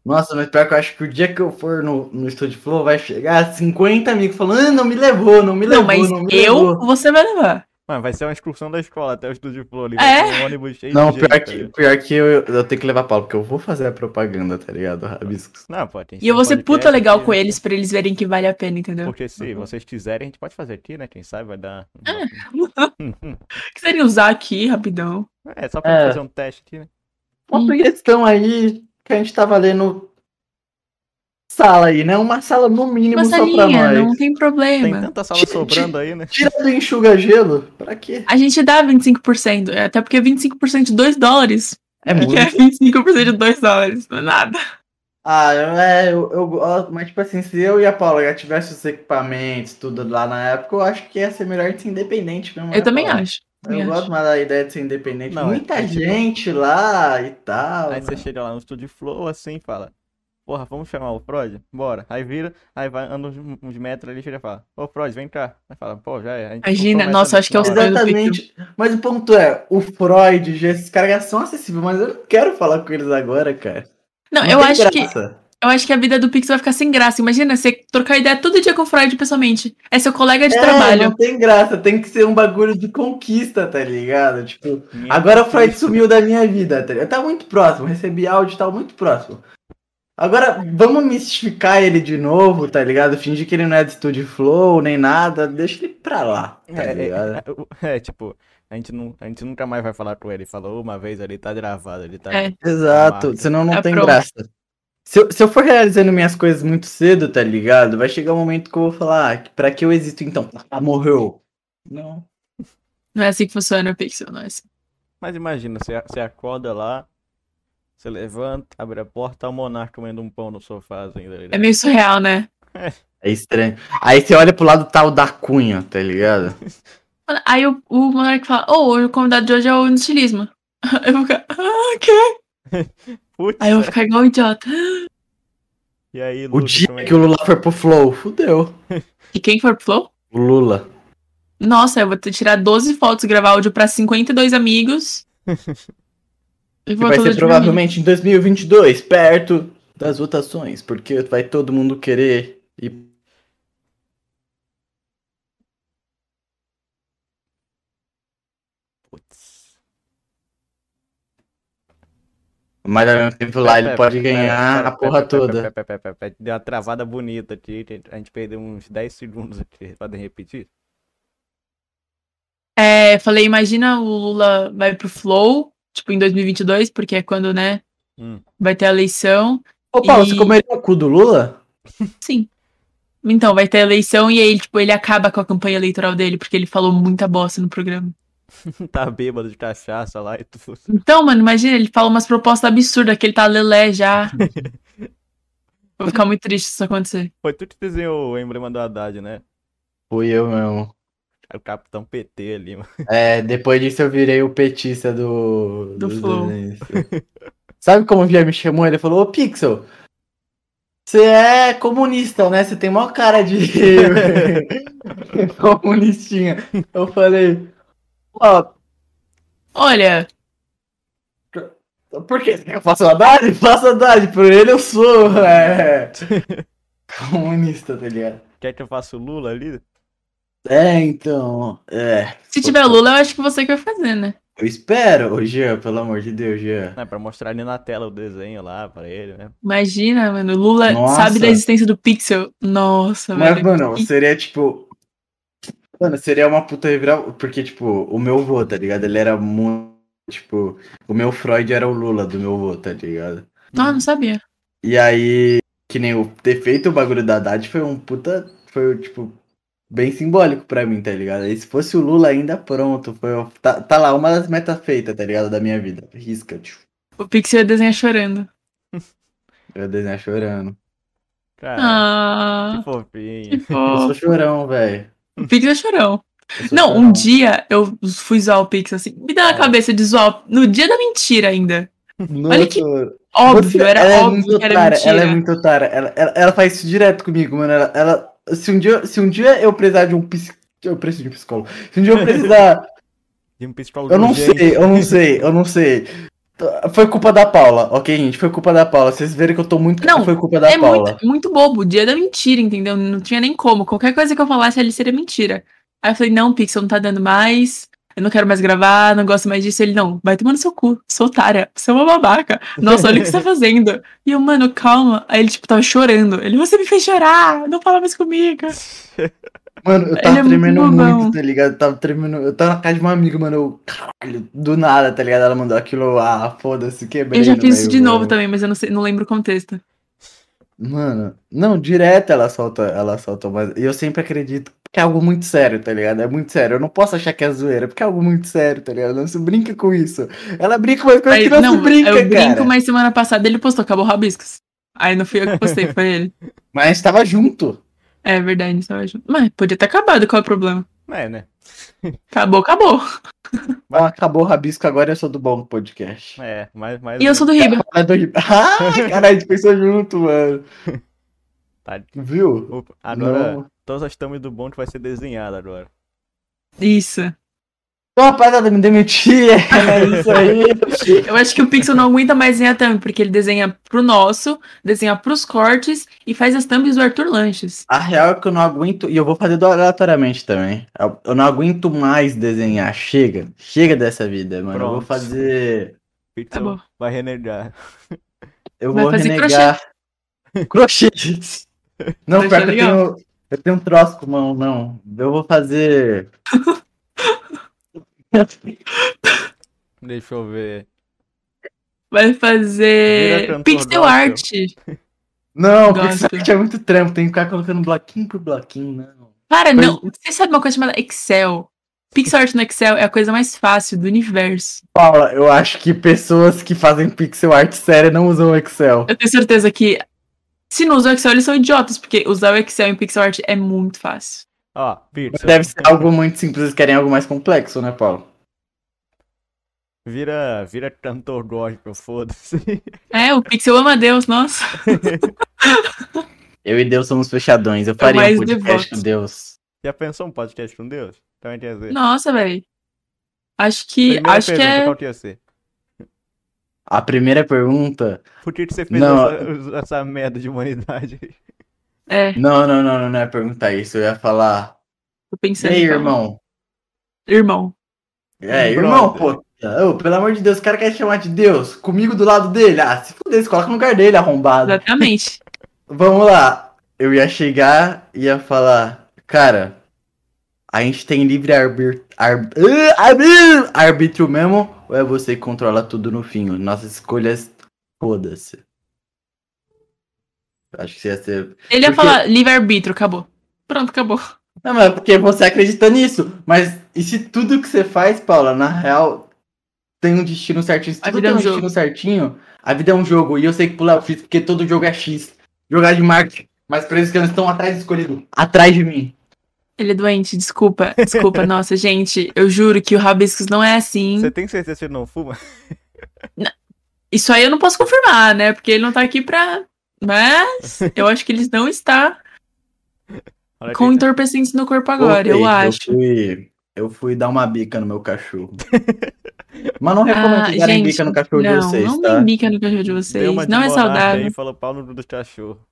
Nossa, mas pior que eu acho que o dia que eu for no, no Estúdio Flow vai chegar 50 amigos falando, ah, não me levou, não me levou,
não, mas
não me
eu,
levou.
você vai levar.
Mano, vai ser uma excursão da escola até o estúdio Flow
É?
ali. Vai ter um ônibus cheio
Não,
de
pior
gente, tá
que,
ligado?
pior que eu, eu tenho que levar a Paulo, porque eu vou fazer a propaganda, tá ligado? Rabiscos.
Não, pô, tem
E eu vou ser
podcast
puta legal
é
aqui,
com eles pra eles verem que vale a pena, entendeu?
Porque se vocês quiserem, a gente pode fazer aqui, né? Quem sabe vai dar.
Quiserem usar aqui, rapidão.
É, só pra gente
É.
fazer um teste aqui, né?
Uma sugestão aí que a gente tava lendo sala aí, né? Uma sala no mínimo
Uma
só pra
salinha,
nós.
não tem
Tem
problema.
tanta sala
Gente.
sobrando aí, né?
Tira do enxuga gelo, pra quê?
A gente dá 25%, é, até porque 25% de 2 dólares.
É
O que é 25% de 2 dólares? Não é nada.
Ah, eu- é, eu, eu gosto, mas tipo assim, se eu e a Paula já tivesse os equipamentos, tudo lá na época, eu acho que ia ser melhor de ser independente mesmo.
Eu
né,
também
Paula?
acho.
Eu
também acho.
gosto mais da ideia de ser independente.
Não, é-
Muita
é tipo-
gente lá e tal.
né?
Aí você chega lá no estúdio Flow assim e fala: Porra, vamos chamar o Freud? Bora. Aí vira, aí vai, anda uns, uns metros ali e chega e fala: Ô Freud, vem cá. Aí fala: Pô, já é. a gente
Imagina,
promete
nossa,
ali
acho que é o
na hora."
Freud.
Exatamente. Mas o ponto é, o Freud, já, esses caras já são acessíveis, mas eu não quero falar com eles agora, cara.
Não, eu acho que eu acho que a vida do Pix vai ficar sem graça. Imagina você trocar ideia todo dia com o Freud pessoalmente. É seu colega de
É,
trabalho.
não tem graça, tem que ser um bagulho de conquista, tá ligado? Tipo,
Minha
Agora o Freud
conquista.
sumiu da minha vida, tá ligado? Tá muito próximo, recebi áudio, tá muito próximo. Agora, vamos mistificar ele de novo, tá ligado? Fingir que ele não é do Studio Flow, nem nada, deixa ele pra lá, tá
É,
ligado?
É, é, tipo, a gente, não, a gente nunca mais vai falar com ele. Falou uma vez ali, tá gravado, ele tá.
É.
Exato, senão não
Tá
tem
pronto.
graça. Se eu, se eu for realizando minhas coisas muito cedo, tá ligado? Vai chegar um momento que eu vou falar, ah, pra que eu existo então? Ah, morreu. Não.
Não é assim que funciona o Pixel, não é assim.
Mas imagina, você, você acorda lá, você levanta, abre a porta, tá o monarca comendo um pão no sofá assim, tá
É
ligado?
meio surreal, né?
É estranho. Aí você olha pro lado tal da cunha, tá ligado?
Aí o, o monarca fala, ô, hoje o convidado de hoje é o estilismo. Eu vou ficar, ah, que?
Putz,
Aí eu vou ficar igual um idiota.
e aí,
O
Lucas,
dia
como é
que o Lula for pro Flow, fudeu.
E quem for pro flow?
O Lula.
Nossa, eu vou ter que tirar 12 fotos, gravar áudio pra 52 amigos. E
Que vai
todo
ser
de
provavelmente em 2022, perto das votações, porque vai todo mundo querer ir.
Putz.
Mas ao mesmo tempo lá ele
Pera,
pode
pera,
ganhar
pera,
a
pera,
porra
pera, pera,
toda.
pera, pera, pera, pera. Deu uma travada bonita aqui, gente. a gente perdeu uns 10 segundos aqui. Podem repetir?
É, falei, imagina o Lula vai pro Flow, tipo, em 2022, porque é quando, né,
Hum.
vai ter a eleição.
Ô Paulo,
E-
você comeria o cu do Lula?
Sim. Então, vai ter a eleição e aí, tipo, ele acaba com a campanha eleitoral dele, porque ele falou muita bosta no programa.
Tá bêbado de cachaça lá e tudo.
Então, mano, imagina, ele fala umas propostas absurdas, que ele tá lelé já. Vou ficar muito triste se isso acontecer.
Foi tu que desenhou o emblema do Haddad, né? É
Fui eu mesmo.
O capitão PT ali, mano.
É, depois disso eu virei o petista do.
Do
dos
Flow.
desenhos. Sabe como o Via me chamou? Ele falou: Ô Pixel, você é comunista, né? Você tem maior cara de. comunistinha. Eu falei: Ó,
Olha,
Por quê? Eu faço Haddad? Faço Haddad. Por ele eu sou é, comunista, tá ligado?
Quer que eu faça o Lula ali?
É, então. É.
Se tiver Lula, eu acho que você que vai fazer, né?
Eu espero, ô Jean, pelo amor de Deus, Jean.
É, pra mostrar ali na tela o desenho lá pra ele, né?
Imagina, mano. o Lula
Nossa.
sabe da existência do Pixel. Nossa,
Mas,
velho.
mano,
que-
seria tipo. Mano, seria uma puta reviral. Porque, tipo, o meu vô, tá ligado? Ele era muito. Tipo, o meu Freud era o Lula do meu vô, tá ligado?
Não, não sabia.
E aí, que nem o ter feito o bagulho da Haddad foi um puta. Foi, tipo, bem simbólico pra mim, tá ligado? E se fosse o Lula ainda, pronto. Foi, tá, tá lá, uma das metas feitas, tá ligado? Da minha vida. Risca, tipo.
O Pixel ia desenhar chorando.
Eu desenho chorando. É.
Cara,
Ah,
que fofinho.
que
Eu
fofo.
sou chorão, velho.
O Pixel é chorão.
Eu sou
Não,
chorão. É.
um dia eu fui zoar o Pixel assim. Me dá na cabeça de zoar. o- No dia da mentira ainda. olha que-
Nossa,
Óbvio,
Você-
era
ela é
óbvio
muito
que era
otária,
mentira.
Ela é muito otária. Ela, ela, ela faz isso direto comigo, mano. Ela, ela- se, um dia, se um dia eu precisar de um psicólogo. Eu preciso de um psicólogo. Se um dia eu precisar.
De um psicólogo
eu não
urgente.
sei, eu não sei, eu não sei. T- Foi culpa da Paula, ok, gente? Foi culpa da Paula. Vocês verem que eu tô muito.
Não,
foi culpa da
é
Paula.
muito, muito bobo. O dia da mentira, entendeu? Não tinha nem como. Qualquer coisa que eu falasse ali seria mentira. Aí eu falei, não, Pixel, não tá dando mais. Eu não quero mais gravar, não gosto mais disso. Ele, não, vai tomar no seu cu. Sou otária. Você é uma babaca. Nossa, olha o que você tá fazendo. E eu, mano, calma. Aí ele, tipo, tava chorando. Ele, você me fez chorar. Não fala mais comigo.
Mano, eu
Ele
tava
é muito
tremendo muito,
bobão.
tá ligado? Eu tava tremendo. Eu tava na casa de uma amiga, mano. Eu, caralho, do nada, tá ligado? Ela mandou aquilo, ah, foda-se, quebrei.
Eu já
no
fiz isso
meio,
de novo
mano.
também, mas eu não, sei, não lembro o contexto.
Mano, não, direto ela solta, ela solta, mas e eu sempre acredito que é algo muito sério, tá ligado? É muito sério. Eu não posso achar que é zoeira, porque é algo muito sério, tá ligado? Não se brinca com isso. Ela brinca, mas coisa
Aí,
que não,
não,
se brinca,
eu brinco,
cara. Mas...
mas semana passada ele postou, acabou o Rabiscos. Aí não fui eu que postei, foi ele.
tava junto.
É verdade, tava junto. Mas podia ter acabado, qual é o problema?
É, né?
Acabou, acabou.
Mas acabou o rabisco, agora eu sou do bom podcast.
É, mas, mas
E eu sou do Riba.
Ela é do Ri- Ah, caralho, a gente pensou junto, mano.
Tá.
Viu?
O- Agora,
Não.
todas as thumbs do Bond vai ser desenhada
Tá
agora.
Isso.
Então, rapaziada, me demitir. É isso aí.
Eu acho que o Pixel não aguenta mais desenhar thumb, porque ele desenha pro nosso, desenha pros cortes e faz as thumbs do Arthur Lanches.
A real é que eu não aguento, e eu vou fazer do- aleatoriamente também. Eu- Eu não aguento mais desenhar. Chega, chega dessa vida, mano. Eu vou
Pronto.
fazer.
Pixel
Acabou.
vai renegar.
Eu
Vai
vou
fazer
renegar. Crochê. Não,
Crochê
pior que
é
eu
legal.
tenho. Eu tenho um troço com mão, não. Eu vou fazer.
Deixa eu ver.
Vai
Vira
fazer
cantor
pixel
gospel.
art.
Não, porque
Gosto.
isso aqui é muito trampo. Tem que ficar colocando bloquinho por bloquinho, não.
Cara, não. Você sabe uma coisa chamada Excel? Pixel art no Excel é a coisa mais fácil do universo.
Paula, eu acho que pessoas que fazem pixel art séria não usam o Excel.
Eu tenho certeza que se não usar o Excel, eles são idiotas, porque usar o Excel em pixel art é muito fácil.
Ó, Pixel.
Deve ser algo muito simples, eles querem algo mais complexo, né, Paulo?
Vira, vira cantor gospel, foda-se.
É, o Pixel ama Deus, nossa.
Eu e Deus somos fechadões. Eu faria um
mais
podcast
devoto.
com Deus.
Já pensou um podcast com Deus? Então Também tinha ser.
Nossa, velho. Acho que.
Primeira
acho que
pergunta,
é.
qual que ia ser?
A primeira pergunta.
Por que que você fez
Não.
essa, essa merda de humanidade?
É,
Não, não, não, não, não é perguntar isso. Eu ia falar.
tô
E
pensando.
aí,
em falar.
irmão?
Irmão.
É,
Brother.
irmão, pô. Ô, pelo amor de Deus, o cara quer chamar de Deus. Comigo do lado dele. Ah, se fuder, se coloca no lugar dele, arrombado.
Exatamente.
Vamos lá. Eu ia chegar e ia falar. Cara, a gente tem livre arbítrio. Arbítrio mesmo? Ou é você que controla tudo no fim? Nossas escolhas. Foda-se. Acho que ia ser
Ele ia
Porque-
falar livre-arbítrio, acabou. Pronto, acabou.
Não, mas é porque você acredita nisso. Mas e se tudo que você faz, Paula, na real, tem um destino certinho? Se
A
tudo
vida
tem
é
um
um
destino
jogo.
certinho, a vida é um jogo. E eu sei que pular X, porque todo jogo é X. Jogar de marketing. Mas por isso que eles estão atrás do escolhido. Atrás de mim.
Ele é doente, desculpa. Desculpa, nossa, gente. Eu juro que o Rabiscos não é assim.
Você tem certeza que você não fuma?
Isso aí eu não posso confirmar, né? Porque ele não tá aqui pra. Mas eu acho que ele não está
Olha
com
aqui.
entorpecentes no corpo agora, eu
Voltei,
acho.
fui, eu fui dar uma bica no meu cachorro. mas não recomendo
Ah,
que darem bica no cachorro
não,
de vocês,
não
tá?
tem bica no cachorro de
Deu uma
vocês.
de
Não é
monarca
saudável.
Aí falou pau no do cachorro.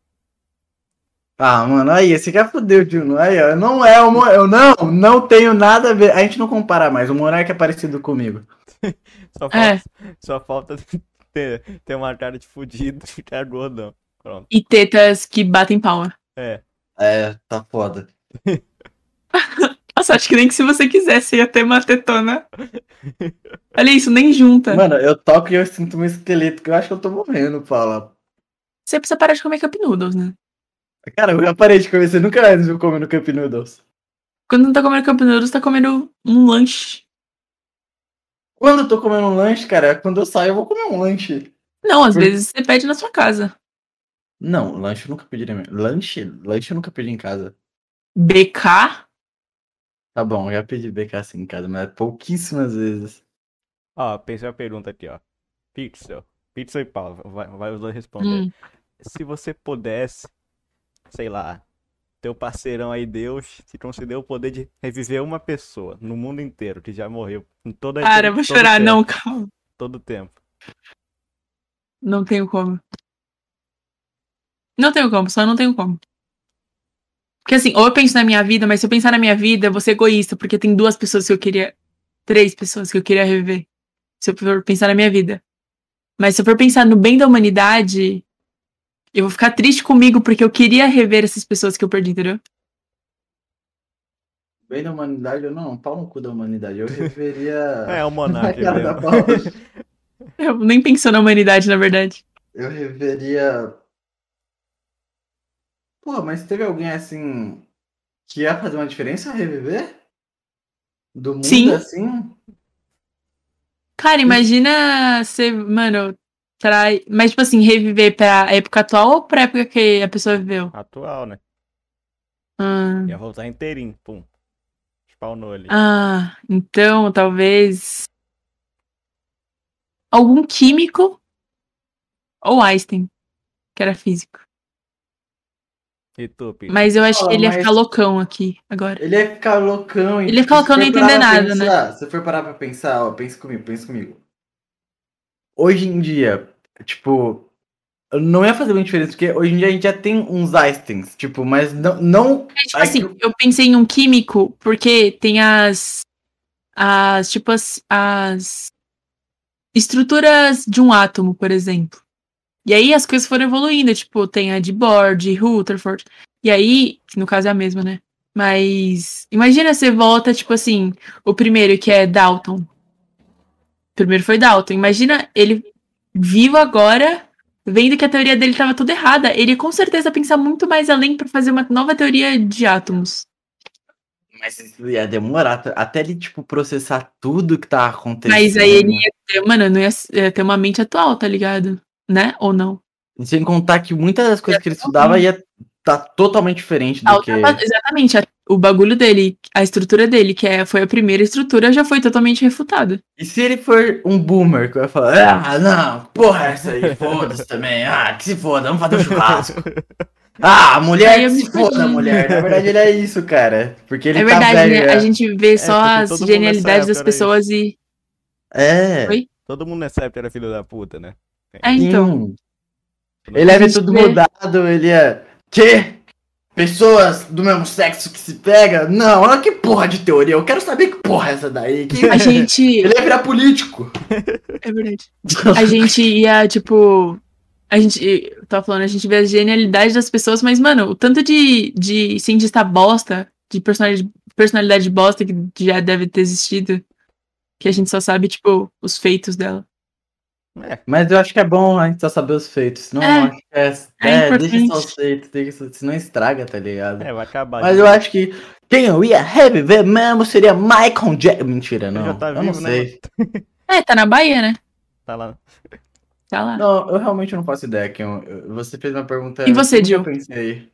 Ah, mano, aí, você já fudeu, Juno. Aí, ó, não é o Mo- eu não, não tenho nada a ver. A gente não compara mais. O Monark é parecido comigo.
Só falta,
É.
só falta ter, ter uma cara de fudido e ficar gordão. Pronto.
E tetas que batem palma.
É.
É, tá foda.
Nossa, acho que nem que se você quisesse ia ter uma tetona. Olha isso, nem junta.
Mano, eu toco e eu sinto um esqueleto, que eu acho que eu tô morrendo, Paula.
Você precisa parar de comer cup noodles, né?
Cara, eu já parei de comer, você nunca mais viu comendo Cup Noodles.
Quando não tá comendo cup noodles, tá comendo um lanche.
Quando eu tô comendo um lanche, cara, quando eu saio, eu vou comer um lanche.
Não, às
Hum.
vezes você pede na sua casa.
Não, lanche eu nunca pedi na minha. Lanche? Lanche eu nunca pedi em casa.
BK?
Tá bom, eu já pedi BK assim em casa, mas pouquíssimas vezes.
Ó, pensei uma pergunta aqui, ó. Pixel. Pixel e Paulo. Vai, vai os dois responder.
Hum.
Se você pudesse, sei lá, teu parceirão aí, Deus, te concedeu o poder de reviver uma pessoa no mundo inteiro que já morreu. Em toda
Cara, eu
todo-
vou
todo
chorar.
tempo,
Não, calma.
Todo tempo.
Não tenho como. Não tenho como, só não tenho como. Porque assim, ou eu penso na minha vida, mas se eu pensar na minha vida, eu vou ser egoísta, porque tem duas pessoas que eu queria. Três pessoas que eu queria reviver. Se eu for pensar na minha vida. Mas se eu for pensar no bem da humanidade, eu vou ficar triste comigo, porque eu queria rever essas pessoas que eu perdi, entendeu?
Bem da humanidade, eu não, pau no cu da humanidade. Eu reveria.
É, o
A
Monark
cara da
mesmo.
Paula.
Eu nem penso na humanidade, na verdade.
Eu reveria. Pô, mas teve alguém assim que ia fazer uma diferença reviver? Do mundo
Sim.
assim?
Cara, imagina você, mano, trai. Mas, tipo assim, reviver pra época atual ou pra época que a pessoa viveu?
Atual, né?
Ah,
Ia voltar inteirinho. Pum. Spawnou ali.
ah, então talvez. Algum químico ou Einstein, que era físico.
E tu, Pixel?
Oh, Mas eu acho
Ah,
que ele ia
mas-
ficar loucão aqui agora.
Ele ia ficar loucão e. tipo,
Ele ia ficar loucão, não ia entender nada, né?
né? Se for parar pra pensar, ó, pensa comigo, pensa comigo. Hoje em dia, tipo, não ia fazer muita diferença, porque hoje em dia a gente já tem uns Einsteins, tipo, mas não. não...
É, tipo
Ai,
assim,
que-
eu pensei em um químico porque tem as. As. Tipo as. as estruturas de um átomo, por exemplo. E aí as coisas foram evoluindo, tipo, tem a de Bohr, de Rutherford. E aí, que no caso é a mesma, né? Mas imagina você volta, tipo assim, o primeiro que é Dalton. O primeiro foi Dalton. Imagina ele vivo agora, vendo que a teoria dele estava toda errada. Ele com certeza pensar muito mais além para fazer uma nova teoria de átomos.
Mas isso ia demorar tá? até ele, tipo, processar tudo que tá acontecendo.
Mas aí ele ia ter, mano, não ia, s- ia ter uma mente atual, tá ligado? Né? Ou não?
Sem contar que muitas das coisas que
Uhum.
ele estudava ia tá totalmente diferente
A
do que.
ultrapa- Exatamente, a- o bagulho dele, a estrutura dele, que é, foi a primeira estrutura, já foi totalmente refutada.
E se ele for um boomer que vai falar, ah, não, porra, essa aí, foda-se também, ah, que se foda, vamos fazer um churrasco. Ah, mulher,
Aí eu
que
me
se foda,
fudi.
mulher. Na verdade, ele é isso, cara. Porque ele
é
tá
verdade,
velho. É,
né?
já.
A gente vê só
porque
as
todo mundo
genialidades
nessa
das
época era
pessoas e.
É.
Oi?
Todo mundo nessa época era filho da puta, né?
É, então.
Sim. Ele
A
é
gente
tudo
vê-
mudado, ele é. Que? Pessoas do mesmo sexo que se pega? Não, olha que porra de teoria. Eu quero saber que porra é essa daí. Que...
A gente.
Ele ia virar político.
É verdade. A gente ia, tipo. A gente. Eu tava falando, a gente vê a genialidade das pessoas, mas, mano, o tanto de, de cientista bosta, de personalidade, personalidade bosta que já deve ter existido, que a gente só sabe, tipo, os feitos dela.
É,
Mas eu acho que é bom a gente só saber os feitos. Não,
É.
acho que é,
É
é, deixa só
importante.
os feitos, deixa só, senão estraga, tá ligado?
é, vai acabar.
Mas
de-
eu acho que quem eu ia reviver mesmo seria Michael Jackson. Mentira,
Ele
não.
já tá
eu não
vivo, né,
sei.
É, tá na Bahia, né?
Tá lá.
Tá lá.
Não, eu realmente não faço ideia, Ken. Eu- eu- Você fez uma pergunta.
E você,
que eu
Gil?
pensei.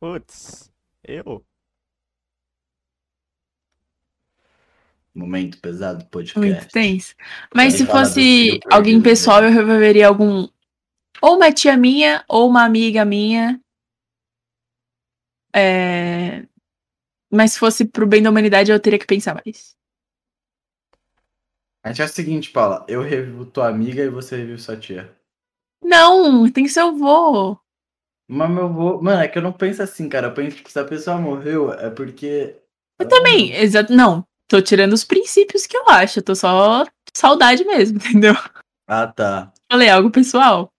Putz, eu?
Momento pesado do
Muito
podcast.
tenso. Mas
Aí
se
fala do
fosse
filho perdido
alguém
dele.
pessoal, eu reviveria algum. Ou uma tia minha, ou uma amiga minha. É, Mas se fosse pro bem da humanidade, eu teria que pensar mais.
A gente é o seguinte, Paula. Eu revivo tua amiga e você revive sua tia.
Não, tem seu avô.
Mas meu avô. Mano, é que eu não penso assim, cara. Eu penso que se a pessoa morreu é porque.
Eu
Ah.
também, exato. Não, tô tirando os princípios que eu acho, eu tô só saudade mesmo, entendeu?
Ah, tá.
Falei algo pessoal.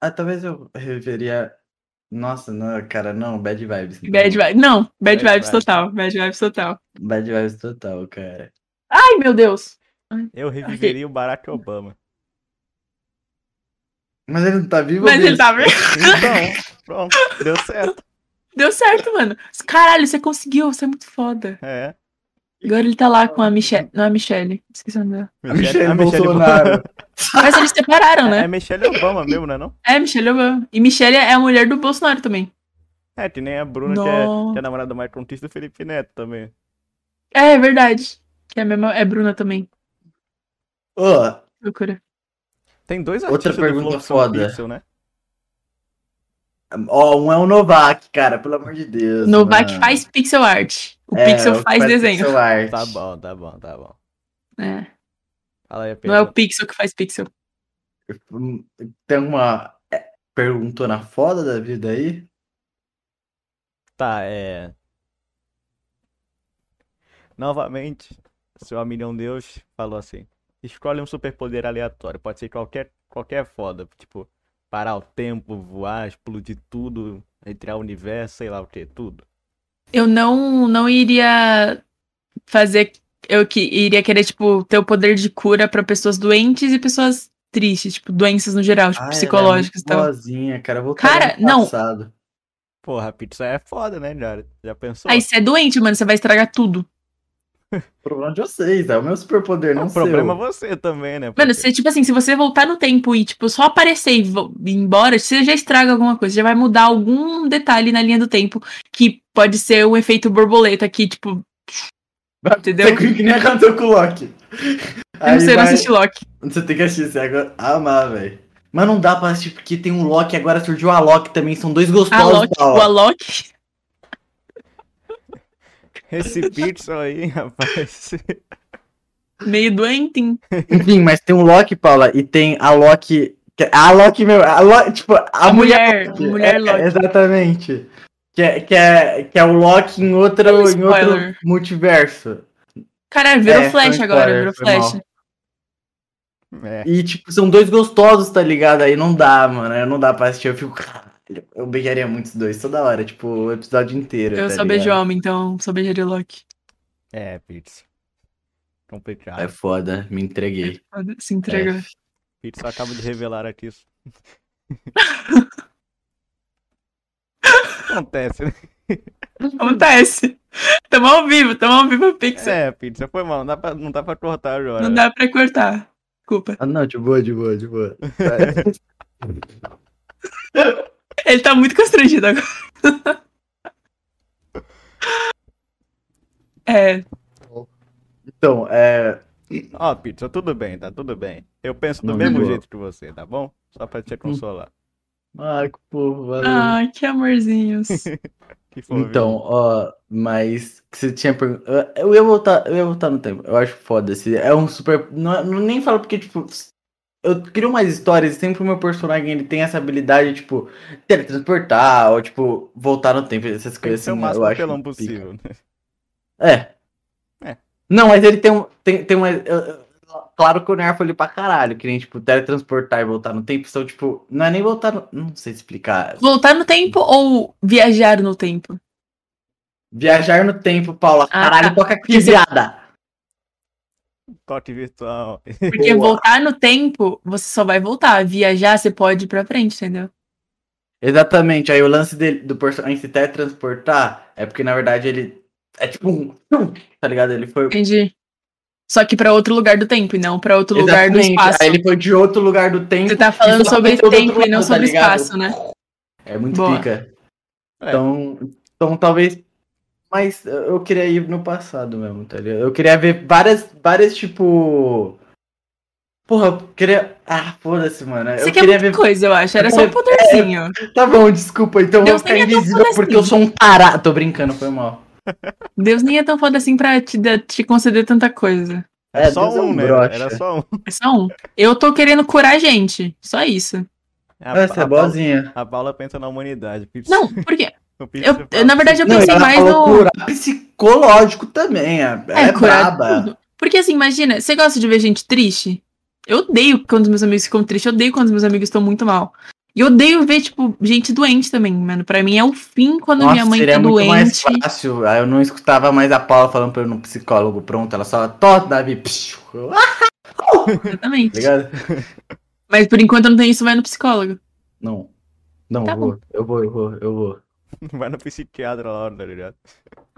Ah, talvez eu reveria. Nossa, não, cara, não, bad vibes. então.
Bad vibes. Não, bad,
Bad
vibes
vibes.
total. Bad vibes total.
Bad vibes total, cara.
Ai, meu Deus.
Eu reviveria o Barack Obama.
Mas ele não tá vivo,
Mas ele
bicho?
tá.
Então, pronto, deu certo.
Deu certo, mano. Caralho, você conseguiu, você é muito foda.
É.
Agora ele tá lá com a Michelle. Não, a Michelle. Esqueci o nome dela.
A Michelle Bolsonaro.
Mas eles separaram,
É,
né?
é Michelle Obama mesmo, não é não?
É, Michelle Obama. E Michelle é a mulher do Bolsonaro também.
É, que nem a Bruna, que é,
Não.
que é namorada do Mike Contista e do Felipe Neto também.
É, é verdade. Que é a mesma. É Bruna também.
Ô,
Loucura.
Tem dois
Outra
artistas
pergunta
do Flow
foda.
Pixel, né?
ó, um é o Novak, cara, pelo amor de Deus.
Novak
mano.
faz pixel art. O
Né? É,
pixel faz desenho.
pixel art.
Tá bom, tá bom, tá bom.
É,
Fala aí a
Não é o
pergunta.
pixel que faz pixel.
Hum, Tem uma é, perguntona foda da vida aí?
Tá, é. Novamente, seu amigão Deus falou assim: escolhe um superpoder aleatório. Pode ser qualquer, qualquer foda. Tipo, parar o tempo, voar, explodir tudo, entrar o universo, sei lá o que, tudo.
Eu não, não iria fazer. Eu que iria querer, tipo, ter o poder de cura pra pessoas doentes e pessoas tristes, tipo, doenças no geral, tipo,
Ah, ela é
psicológicas e
muito
tal.
boazinha, cara. eu voltaria
Cara,
no
não.
passado.
Porra, pizza é foda, né, cara? Já pensou?
Aí você é doente, mano, você vai estragar tudo.
O problema de vocês, é o meu superpoder, não
o
o
problema é
seu.
você também, né?
Mano,
porque-
você, tipo assim, se você voltar no tempo e, tipo, só aparecer e vo- ir embora, você já estraga alguma coisa, já vai mudar algum detalhe na linha do tempo, que pode ser um efeito borboleta que, tipo. Entendeu?
Você que nem aconteceu com o Loki.
um Eu não sei, eu não
vai-
assisti Loki.
Você tem que assistir isso agora. Amar, velho. Mas não dá pra assistir porque tem um Loki, agora surgiu o Alok também, são dois
A
gostosos.
Loki,
da
o
hora.
Alok.
Esse pixel aí, rapaz.
Meio doente. hein?
Enfim, mas tem um Loki, Paula, e tem a Loki. que- é A Loki mesmo, a Loki, tipo, a,
A
mulher.
mulher, a mulher
É,
Loki.
Exatamente. Que é, que, é, que é o Loki em, outra,
Um
em outro
spoiler.
multiverso.
Caralho, virou
É,
flash
foi
agora,
spoiler,
virou
foi
flash.
mal.
É.
E, tipo, são dois gostosos, tá ligado? Aí não dá, mano. Não dá pra assistir. Eu fico, caralho, eu beijaria muito os dois toda hora, tipo, o episódio inteiro.
Eu
tá
só
ligado?
beijo homem, então só beijaria o Loki.
É, pizza. Complicado.
É foda, me entreguei.
Se entregou.
É.
Pizza acaba de revelar aqui isso. Acontece, né?
Acontece. Tamo ao vivo, tamo ao vivo a Pixar.
É, pizza foi mal. Não dá pra, não dá pra cortar
É,
agora.
Não dá pra cortar. Desculpa.
Ah, não, de boa, de boa, de boa.
Ele tá muito constrangido agora. É,
Então, é.
Ó, pizza, tudo bem, tá tudo bem. Eu penso do
Não,
mesmo
boa. Hum.
jeito que você, tá bom? Só pra te consolar.
Ah, que povo, valeu.
ai, que amorzinhos.
Que fofinho.
Então, ó, mas que você tinha perguntado. Eu ia voltar, eu ia voltar no tempo. Eu acho foda se É um super. Não, é- não nem falo porque, tipo. Eu crio umas histórias e sempre o meu personagem ele tem essa habilidade, tipo, teletransportar, ou tipo, voltar no tempo, essas
tem que
coisas
ser o
assim.
máximo
eu acho
pelão
pica.
possível. né?
É.
É.
Não, mas ele tem um. Tem, tem uma, eu- eu- claro que o Nerf ali pra caralho, que nem, tipo, teletransportar e voltar no tempo são, tipo, não é nem voltar no. Não sei explicar.
Voltar no tempo ou viajar no tempo?
Viajar no tempo, Paula. Caralho, é
tá.
toca aqui,
Porque você-
viada.
Toque virtual.
É,
Porque
Boa.
voltar no tempo, você só vai voltar. Viajar, você pode ir pra frente, entendeu?
Exatamente. Aí o lance dele, do personagem se teletransportar é porque, na verdade, ele. É tipo um. Tá ligado? Ele foi.
Entendi. Só que pra outro lugar do tempo e não pra outro lugar do
Exatamente.
espaço.
Aí ele foi de outro lugar do tempo.
Você tá falando
E só
sobre
aconteceu do
tempo
outro
e não
lado, tá
sobre
ligado?
espaço, né?
É muito
Boa.
pica.
É.
Então, então talvez. Mas eu eu queria ir no passado mesmo, tá ligado? Eu queria ver várias, várias tipo. Porra, eu queria. Ah, foda-se, mano.
Você
eu
quer
queria
é
ver.
muita coisa, eu acho. Era só um poderzinho.
Tá bom, desculpa. Então eu vou
Deus
ficar
nem é tão
invisível
foda
porque
assim.
eu sou um tarado. Tô brincando, foi mal.
Deus nem é tão foda assim pra te, dar- te conceder tanta coisa.
É,
só
Deus é
um,
um
né?
broxa.
Era só um.
É só um. Eu tô querendo curar a gente. Só isso.
A,
Essa
a
é boazinha.
Paula, a Paula pensa na humanidade. Pix-
Não, por quê?
o Pix
Eu,
fala- assim.
eu, na verdade, eu
Não,
pensei
ela
mais
falou
no.
curar psicológico também. É, é,
curar
braba.
tudo. Porque assim, imagina, você gosta de ver gente triste? Eu odeio quando os meus amigos ficam tristes, eu odeio quando os meus amigos estão muito mal. E eu odeio ver, tipo, gente doente também, mano. Pra mim é o fim quando minha mãe
seria
tá
muito mais
doente.
fácil. Aí Eu não escutava mais a Paula falando pra eu ir no psicólogo. Pronto, ela só toca, Davi. psiu, Ah, tá
Exatamente.
ligado?
Mas por enquanto eu não tenho isso, vai no psicólogo.
Não. Não,
Tá
eu vou, eu vou, eu vou, eu vou.
Vai no psiquiatra lá, tá ligado?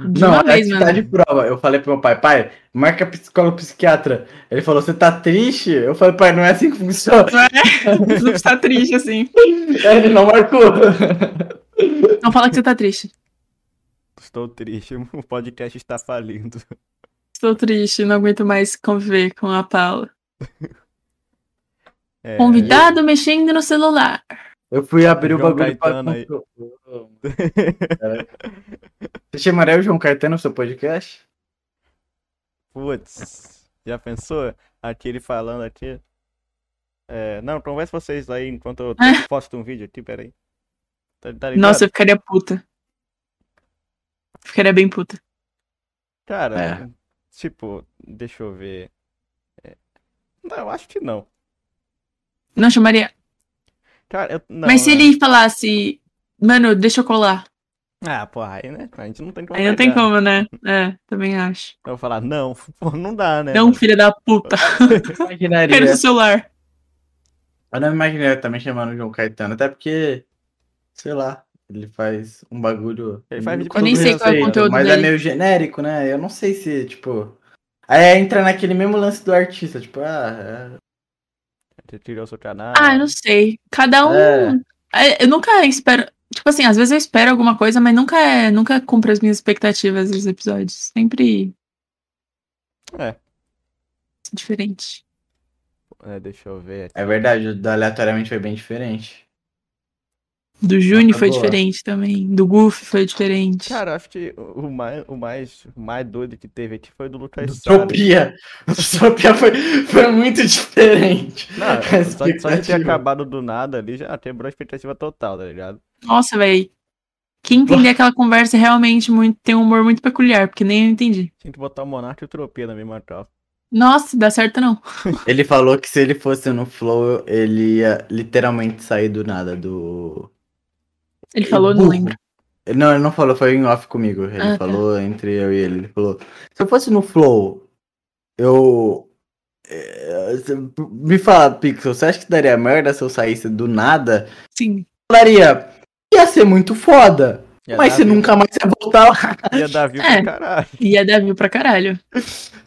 De
não,
uma
é
vez,
que
mano.
tá de prova. Eu falei pro meu pai, pai, marca psicólogo psiquiatra. Ele falou, você tá triste? Eu falei, pai, não é assim que funciona. tá-
Você não está triste, assim.
É, Ele não marcou.
Não fala que você tá triste.
Estou triste, o podcast está falindo.
Estou triste, não aguento mais conviver com a Paula.
É,
Convidado mexendo no celular.
Eu fui abrir o
João
bagulho
Caetano aí.
Caraca. Você chamaria o João Caetano no seu podcast?
Putz, já pensou? Aqui ele falando aqui. É, não, conversa vocês aí enquanto eu posto um vídeo aqui, peraí. Tá, tá ligado?
Ah. Nossa, eu ficaria puta. Ficaria bem puta.
Cara,
É.
tipo, deixa eu ver. É, Não, eu acho que não.
Não chamaria.
Cara, eu, não,
Mas se
né?
ele falasse, mano, deixa eu colar.
Ah, pô, aí, né? A gente não tem como
Aí não tem
negar.
como, né? É, também acho.
Eu vou falar, não, pô, não dá, né?
Não, filha da puta.
Eu imaginaria.
Quero seu celular.
Eu não imaginaria também chamando o João Caetano, até porque, sei lá, ele faz um bagulho.
Ele faz vídeo
Eu
nem sei qual é o
conteúdo
Mas é
dele.
meio genérico, né? Eu não sei se, tipo. Aí entra naquele mesmo lance do artista, tipo, ah,
Você tirou seu canal.
Ah, eu não sei. Cada um.
É.
É, Eu nunca espero. Tipo assim, às vezes eu espero alguma coisa, mas nunca é, nunca cumpre as minhas expectativas dos episódios. Sempre.
É.
Diferente.
É, deixa eu ver aqui.
é, é verdade, o do aleatoriamente foi bem diferente.
Do Juni
tá
foi
boa.
diferente também. Do Goofy foi diferente.
Cara, eu acho que o o mais, o mais, o mais doido que teve aqui foi o do Lucas Salles.
Distopia! Distopia foi, foi muito diferente.
Não, só, só de ter
Expectativa.
acabado do nada ali já quebrou a expectativa total, tá ligado?
Nossa, velho. Quem entender aquela conversa é realmente muito, tem um humor muito peculiar, porque nem eu entendi.
Tinha que botar o Monarca e o Tropia na mesma tropa.
Nossa, dá certo não.
Ele falou que se ele fosse no Flow, ele ia literalmente sair do nada do.
Ele falou, não
É Burro.
lembro.
Não, ele não falou, foi em off comigo. Ele
Ah, tá.
falou entre eu e ele. Ele falou: se eu fosse no Flow, eu. eh, Me fala, Pixel, você acha que daria merda se eu saísse do nada?
Sim.
Eu Falaria, ia ser muito foda,
Ia
mas
dar
você
view-
nunca mais ia voltar lá.
Ia dar view
É.
pro caralho.
Ia dar view pra caralho.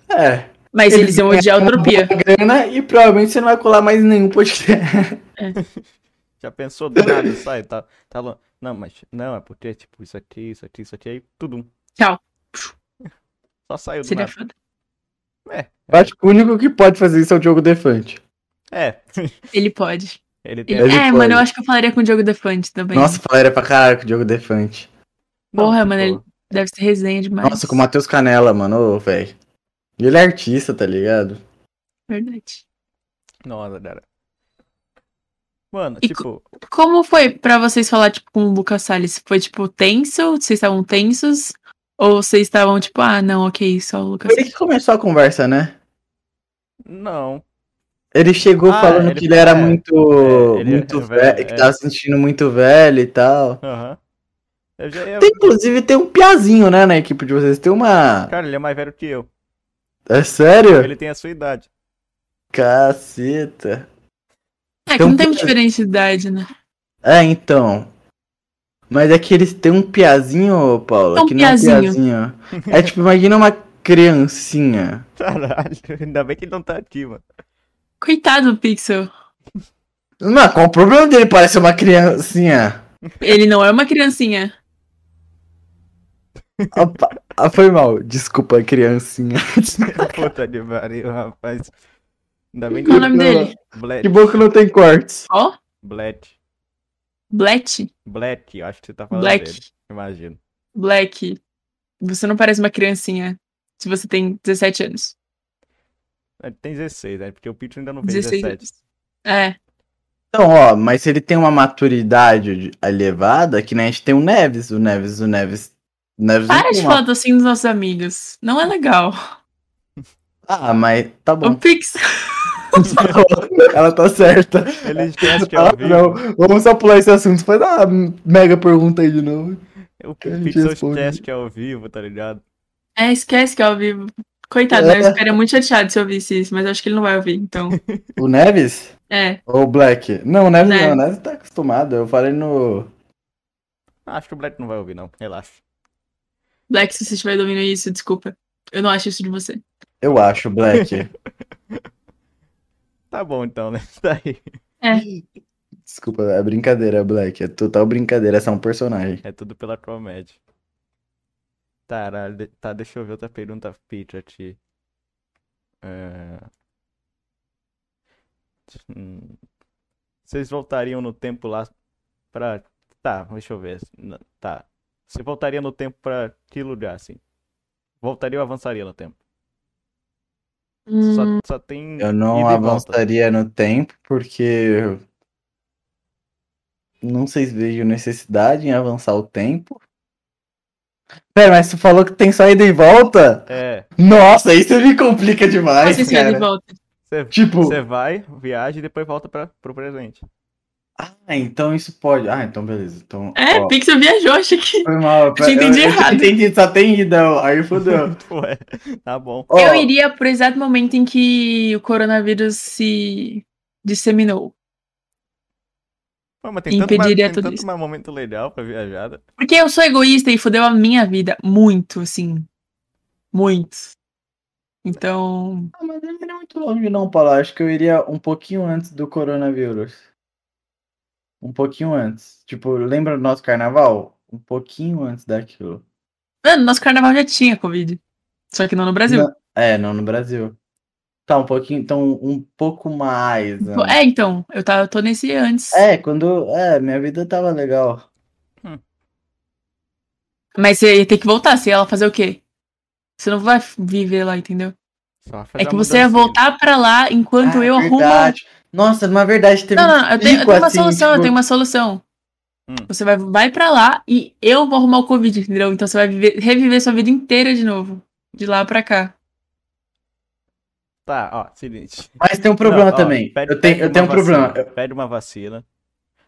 É,
Mas
Eles
eles iam odiar o Tropia.
a grana e provavelmente você não vai colar mais nenhum podcast.
Já pensou do nada, sai, tá, tá longe. Não, mas não, é porque, tipo, isso aqui, isso aqui, isso aqui, aí tudo.
Tchau.
Só
é
saiu do
Seria
nada.
foda.
Eu Acho que o único que pode fazer isso é o Diogo Defante.
É,
Ele pode.
ele tem.
Ele-
Ele
É,
pode.
mano, eu acho que eu falaria com o Diogo Defante também.
Nossa, falaria pra caralho com o Diogo Defante.
Não,
Porra,
tipo,
mano, ele deve ser resenha demais.
Nossa, com o Matheus Canela, mano, ô, velho. E Ele é artista, tá ligado?
Verdade.
Nossa, cara. Mano,
E
tipo,
Como foi pra vocês falar, tipo, com o Lucas Salles? Foi, tipo, tenso? Vocês estavam tensos? Ou vocês estavam, tipo, ah, não, ok, só o Lucas
Foi ele que começou a conversa, né?
não.
Ele chegou
Ah,
falando
ele-
que ele era
é.
muito,
É, ele é-
muito
é
velho,
velho,
que
é.
tava se sentindo muito velho e tal.
Aham. Eu já ia.
Tem, inclusive, tem um piazinho, né, na equipe de vocês. Tem uma.
Cara, ele é mais velho que eu.
É sério?
Ele tem a sua idade.
Caceta.
É que
Então,
não tem
pô,
diferença de idade, né?
É, então. Mas é que eles têm um piazinho, Paula,
É um
que não é um
piazinho.
piazinho. É tipo, imagina uma criancinha.
Caralho, ainda bem que ele não tá aqui, mano.
Coitado do Pixel.
Não, qual o problema dele parecer uma criancinha?
Ele não é uma criancinha.
Opa, ah, foi mal. Desculpa, criancinha.
Puta de pariu, rapaz. Ainda bem que
Qual é o nome dele?
Que
Black.
bom que não tem cortes.
Ó,
Black.
Black.
Black, eu acho que você tá falando dele.
Black.
Imagino.
Black. Você não parece uma criancinha se você tem 17 anos.
Ele tem 16, né? Porque o Pitch ainda não fez
16
17.
anos. É.
Então, ó, mas se ele tem uma maturidade elevada, que nem a gente tem o Neves, o Neves, o Neves. O Neves não
Para
tem
de
uma-
falar assim dos nossos amigos. Não é legal.
Ah, mas tá
O
bom.
Pix.
Ela tá certa.
Ele esquece que é
Ah,
ao vivo.
não. Vamos só pular esse assunto. Faz a mega pergunta aí de novo.
O
A gente
Pixel
responde.
esquece que é ao vivo, tá ligado?
É, esquece que é ao vivo. Coitado, né?
É.
Eu ficaria muito chateado se eu ouvisse isso, mas eu acho que ele não vai ouvir, então.
O Neves?
É.
Ou o Black? Não, o Neves não. O
Neves.
Neves tá acostumado. Eu falei no.
Acho que o Black não vai ouvir, não. Relaxa.
Black, se você estiver ouvindo isso, desculpa. Eu não acho isso de você.
Eu acho, Black.
Tá bom então, né? Tá aí.
Desculpa, é brincadeira, Black. É total brincadeira. É só um personagem.
É tudo pela comédia. Caralho, de- tá, deixa eu ver outra pergunta feita aqui. É... Hum. Vocês voltariam no tempo lá pra. Tá, deixa eu ver. N- Tá. Você voltaria no tempo pra que lugar, assim? Voltaria ou avançaria no tempo? Só,
Hum,
só tem.
Eu não
ida e volta.
avançaria no tempo, porque. eu Não sei se vejo necessidade em avançar o tempo. Pera, mas tu falou que tem só ida e volta?
É.
Nossa, isso me complica
Como
demais,
assim, senhora, de
cara.
volta?
Você
Tipo,
você vai, viaja e depois volta pra, pro presente.
ah, então isso pode. Ah, então beleza. Então,
É,
ó,
Pixel viajou, achei que.
foi mal.
tinha entendido
eu, eu
errado.
entendi, só tem ida, ó, aí fodeu.
Ué, tá bom.
Ó,
Eu iria pro exato momento em que o coronavírus se disseminou.
Pô, mas tem tanto, mais,
Impediria
tem
tudo
tanto
isso.
mais momento legal pra viajar. né?
Porque eu sou egoísta e fudeu a minha vida muito, assim. Muito. Então.
Ah, mas não iria muito longe, não, Paulo. Acho que eu iria um pouquinho antes do coronavírus. Um pouquinho antes. Tipo, lembra do nosso carnaval? Um pouquinho antes daquilo.
Mano, nosso carnaval já tinha Covid. Só que não no Brasil.
Não, É, não no Brasil. Tá, um pouquinho. Então, um pouco mais. né?
É, então. Eu, tá, eu tô nesse antes.
É, quando. É, minha vida tava legal.
Mas você ia ter que voltar, se ela fazer o quê? Você não vai viver lá, entendeu?
Só fazer
É que
uma
você ia
mudancinha.
voltar pra lá enquanto
Ah,
eu arrumo.
verdade. Nossa, na verdade, teve
Não,
um
não, não, eu tenho, eu
pico,
tenho uma
assim,
solução, eu
tipo,
tenho uma solução.
Hum.
Você vai, vai pra lá e eu vou arrumar o Covid, entendeu? Então você vai viver- reviver sua vida inteira de novo. De lá pra cá.
Tá, ó, seguinte.
Mas tem um problema
Não, ó,
também.
pede-
eu tenho,
pede
eu
uma
tenho um
vacina,
problema.
Pede uma vacina,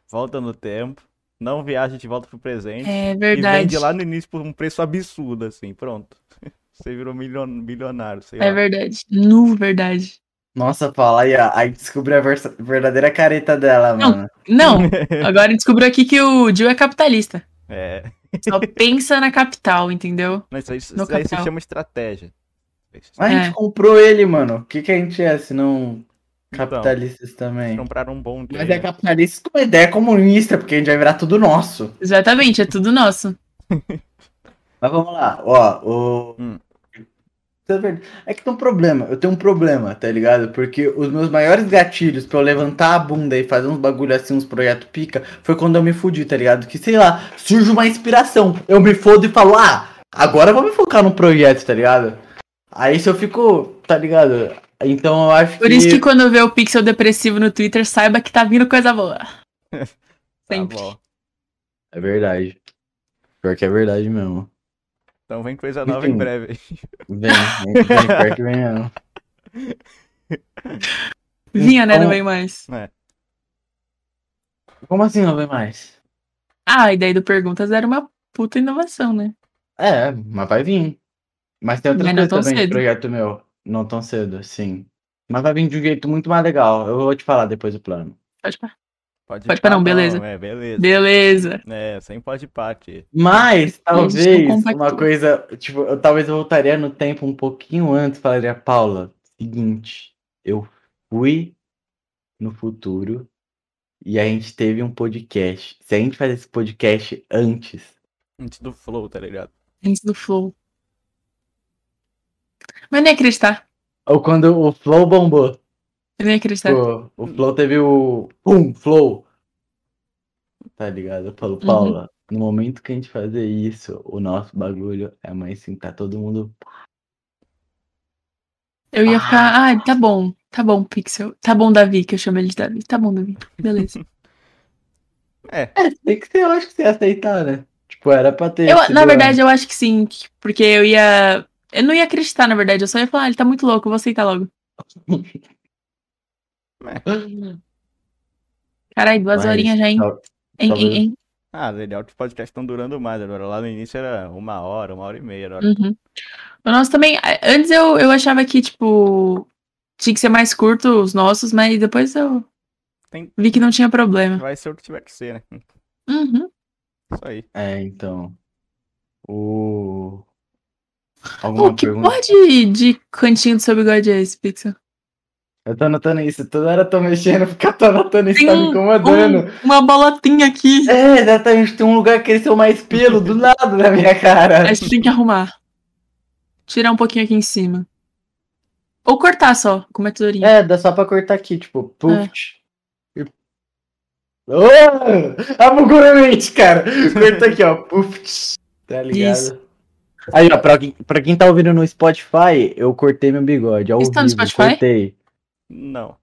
volta no tempo, não viaja de volta pro presente.
É
E
verdade.
vende lá no início por um preço absurdo, assim, pronto. Você virou milion- milionário, sei
É
lá.
verdade. Nu, verdade.
Nossa, Paula, aí, ó, aí descobri a versa- verdadeira careta dela,
Não,
mano.
Não, agora descobriu aqui que o Jill é capitalista.
É.
Só pensa na capital, entendeu?
Não, isso aí, isso
No
aí se
capital.
chama estratégia. Eles
Mas a gente
É.
comprou ele, mano. O que, que a gente é, se não
Então.
capitalistas também?
compraram um bom
Mas
trem,
é capitalista com uma ideia comunista, porque a gente vai virar tudo nosso.
Exatamente, é tudo nosso.
Mas vamos lá, ó, o...
Hum.
Tá vendo? É que tem um problema, eu tenho um problema, tá ligado? Porque os meus maiores gatilhos pra eu levantar a bunda e fazer uns bagulho assim, uns projetos pica, foi quando eu me fudi, tá ligado? Que sei lá, surge uma inspiração, eu me fodo e falo, ah, agora eu vou me focar no projeto, tá ligado? Aí se eu fico, tá ligado? Então eu acho
Por isso que quando vê o pixel depressivo no Twitter, saiba que tá vindo coisa boa.
tá
Sempre.
bom.
É verdade. Pior que é verdade mesmo.
Então vem coisa nova em
Enfim.
breve.
Vem, vem, vem, pior que vem mesmo.
Vinha, né? Não
Então-
vem mais.
Como assim não vem mais?
Ah, a ideia do Perguntas era uma puta inovação, né?
É, mas vai vir. Mas tem outra
Mas não
coisa
tão
também de
cedo.
projeto meu. Não tão cedo, sim. Mas vai vir de um jeito muito mais legal. Eu vou te falar depois do plano.
Pode pá.
Pode,
Pode
pá,
pá, não, beleza.
É, beleza.
Beleza.
É, sem pode pá aqui.
Mas talvez
compactou.
uma coisa, tipo, eu talvez eu voltaria no tempo um pouquinho antes, e falaria, Paula, seguinte, eu fui no futuro e a gente teve um podcast. Se a gente faz esse podcast antes,
Antes do flow, tá ligado?
Antes do Flow. Mas nem acreditar.
ou quando o Flow bombou,
Eu nem acreditar.
Tipo, o Flow teve o. Pum, Flow. Tá ligado? Eu
Uhum.
falo, Paula, no momento que a gente fazer isso, o nosso bagulho é mais assim, tá todo mundo.
Eu ia ficar, ah, tá bom, Tá bom, Pixel. Tá bom, Davi, que eu chamo ele de Davi. Tá bom, Davi. Beleza.
É,
É, tem que ser, eu acho que você ia aceitar, né? Tipo, era pra ter.
Eu,
sido
na verdade, eu acho que sim, que- porque eu ia. Eu não ia acreditar, na verdade. Eu só ia falar, ah, ele tá muito louco, eu vou aceitar logo.
a-
Caralho, duas
Mas, tá,
horinhas já, hein?
tal-
Hein,
talvez-
hein, hein?
ah, legal que os podcasts estão durando mais agora. Lá no início era uma hora, uma hora e meia. Era...
Uhum. O nosso também. a- Antes eu, eu achava que, tipo, tinha que ser mais curto os nossos, mas depois eu
Tem-
vi que não tinha problema.
Vai ser o que tiver que ser, né?
Uhum.
Isso aí.
É, então. O. Alguma
Pô, que
pergunta?
porra de, de cantinho do seu bigode é esse, Pixel?
Eu tô anotando isso, toda hora eu tô mexendo, porque eu tô anotando isso,
Tem
tá me
um-
incomodando.
Um- uma bolotinha aqui.
É, exatamente, tem um lugar que cresceu mais pelo do lado da minha cara.
A gente tem que arrumar. Tirar um pouquinho aqui em cima. Ou cortar só, com uma tesourinha.
É, dá só pra cortar aqui, tipo, puft. E... Oh! Abugurumente, cara! Corta aqui, ó, puft. Tá ligado?
Isso.
Aí, ó, pra quem, pra quem tá ouvindo no Spotify, eu cortei meu bigode, ao
Vocês estão no
vivo,
Spotify?
cortei.
Não.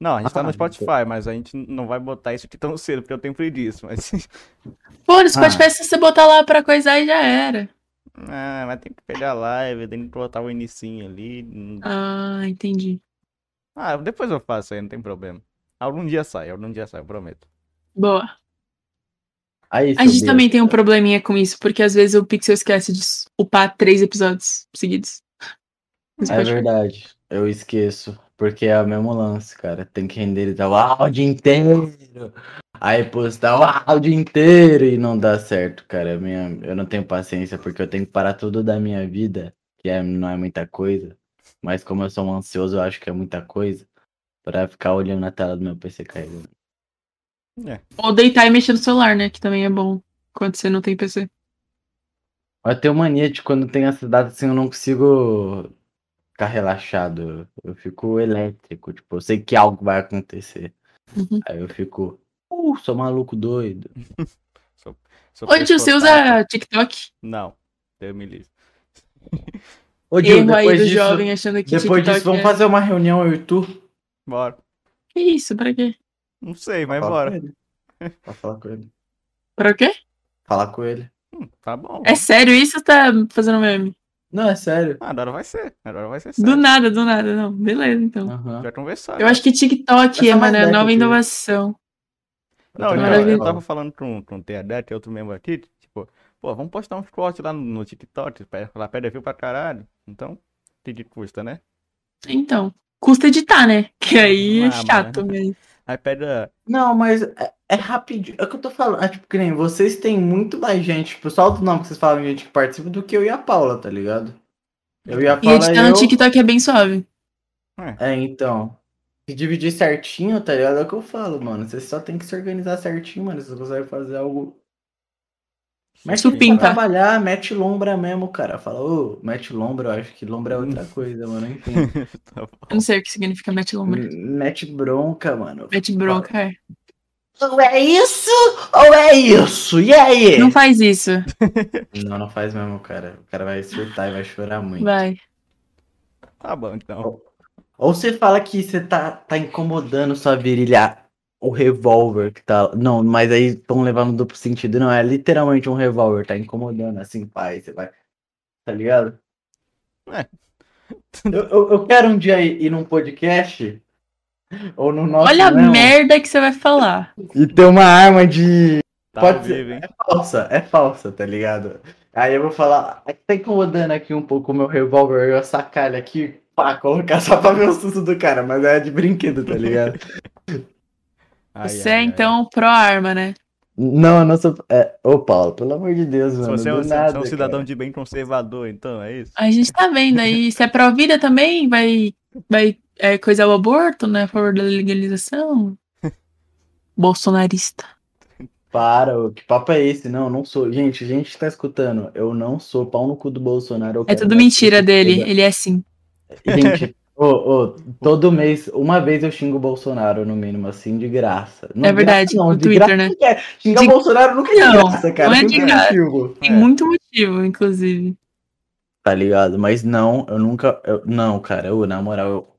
Não, a gente
Ah,
tá no
então.
Spotify, mas a gente não vai botar isso aqui tão cedo, porque eu tenho preguiça. Mas,
Pô, no
Ah.
Spotify, se você botar lá pra coisar, e já era.
ah, mas tem que pegar a live, tem que botar o inicinho ali.
Ah, entendi.
Ah, depois eu faço aí, não tem problema. Algum dia sai, algum dia sai, eu prometo.
Boa.
Aí,
A
seu
gente
Bia.
também tem um probleminha com isso, porque às vezes o Pixel esquece de upar três episódios seguidos. No
É
Spotify.
verdade, eu esqueço, porque é o mesmo lance, cara. Tem que renderizar o áudio inteiro, aí postar o áudio inteiro e não dá certo, cara. Minha, eu não tenho paciência, porque eu tenho que parar tudo da minha vida, que é, não é muita coisa, mas como eu sou um ansioso, eu acho que é muita coisa, pra ficar olhando na tela do meu PC carregando.
Ou deitar e mexer no celular, né? Que também é bom quando você não tem PC.
Eu tenho mania de quando tem essas datas assim, eu não consigo ficar relaxado, eu fico elétrico, tipo, eu sei que algo vai acontecer.
Uhum.
Aí eu fico, uh, sou maluco doido.
Sou
Ô, tio,
pessoa
você
chata.
usa TikTok?
Não, Deus me livre.
Ô, Gil,
Erro aí do
depois disso,
jovem achando que
depois
TikTok
disso vamos
é...
fazer uma reunião, eu e tu.
Bora.
Que isso? Pra quê?
Não sei,
Tá
mas
Fala
bora.
com ele. Pra falar com ele.
Pra quê?
Falar com ele.
Hum, tá bom.
É sério isso ou tá fazendo meme?
Não, é sério.
Ah, agora vai ser. Agora vai ser
Do
sério.
nada, do nada, não. Beleza, então.
Aham.
Já conversaram.
Eu acho que TikTok
Essa
é, mano, é a
mais
nova
leve,
inovação.
Não,
também
então,
Maravilha.
eu tava falando com, com o TH, que é outro membro aqui, tipo, pô, vamos postar uns cortes lá no, no TikTok, pe- lá pede view pra caralho. Então, o que custa, né?
Então, custa editar, né? Que aí é
Ah,
chato mesmo.
Aí pega.
Não, mas é, é rapidinho. É o que eu tô falando. É, tipo, que nem vocês têm muito mais gente, tipo, só do nome que vocês falam, gente que participa, do que eu e a Paula, tá ligado? Eu e a
E
Paula.
editar
eu...
no TikTok é bem suave.
É, então. Se dividir certinho, tá ligado? É o que eu falo, mano. Vocês só tem que se organizar certinho, mano. Vocês conseguem fazer algo Mete
Supimpa.
pra trabalhar, mete lombra mesmo, cara. Fala, ô, mete lombra, eu acho que lombra é outra coisa, mano. Enfim.
Tá bom.
Eu não sei o que significa mete lombra.
M- mete bronca, mano.
Mete bronca, é.
Ou é isso, ou é isso. E
É.
aí?
Não faz isso.
Não, não faz mesmo, cara. O cara vai surtar e vai chorar muito.
Vai.
Tá bom, então.
Ou você fala que você tá, tá incomodando sua virilha, o revólver que tá. Não, mas aí vão levar no duplo sentido. Não, é literalmente um revólver, tá incomodando assim, pai. Você vai. Tá ligado?
É.
Eu, eu, eu quero um dia ir, ir num podcast. Ou no nosso.
Olha a
mesmo,
merda que você vai falar.
E ter uma arma de.
Tá
Pode
ao
ser.
vivo, hein?
Falsa, é falsa, tá ligado? Aí eu vou falar. "Ah, Tá incomodando aqui um pouco o meu revólver, eu sacar ele aqui. Pá, colocar só pra ver o susto do cara, mas é de brinquedo, tá ligado?
Ai,
você
ai,
é,
ai.
então, pró-arma, né?
Não, eu não sou. É... Ô, Paulo, pelo amor de Deus, mano.
Você é um,
do
você
nada,
é um cidadão
cara.
de bem conservador, então, é isso?
A gente tá vendo aí. Se é pró-vida também, vai, vai é, coisar o aborto, né? A favor da legalização. Bolsonarista. É
Para, ô, que papo é esse? Não, eu não sou. Gente, gente que tá escutando. Eu não sou pau no cu do Bolsonaro. eu
É
quero
tudo
dar
mentira
tudo.
dele. Ele é assim.
Gente, ô, ô, todo mês, uma vez eu xingo o Bolsonaro, no mínimo, assim, de graça. Não,
É
de
verdade,
graça, não,
no
de
Twitter,
graça
né?
nunca é. Xingar
De-
o Bolsonaro nunca é de
Não,
graça, cara.
não é de
sempre
graça.
xingo.
Tem
É.
muito motivo, inclusive.
Tá ligado? Mas não, eu nunca. eu- Não, cara, eu, na moral, eu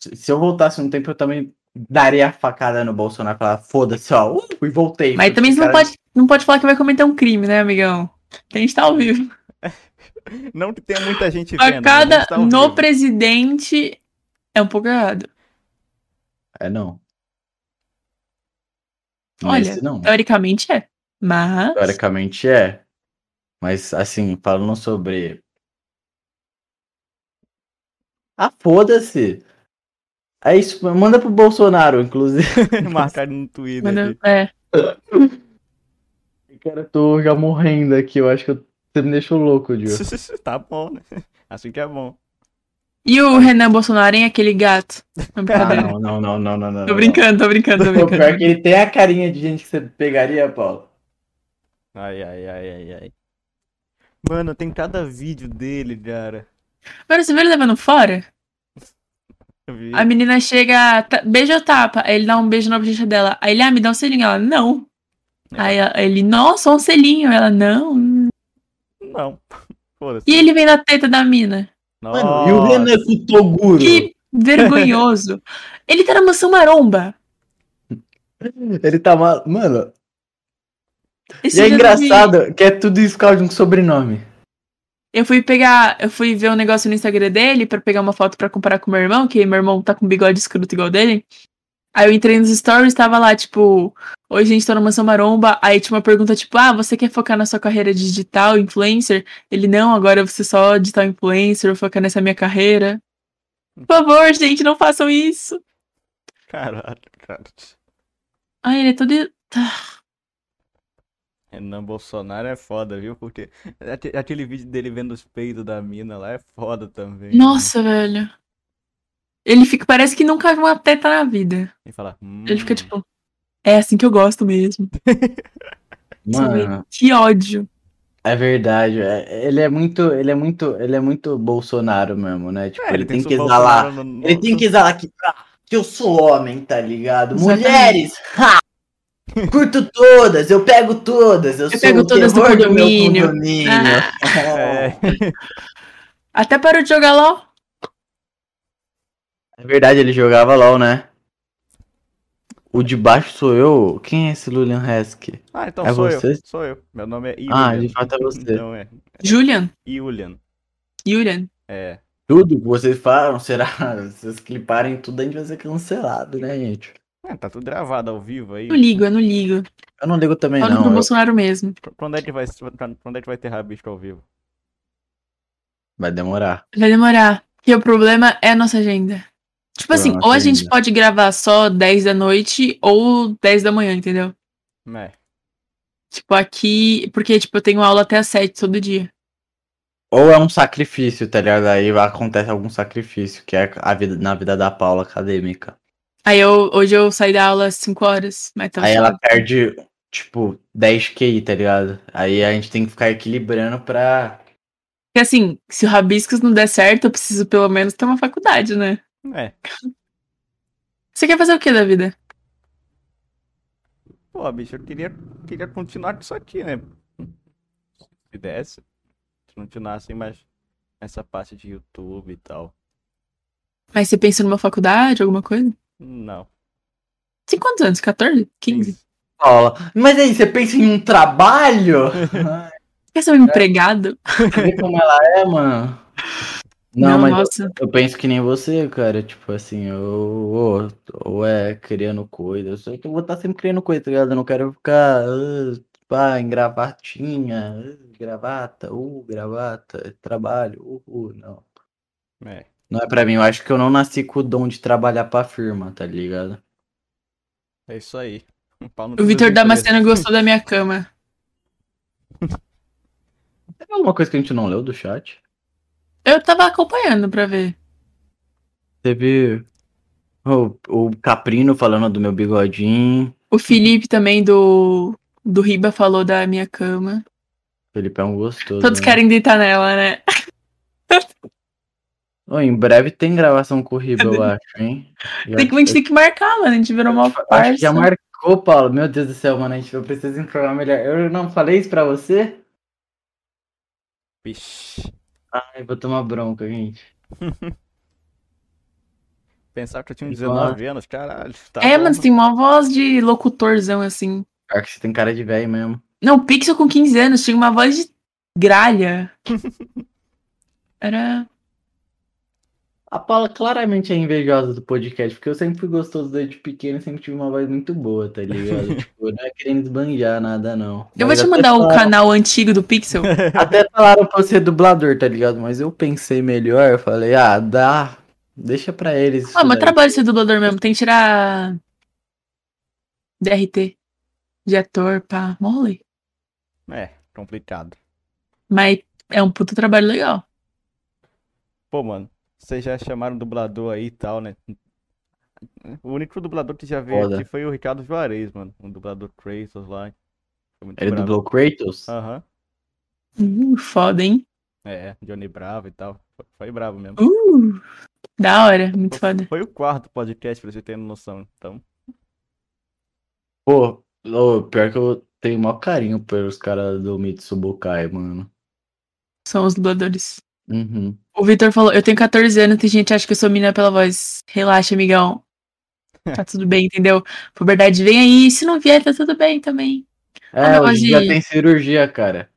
Se se eu voltasse no tempo, eu também daria a facada no Bolsonaro e falar, foda-se, ó, uh, e voltei.
Mas
porque
também
o
você não
cara-
pode, não pode falar que vai cometer um crime, né, amigão? A gente tá ao vivo.
Não que tenha muita gente vendo. mas a
Facada
gente tá ao
no
vivo.
presidente é um pouco errado.
É, não.
Olha,
Nesse não.
Teoricamente é. Mas.
Teoricamente é. Mas, assim, falando sobre. Ah, foda-se! É isso, manda pro Bolsonaro, inclusive.
Marcado no Twitter.
Mano,
ali.
é.
Cara, eu tô já morrendo aqui, eu acho que eu- você me deixou louco, Gil.
tá bom, né? Assim que é bom.
E o Renan Bolsonaro, hein? Aquele gato. Não,
Ah,
brincadeira.
não, não, não, não, não, não.
Tô brincando, tô brincando, tô
O pior é que
brincando.
ele tem a carinha de gente que você pegaria, Paulo.
Ai, ai, ai, ai, ai. Mano, tem cada vídeo dele, cara.
Mano, você viu ele levando fora?
Eu vi.
A menina chega, ta- beija ou tapa? Aí ele dá um beijo na bochecha dela. Aí ele, ah, me dá um selinho. Ela, não.
É.
Aí ela- ele, nossa, um selinho. Ela, não.
Não. Foda-se.
E ele vem na teta da mina.
Mano, e o Renan com o Toguro?
Que vergonhoso. ele tá na mansão maromba.
Ele tá mal. Mano,
Esse
e é
dia eu vi-
engraçado que é tudo isso por causa de um sobrenome.
Eu fui pegar, eu fui ver um negócio no Instagram dele pra pegar uma foto pra comparar com meu irmão, que meu irmão tá com um bigode escroto igual dele. Aí eu entrei nos stories, tava lá tipo, oi gente, tô na Mansão Maromba. Aí tinha uma pergunta tipo, ah, você quer focar na sua carreira de digital influencer? Ele não, agora você só digital influencer, vou focar nessa minha carreira. Por favor, gente, não façam isso.
Caralho, cara.
Ai, ele é todo
Renan Bolsonaro é foda, viu? Porque aque- aquele vídeo dele vendo os peitos da mina lá é foda também.
Nossa, velho. Ele fica, parece que nunca viu uma teta na vida.
E fala. Hum,
Ele fica tipo, é assim que eu gosto mesmo. é
Mano,
Que ódio.
é verdade. é- ele é muito, ele é muito, ele é muito Bolsonaro mesmo, né? Tipo,
é,
ele, tem
su-
que
Bolsonaro
exalar.
no- no-
Ele tem que exalar que, ah, que eu sou homem, tá ligado?
Exatamente.
Mulheres, ha! Curto todas, eu pego todas, eu, sou
pego
o
todas do
terror do meu
condomínio. Ah.
condomínio.
É,
Até parou de jogar LOL.
É verdade, ele jogava LOL, né? O de baixo sou eu? Quem é esse Lulian Hesk?
Ah, então
É
sou eu.
você?
Sou eu. Meu nome é Julian.
Ah, de fato é você.
Então é.
Julian.
Julian.
Julian.
É.
Tudo que vocês falam será. Se vocês cliparem tudo, a gente vai ser cancelado, né, gente?
É, tá tudo gravado ao vivo aí.
Não ligo, eu não ligo.
Eu não ligo também,
Falo pro
É, não. Eu-
Bolsonaro mesmo.
Qu- Quando é que vai, quando é que vai ter rabisco ao vivo?
Vai demorar.
Vai demorar. Porque o problema é a nossa agenda. Tipo
É a
assim,
nossa
ou a gente
agenda.
pode gravar só 10 da noite ou 10 da manhã, entendeu?
É.
Tipo, aqui. Porque, tipo, eu tenho aula até às 7 todo dia.
Ou é um sacrifício, tá ligado? Aí acontece algum sacrifício, que é a vida, na vida da Paula acadêmica.
Aí eu, hoje eu saí da aula às 5 horas, mas tá
Aí
só-
ela perde, tipo, 10 QI, tá ligado? Aí a gente tem que ficar equilibrando pra.
Porque assim, se o Rabiscos não der certo, eu preciso pelo menos ter uma faculdade, né?
É.
Você quer fazer o que da vida?
Pô, bicho, eu queria, queria continuar com isso aqui, né? Se desse. Se continuassem mais nessa parte de YouTube e tal.
Mas você pensa numa faculdade, alguma coisa?
Não. é
Tem quantos anos? 14? 15?
Isso.
Paula. Mas aí, você pensa em um trabalho?
Quer
É.
ser um empregado?
Vê como ela é, mano. Não, mas
nossa.
eu penso que nem você, cara. Tipo assim, eu ou, ou é criando coisa. Eu sei que eu vou estar sempre criando coisa, tá ligado? Eu não quero ficar ah, pá, em gravatinha, ah, gravata, uh, gravata, trabalho, uh, uh, não.
É.
Não é pra mim, eu acho que eu não nasci com o dom de trabalhar pra firma, tá ligado?
É isso aí. Um pau no
O
cu
Vitor
das
Damasceno
empresas.
gostou da minha cama.
Tem alguma coisa que a gente não leu do chat?
Eu tava acompanhando pra ver.
Teve o, o Caprino falando do meu bigodinho.
O Felipe também do, do Riba falou da minha cama.
Felipe é um gostoso.
Todos
né?
querem deitar nela, né?
Ô, em breve tem gravação com o Riba, eu acho, hein? Já-
Tem que, a gente tem que marcar, mano. A gente virou
eu
uma
acho que é já
farsa.
marcou, Paulo. Meu Deus do céu, mano. A gente eu preciso entronar melhor. Eu não falei isso pra você?
Vixe.
Ai, vou tomar bronca, gente.
Pensava que eu tinha uns
Nossa.
19 anos, caralho. Tá
é,
bom.
mano, você tem uma voz de locutorzão, assim.
Pior que você tem cara de velho mesmo.
Não, Pixel com 15 anos tinha uma voz de gralha. Era.
A Paula claramente é invejosa do podcast, porque eu sempre fui gostoso desde pequeno e sempre tive uma voz muito boa, tá ligado? tipo, não é querendo esbanjar nada, não.
Eu vou
Mas
te
até
mandar um o
falaram-
canal antigo do Pixel.
Até falaram pra eu ser dublador, tá ligado? Mas eu pensei melhor, eu falei, ah, dá. Deixa pra eles. isso
Ah, mas
daí.
trabalho ser dublador mesmo. Tem que tirar. DRT. De ator, pá. Mole.
É, complicado.
Mas é um puto trabalho legal.
Pô, mano, vocês já chamaram dublador aí e tal, né? O único dublador que já veio
Foda.
aqui foi o Ricardo Juarez, mano. Um dublador Kratos lá. Foi muito
Ele
brabo.
dublou Kratos?
Aham.
Uhum.
Uh, foda, hein?
É, Johnny Bravo e tal. Foi, foi bravo mesmo.
Uh, da hora. Muito foda.
Foi o quarto podcast, pra você ter noção. Então,
Pô, ô, pior que eu tenho o maior carinho pelos caras do Mitsubukai, mano.
São os dubladores.
Uhum.
O Vitor falou: Eu tenho 14 anos, tem gente que acha que eu sou menina pela voz. Relaxa, amigão. Tá tudo bem, entendeu? Puberdade vem aí. Se não vier, tá tudo bem também.
É,
Ah, mas
hoje em dia
e-
tem cirurgia, cara.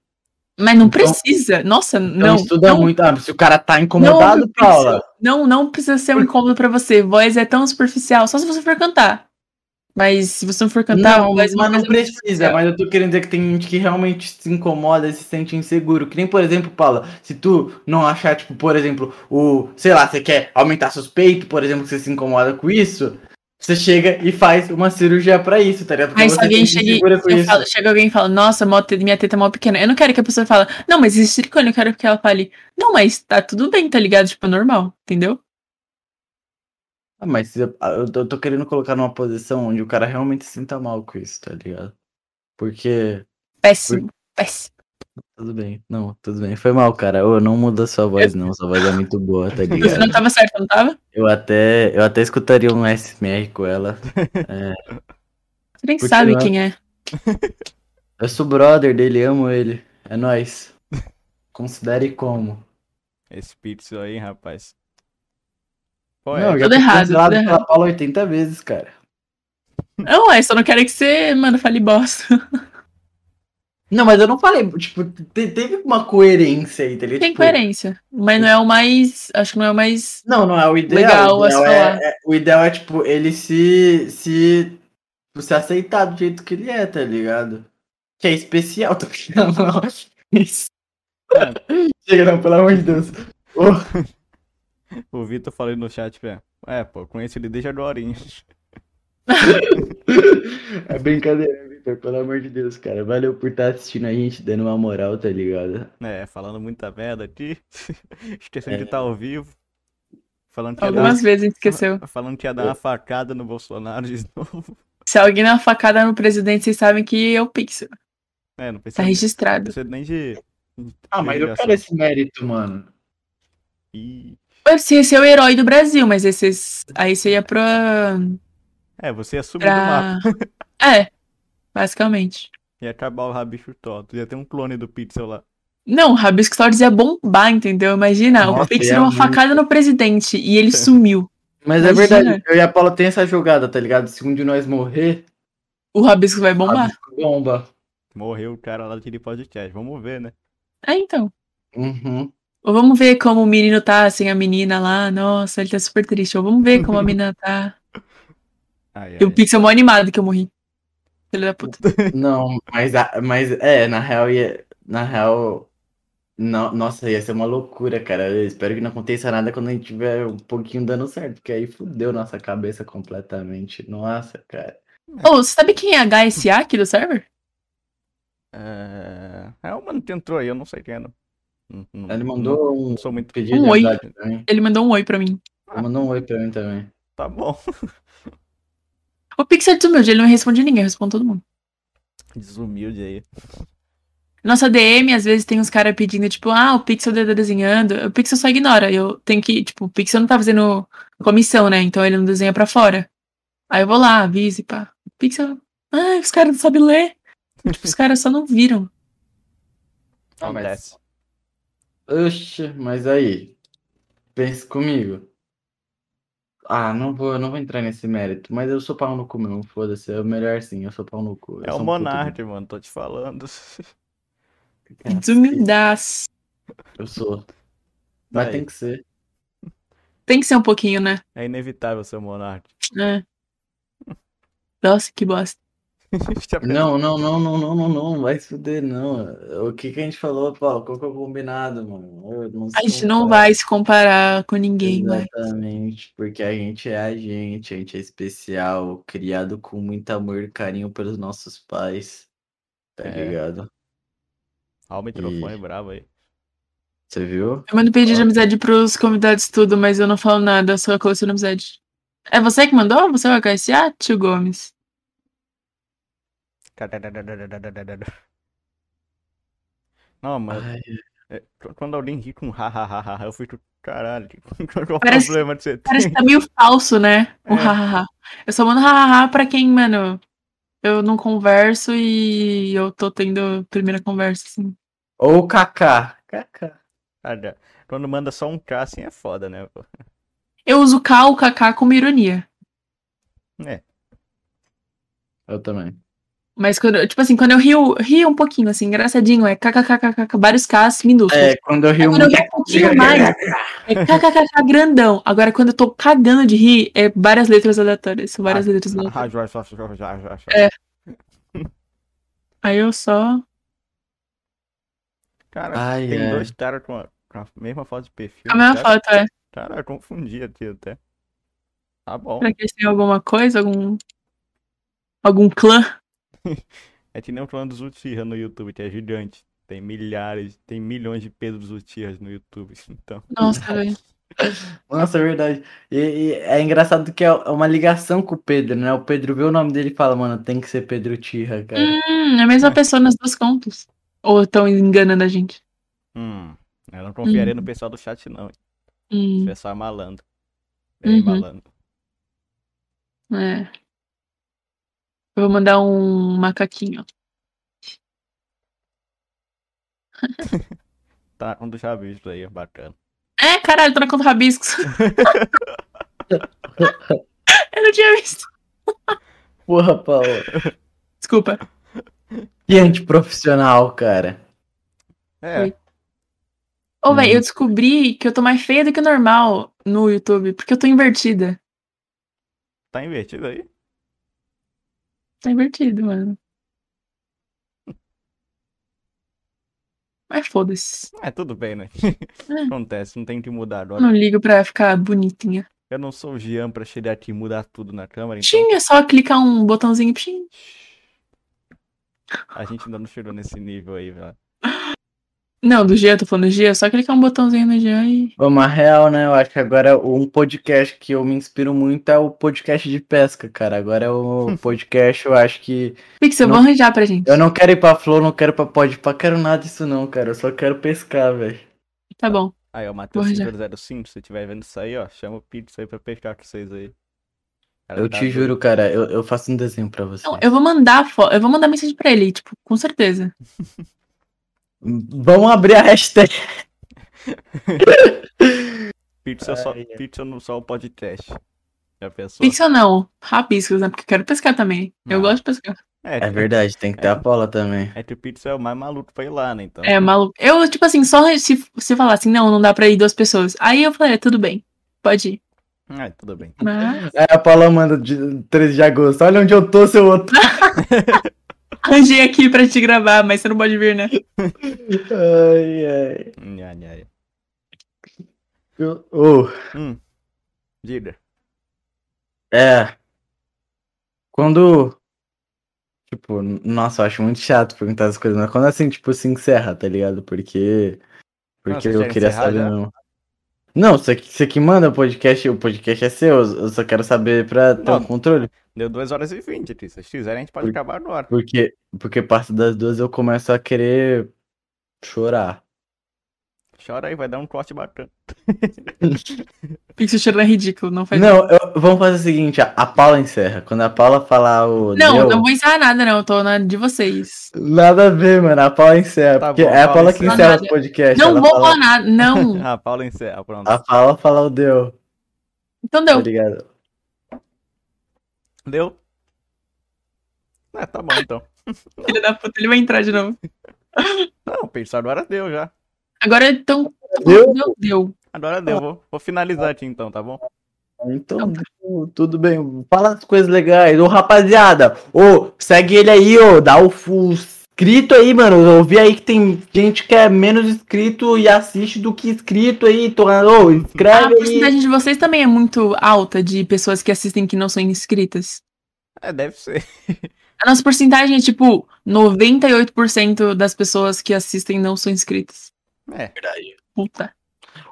Mas não
Então-
precisa. Nossa,
Então
não.
estuda
não,
muito. Ah, se o cara tá
não,
incomodado,
não
Paula.
precisa, não, não precisa ser um incômodo pra você. Voz é tão superficial, só se você for cantar. Mas se você não for cantar,
não,
voz
mas
é uma
não
coisa muito
precisa.
superficial.
Mas eu tô querendo dizer que tem gente que realmente se incomoda e se sente inseguro. Que nem, por exemplo, Paula, se tu não achar, tipo, por exemplo, o. Sei lá, você quer aumentar seus peitos, por exemplo, que você se incomoda com isso. Você chega e faz uma cirurgia pra isso, tá ligado? Porque
Aí
você
se alguém
sente
chega, e-
insegura com
eu
isso.
falo- chega alguém e fala, nossa, mó te- minha teta é mó pequena. Eu não quero que a pessoa fale, não, mas existe silicone, eu quero que ela fale, não, mas tá tudo bem, tá ligado? Tipo, é normal, entendeu?
Ah, mas eu, ah, eu tô- eu tô querendo colocar numa posição onde o cara realmente se sinta mal com isso, tá ligado? Porque.
Péssimo, péssimo.
Tudo bem, não, tudo bem. Foi mal, cara. Ô, não muda sua voz, não. Sua voz é muito boa, tá
Você
ligado?
não tava certo, não tava?
Eu até, eu até escutaria um SMR com ela.
Você nem
Porque
sabe
não é-
quem é.
Eu sou brother dele, amo ele. É nóis. Considere como.
esse pixel aí, rapaz. Qual
Não, eu
é?
já
Tudo
fui
errado,
cancelado
tudo
pela Paula 80 vezes, cara.
Não, é, só não quero que você, mano, fale bosta.
Não, mas eu não falei, tipo, te- teve uma coerência aí, tá ligado?
Tem
Tipo,
coerência. Mas não é o mais. Acho que não é o mais
Não, não é o ideal.
Legal,
o, ideal
a se falar.
é, é- o ideal é, tipo, ele se, se, tipo, se aceitar do jeito que ele é, tá ligado? Que é especial, tô ligado? é Isso. Chega, não, pelo amor de Deus.
O Vitor falou no chat, velho. É, pô, conheço ele desde agora. hein?"
É brincadeira, Victor, pelo amor de Deus, cara. Valeu por estar assistindo a gente, dando uma moral, tá ligado?
É, falando muita merda aqui. Esquecendo de estar ao vivo. Falando que ia dar
Algumas vezes a gente esqueceu.
Falando que ia dar uma facada no Bolsonaro de novo.
Se alguém dá uma facada no presidente, vocês sabem que é o Pixel.
É, não
Tá
precisa, não
registrado.
precisa nem de.
Ah, mas eu
humilhação.
quero esse mérito, mano.
Ih.
Você ia ser é o herói do Brasil, mas aí vocês- aí você ia pra.
É, você ia sumir do mapa.
pra... É, basicamente.
Ia acabar o rabicho todo. Ia ter um clone do Pixel lá.
Não, o Rabisco Stories ia bombar, entendeu? Imagina,
Nossa,
o Pixel
ia
deu uma
muito.
facada no presidente e ele sumiu.
Mas é
Imagina.
verdade, eu e a Paula tem essa jogada, tá ligado? Se um de nós morrer,
O Rabisco vai bombar.
a bomba.
Morreu o cara lá daquele podcast. Vamos ver, né?
É, então.
Uhum.
Ou vamos ver como o menino tá sem a menina lá. Nossa, ele tá super triste. Ou vamos ver como a menina tá.
Ai,
E o
ai.
Pixel mó animado que eu morri. Filho da puta.
Não, mas, a- mas é, na real, ia, na real, no- nossa, ia ser uma loucura, cara. Eu espero que não aconteça nada quando a gente tiver um pouquinho dando certo, porque aí fudeu nossa cabeça completamente. Nossa, cara.
Ô, você sabe quem é HSA aqui do server?
É... é, o mano que entrou aí, eu não sei quem é. Não, Não- não-
Ele
não-
mandou um
não sou muito.
pedido
Um
de
oi.
amizade pra mim.
Ele mandou um oi pra mim.
Ele mandou um oi pra mim também.
Tá bom.
O Pixel desumilde, ele não responde ninguém, responde todo mundo.
Desumilde aí.
Nossa DM, às vezes tem uns caras pedindo, tipo, ah, o Pixel tá desenhando. O Pixel só ignora. Eu tenho que, tipo, o Pixel não tá fazendo comissão, né? Então ele não desenha pra fora. Aí eu vou lá, aviso e pá. O Pixel, ah, os caras não sabem ler. Tipo, os caras só não viram.
Ah, mas-
Acontece.
Oxe, mas aí, pense comigo. Ah, não vou, não vou entrar nesse mérito, mas eu sou pau no cu mesmo, foda-se. É o melhor sim, eu sou pau no cu. eu
É
sou
o
um puto
Monark, mano, tô te falando.
mesmo.
Desumildaço.
Eu sou. Mas
Vai.
tem que ser.
Tem que ser um pouquinho, né?
É inevitável ser o Monark.
É. Nossa, que bosta.
Já pensou?
Não, não, não, não, não, não, não. Vai se fuder, não. O que que a gente falou, Paulo? Qual que é o combinado, mano? Eu não
A gente
sou
não
um
vai se comparar com ninguém, né? vai.
Exatamente, porque a gente é a gente, a gente é especial, criado com muito amor e carinho pelos nossos pais, tá
É.
ligado?
Ah, o microfone bravo aí.
Você viu?
Eu mando pedido de amizade pros convidados tudo, mas eu não falo nada, eu só coleciono amizade. É você que mandou? Você é o HSA, tio Gomes?
Não, mas
Ai, Ah.
qu- quando alguém ri com ha ha ha ha, eu fico, caralho, qual o
Parece-
problema que você
Parece
tem?
que tá meio falso, né? O
É.
hahaha. Eu só mando hahaha pra quem, mano, eu não converso e eu tô tendo a primeira conversa, assim.
Ou o Kaká. Kaká.
Cara, Ah, quando manda só um K assim é foda, né? pô?
Eu uso K ou KK como ironia.
Eu também.
Mas quando, tipo assim, quando eu rio, rio um pouquinho, assim, engraçadinho, é kkkkk, vários Ks minúsculos.
É, quando eu
Aí
rio
quando eu
muito.
rio um pouquinho mais, é kkkk grandão. Agora, quando eu tô cagando de rir, é várias letras aleatórias. São várias letras aleatórias.
Ah, já, já, já, já, já, já.
É. Aí eu só.
Cara,
Ai,
tem
ai.
dois caras com a, com a mesma foto de perfil.
A mesma
cara,
foto é.
Cara, eu confundi aqui até. Tá bom.
Será que eles têm alguma coisa? Algum. Algum clã?
É que nem o clã dos Uchiha no YouTube, que é gigante. Tem milhares, tem milhões de Pedros Uchihas no YouTube. Então,
Nossa, velho.
Nossa, é verdade. E, e é engraçado que é uma ligação com o Pedro, né? O Pedro vê o nome dele e fala, mano, tem que ser Pedro Tirra, cara.
Hum, é a mesma pessoa nas duas contas. Ou estão enganando a gente?
hum, eu não confiaria no pessoal do chat, não.
Hum,
Isso é só malandro. Bem
Uhum.
malandro.
é. Eu vou mandar um macaquinho.
Tá com do chavisco aí, bacana.
É, caralho, tô na conta rabiscos. Eu não tinha visto.
Porra, Paulo.
Desculpa.
Que antiprofissional, cara.
É,
Oi. Ô,
Uhum.
velho, eu descobri que eu tô mais feia do que o normal no YouTube, porque eu tô invertida.
tá invertido aí?
Tá invertido, mano. Mas foda-se.
É, tudo bem, né? Acontece, não tem que mudar
Eu
agora.
É. Não ligo pra ficar bonitinha.
Eu não sou o Jean pra chegar aqui e mudar tudo na câmera, então
Tinha só clicar um botãozinho. Tchim.
a gente ainda não chegou nesse nível aí, velho.
Não, do Jean, tô falando do Jean, só clicar um botãozinho no Jean e.
Bom, mas real, né? Eu acho que agora um podcast que eu me inspiro muito é o podcast de pesca, cara. Agora é o podcast, eu acho que.
Pixel,
Não-
vou arranjar pra gente.
Eu não quero ir pra flor, não quero ir pra pod, pra quero nada disso, não, cara. Eu só quero pescar, velho.
Tá bom.
Aí, ó, Matheus
é.
Bora já.
5005, se você estiver vendo isso aí, ó, chama o Pix aí pra pescar com vocês aí. Cara,
Eu
tá
te
doido.
juro, cara, eu, eu faço um desenho pra você.
Não, Então, eu vou mandar fo- eu vou mandar mensagem pra ele, tipo, com certeza.
Vamos abrir a hashtag.
Pix é só,
Ai, ai.
Pix é no- só o podcast. Já pensou?
Pixel não, rabiscos, né? Porque eu quero pescar também. Eu
Ah.
gosto de pescar.
É,
É verdade, tem que ter a Paula também.
É que o Pix é o mais maluco pra ir lá, né? Então,
É, maluco. Eu, tipo assim, só se você falar assim, não, não dá pra ir duas pessoas. Aí eu falei, é, tudo bem, pode ir.
Ah, tudo bem.
Mas
Aí a Paula manda de 13 de agosto. Olha onde eu tô, seu outro.
arranjei aqui pra te gravar, mas você não pode vir, né?
Ai, ai.
Nha, nha, nha.
Eu- Ô,
Hum, diga.
é. Quando. Tipo, nossa, eu acho muito chato perguntar essas coisas, mas quando assim, tipo, se encerra, tá ligado? Porque. Porque
Nossa,
eu
já
queria
encerrar
saber
já?
mesmo. Não, você que, você que manda o podcast, o podcast é seu, eu só quero saber pra ter um
Não.
controle.
Deu 2 horas e 20 aqui. Se vocês quiserem, a gente pode
Por-
acabar agora.
Porque, porque parte das duas eu começo a querer chorar.
Chora aí, vai dar um corte bacana.
Pixel cheiro é ridículo, não faz
Não, eu- vamos fazer o seguinte, a, a Paula encerra. Quando a Paula falar o.
Não,
deu,
não vou encerrar nada, não. Eu tô na de vocês.
Nada a ver, mano. A Paula encerra.
Tá
porque
bom,
é a
Paula
Paula que
encerra.
encerra os
Não,
podcasts.
Não
ela
vou
fala-
falar nada. Não.
Ah.
Ah, Paula encerra, pronto.
A Paula fala o deu.
Então
Tá
deu.
ligado?
Deu? É, tá bom então.
Filho da puta, ele vai entrar de novo.
Não, pensar agora deu já.
Agora então.
Deu?
Meu Deus.
Agora deu. Vou, vou finalizar aqui então, tá bom?
Então, tu- tudo bem. Fala as coisas legais. Ô, rapaziada, ô, segue ele aí, ô, dá o fu- inscrito aí, mano. Eu vi aí que tem gente que é menos inscrito e assiste do que inscrito aí. Tô, ô,
Ah, A
inscreve aí.
porcentagem de vocês também é muito alta de pessoas que assistem que não são inscritas.
É, deve ser.
A nossa porcentagem é tipo 98% das pessoas que assistem não são inscritas.
É.
Puta.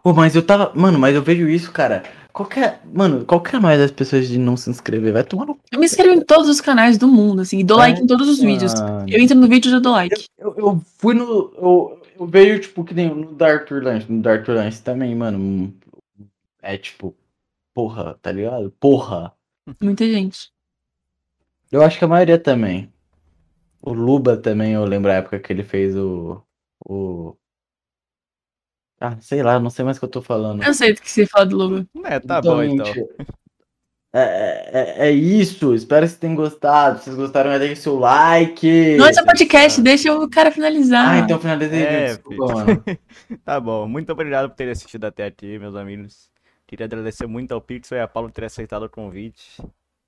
Ô, mas eu tava. Mano, mas eu vejo isso, cara. Qualquer. Mano, qualquer mais das pessoas de não se inscrever vai tomar no.
Eu me inscrevo em todos os canais do mundo, assim, e dou
É,
like em todos os vídeos.
Ah,
Eu entro no vídeo e já dou like.
Eu, eu fui no. Eu, eu vejo, tipo, que nem no da Arthur Lance. No da Arthur Lance também, mano. É tipo. Porra, tá ligado? Porra.
Muita gente.
Eu acho que a maioria também. O Luba também, eu lembro a época que ele fez o. O. Ah, sei lá, não sei mais o que eu tô falando.
Eu não sei do que você fala do Lobo.
É, tá bom então.
gente, É, é, é isso. Espero que vocês tenham gostado. Se vocês gostaram, já deixem seu like.
Não é só podcast, deixa o cara finalizar.
Ah, então finalizei.
É,
desculpa,
filho.
mano.
Tá bom. Muito obrigado por terem assistido até aqui, meus amigos. Queria agradecer muito ao Pixel e a Paulo por ter aceitado o convite.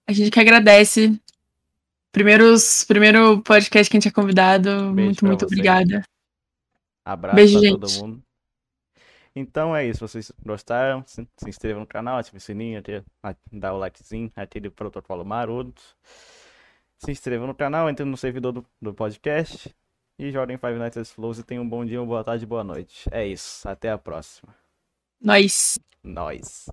A gente que agradece. Primeiros, primeiro podcast que a gente é convidado. muito,
pra
muito
vocês.
obrigada.
Abraço
Beijo,
a
gente.
todo mundo. Então é isso. Vocês gostaram? Se, se inscrevam no canal, ativem o sininho, ati- a- dá o likezinho, aquele protocolo maroto. Se inscrevam no canal, entrem no servidor do, do podcast. E joguem Five Nights at Flows e tenham um bom dia, uma boa tarde, boa noite. É isso. Até a próxima.
Nós.
Nós.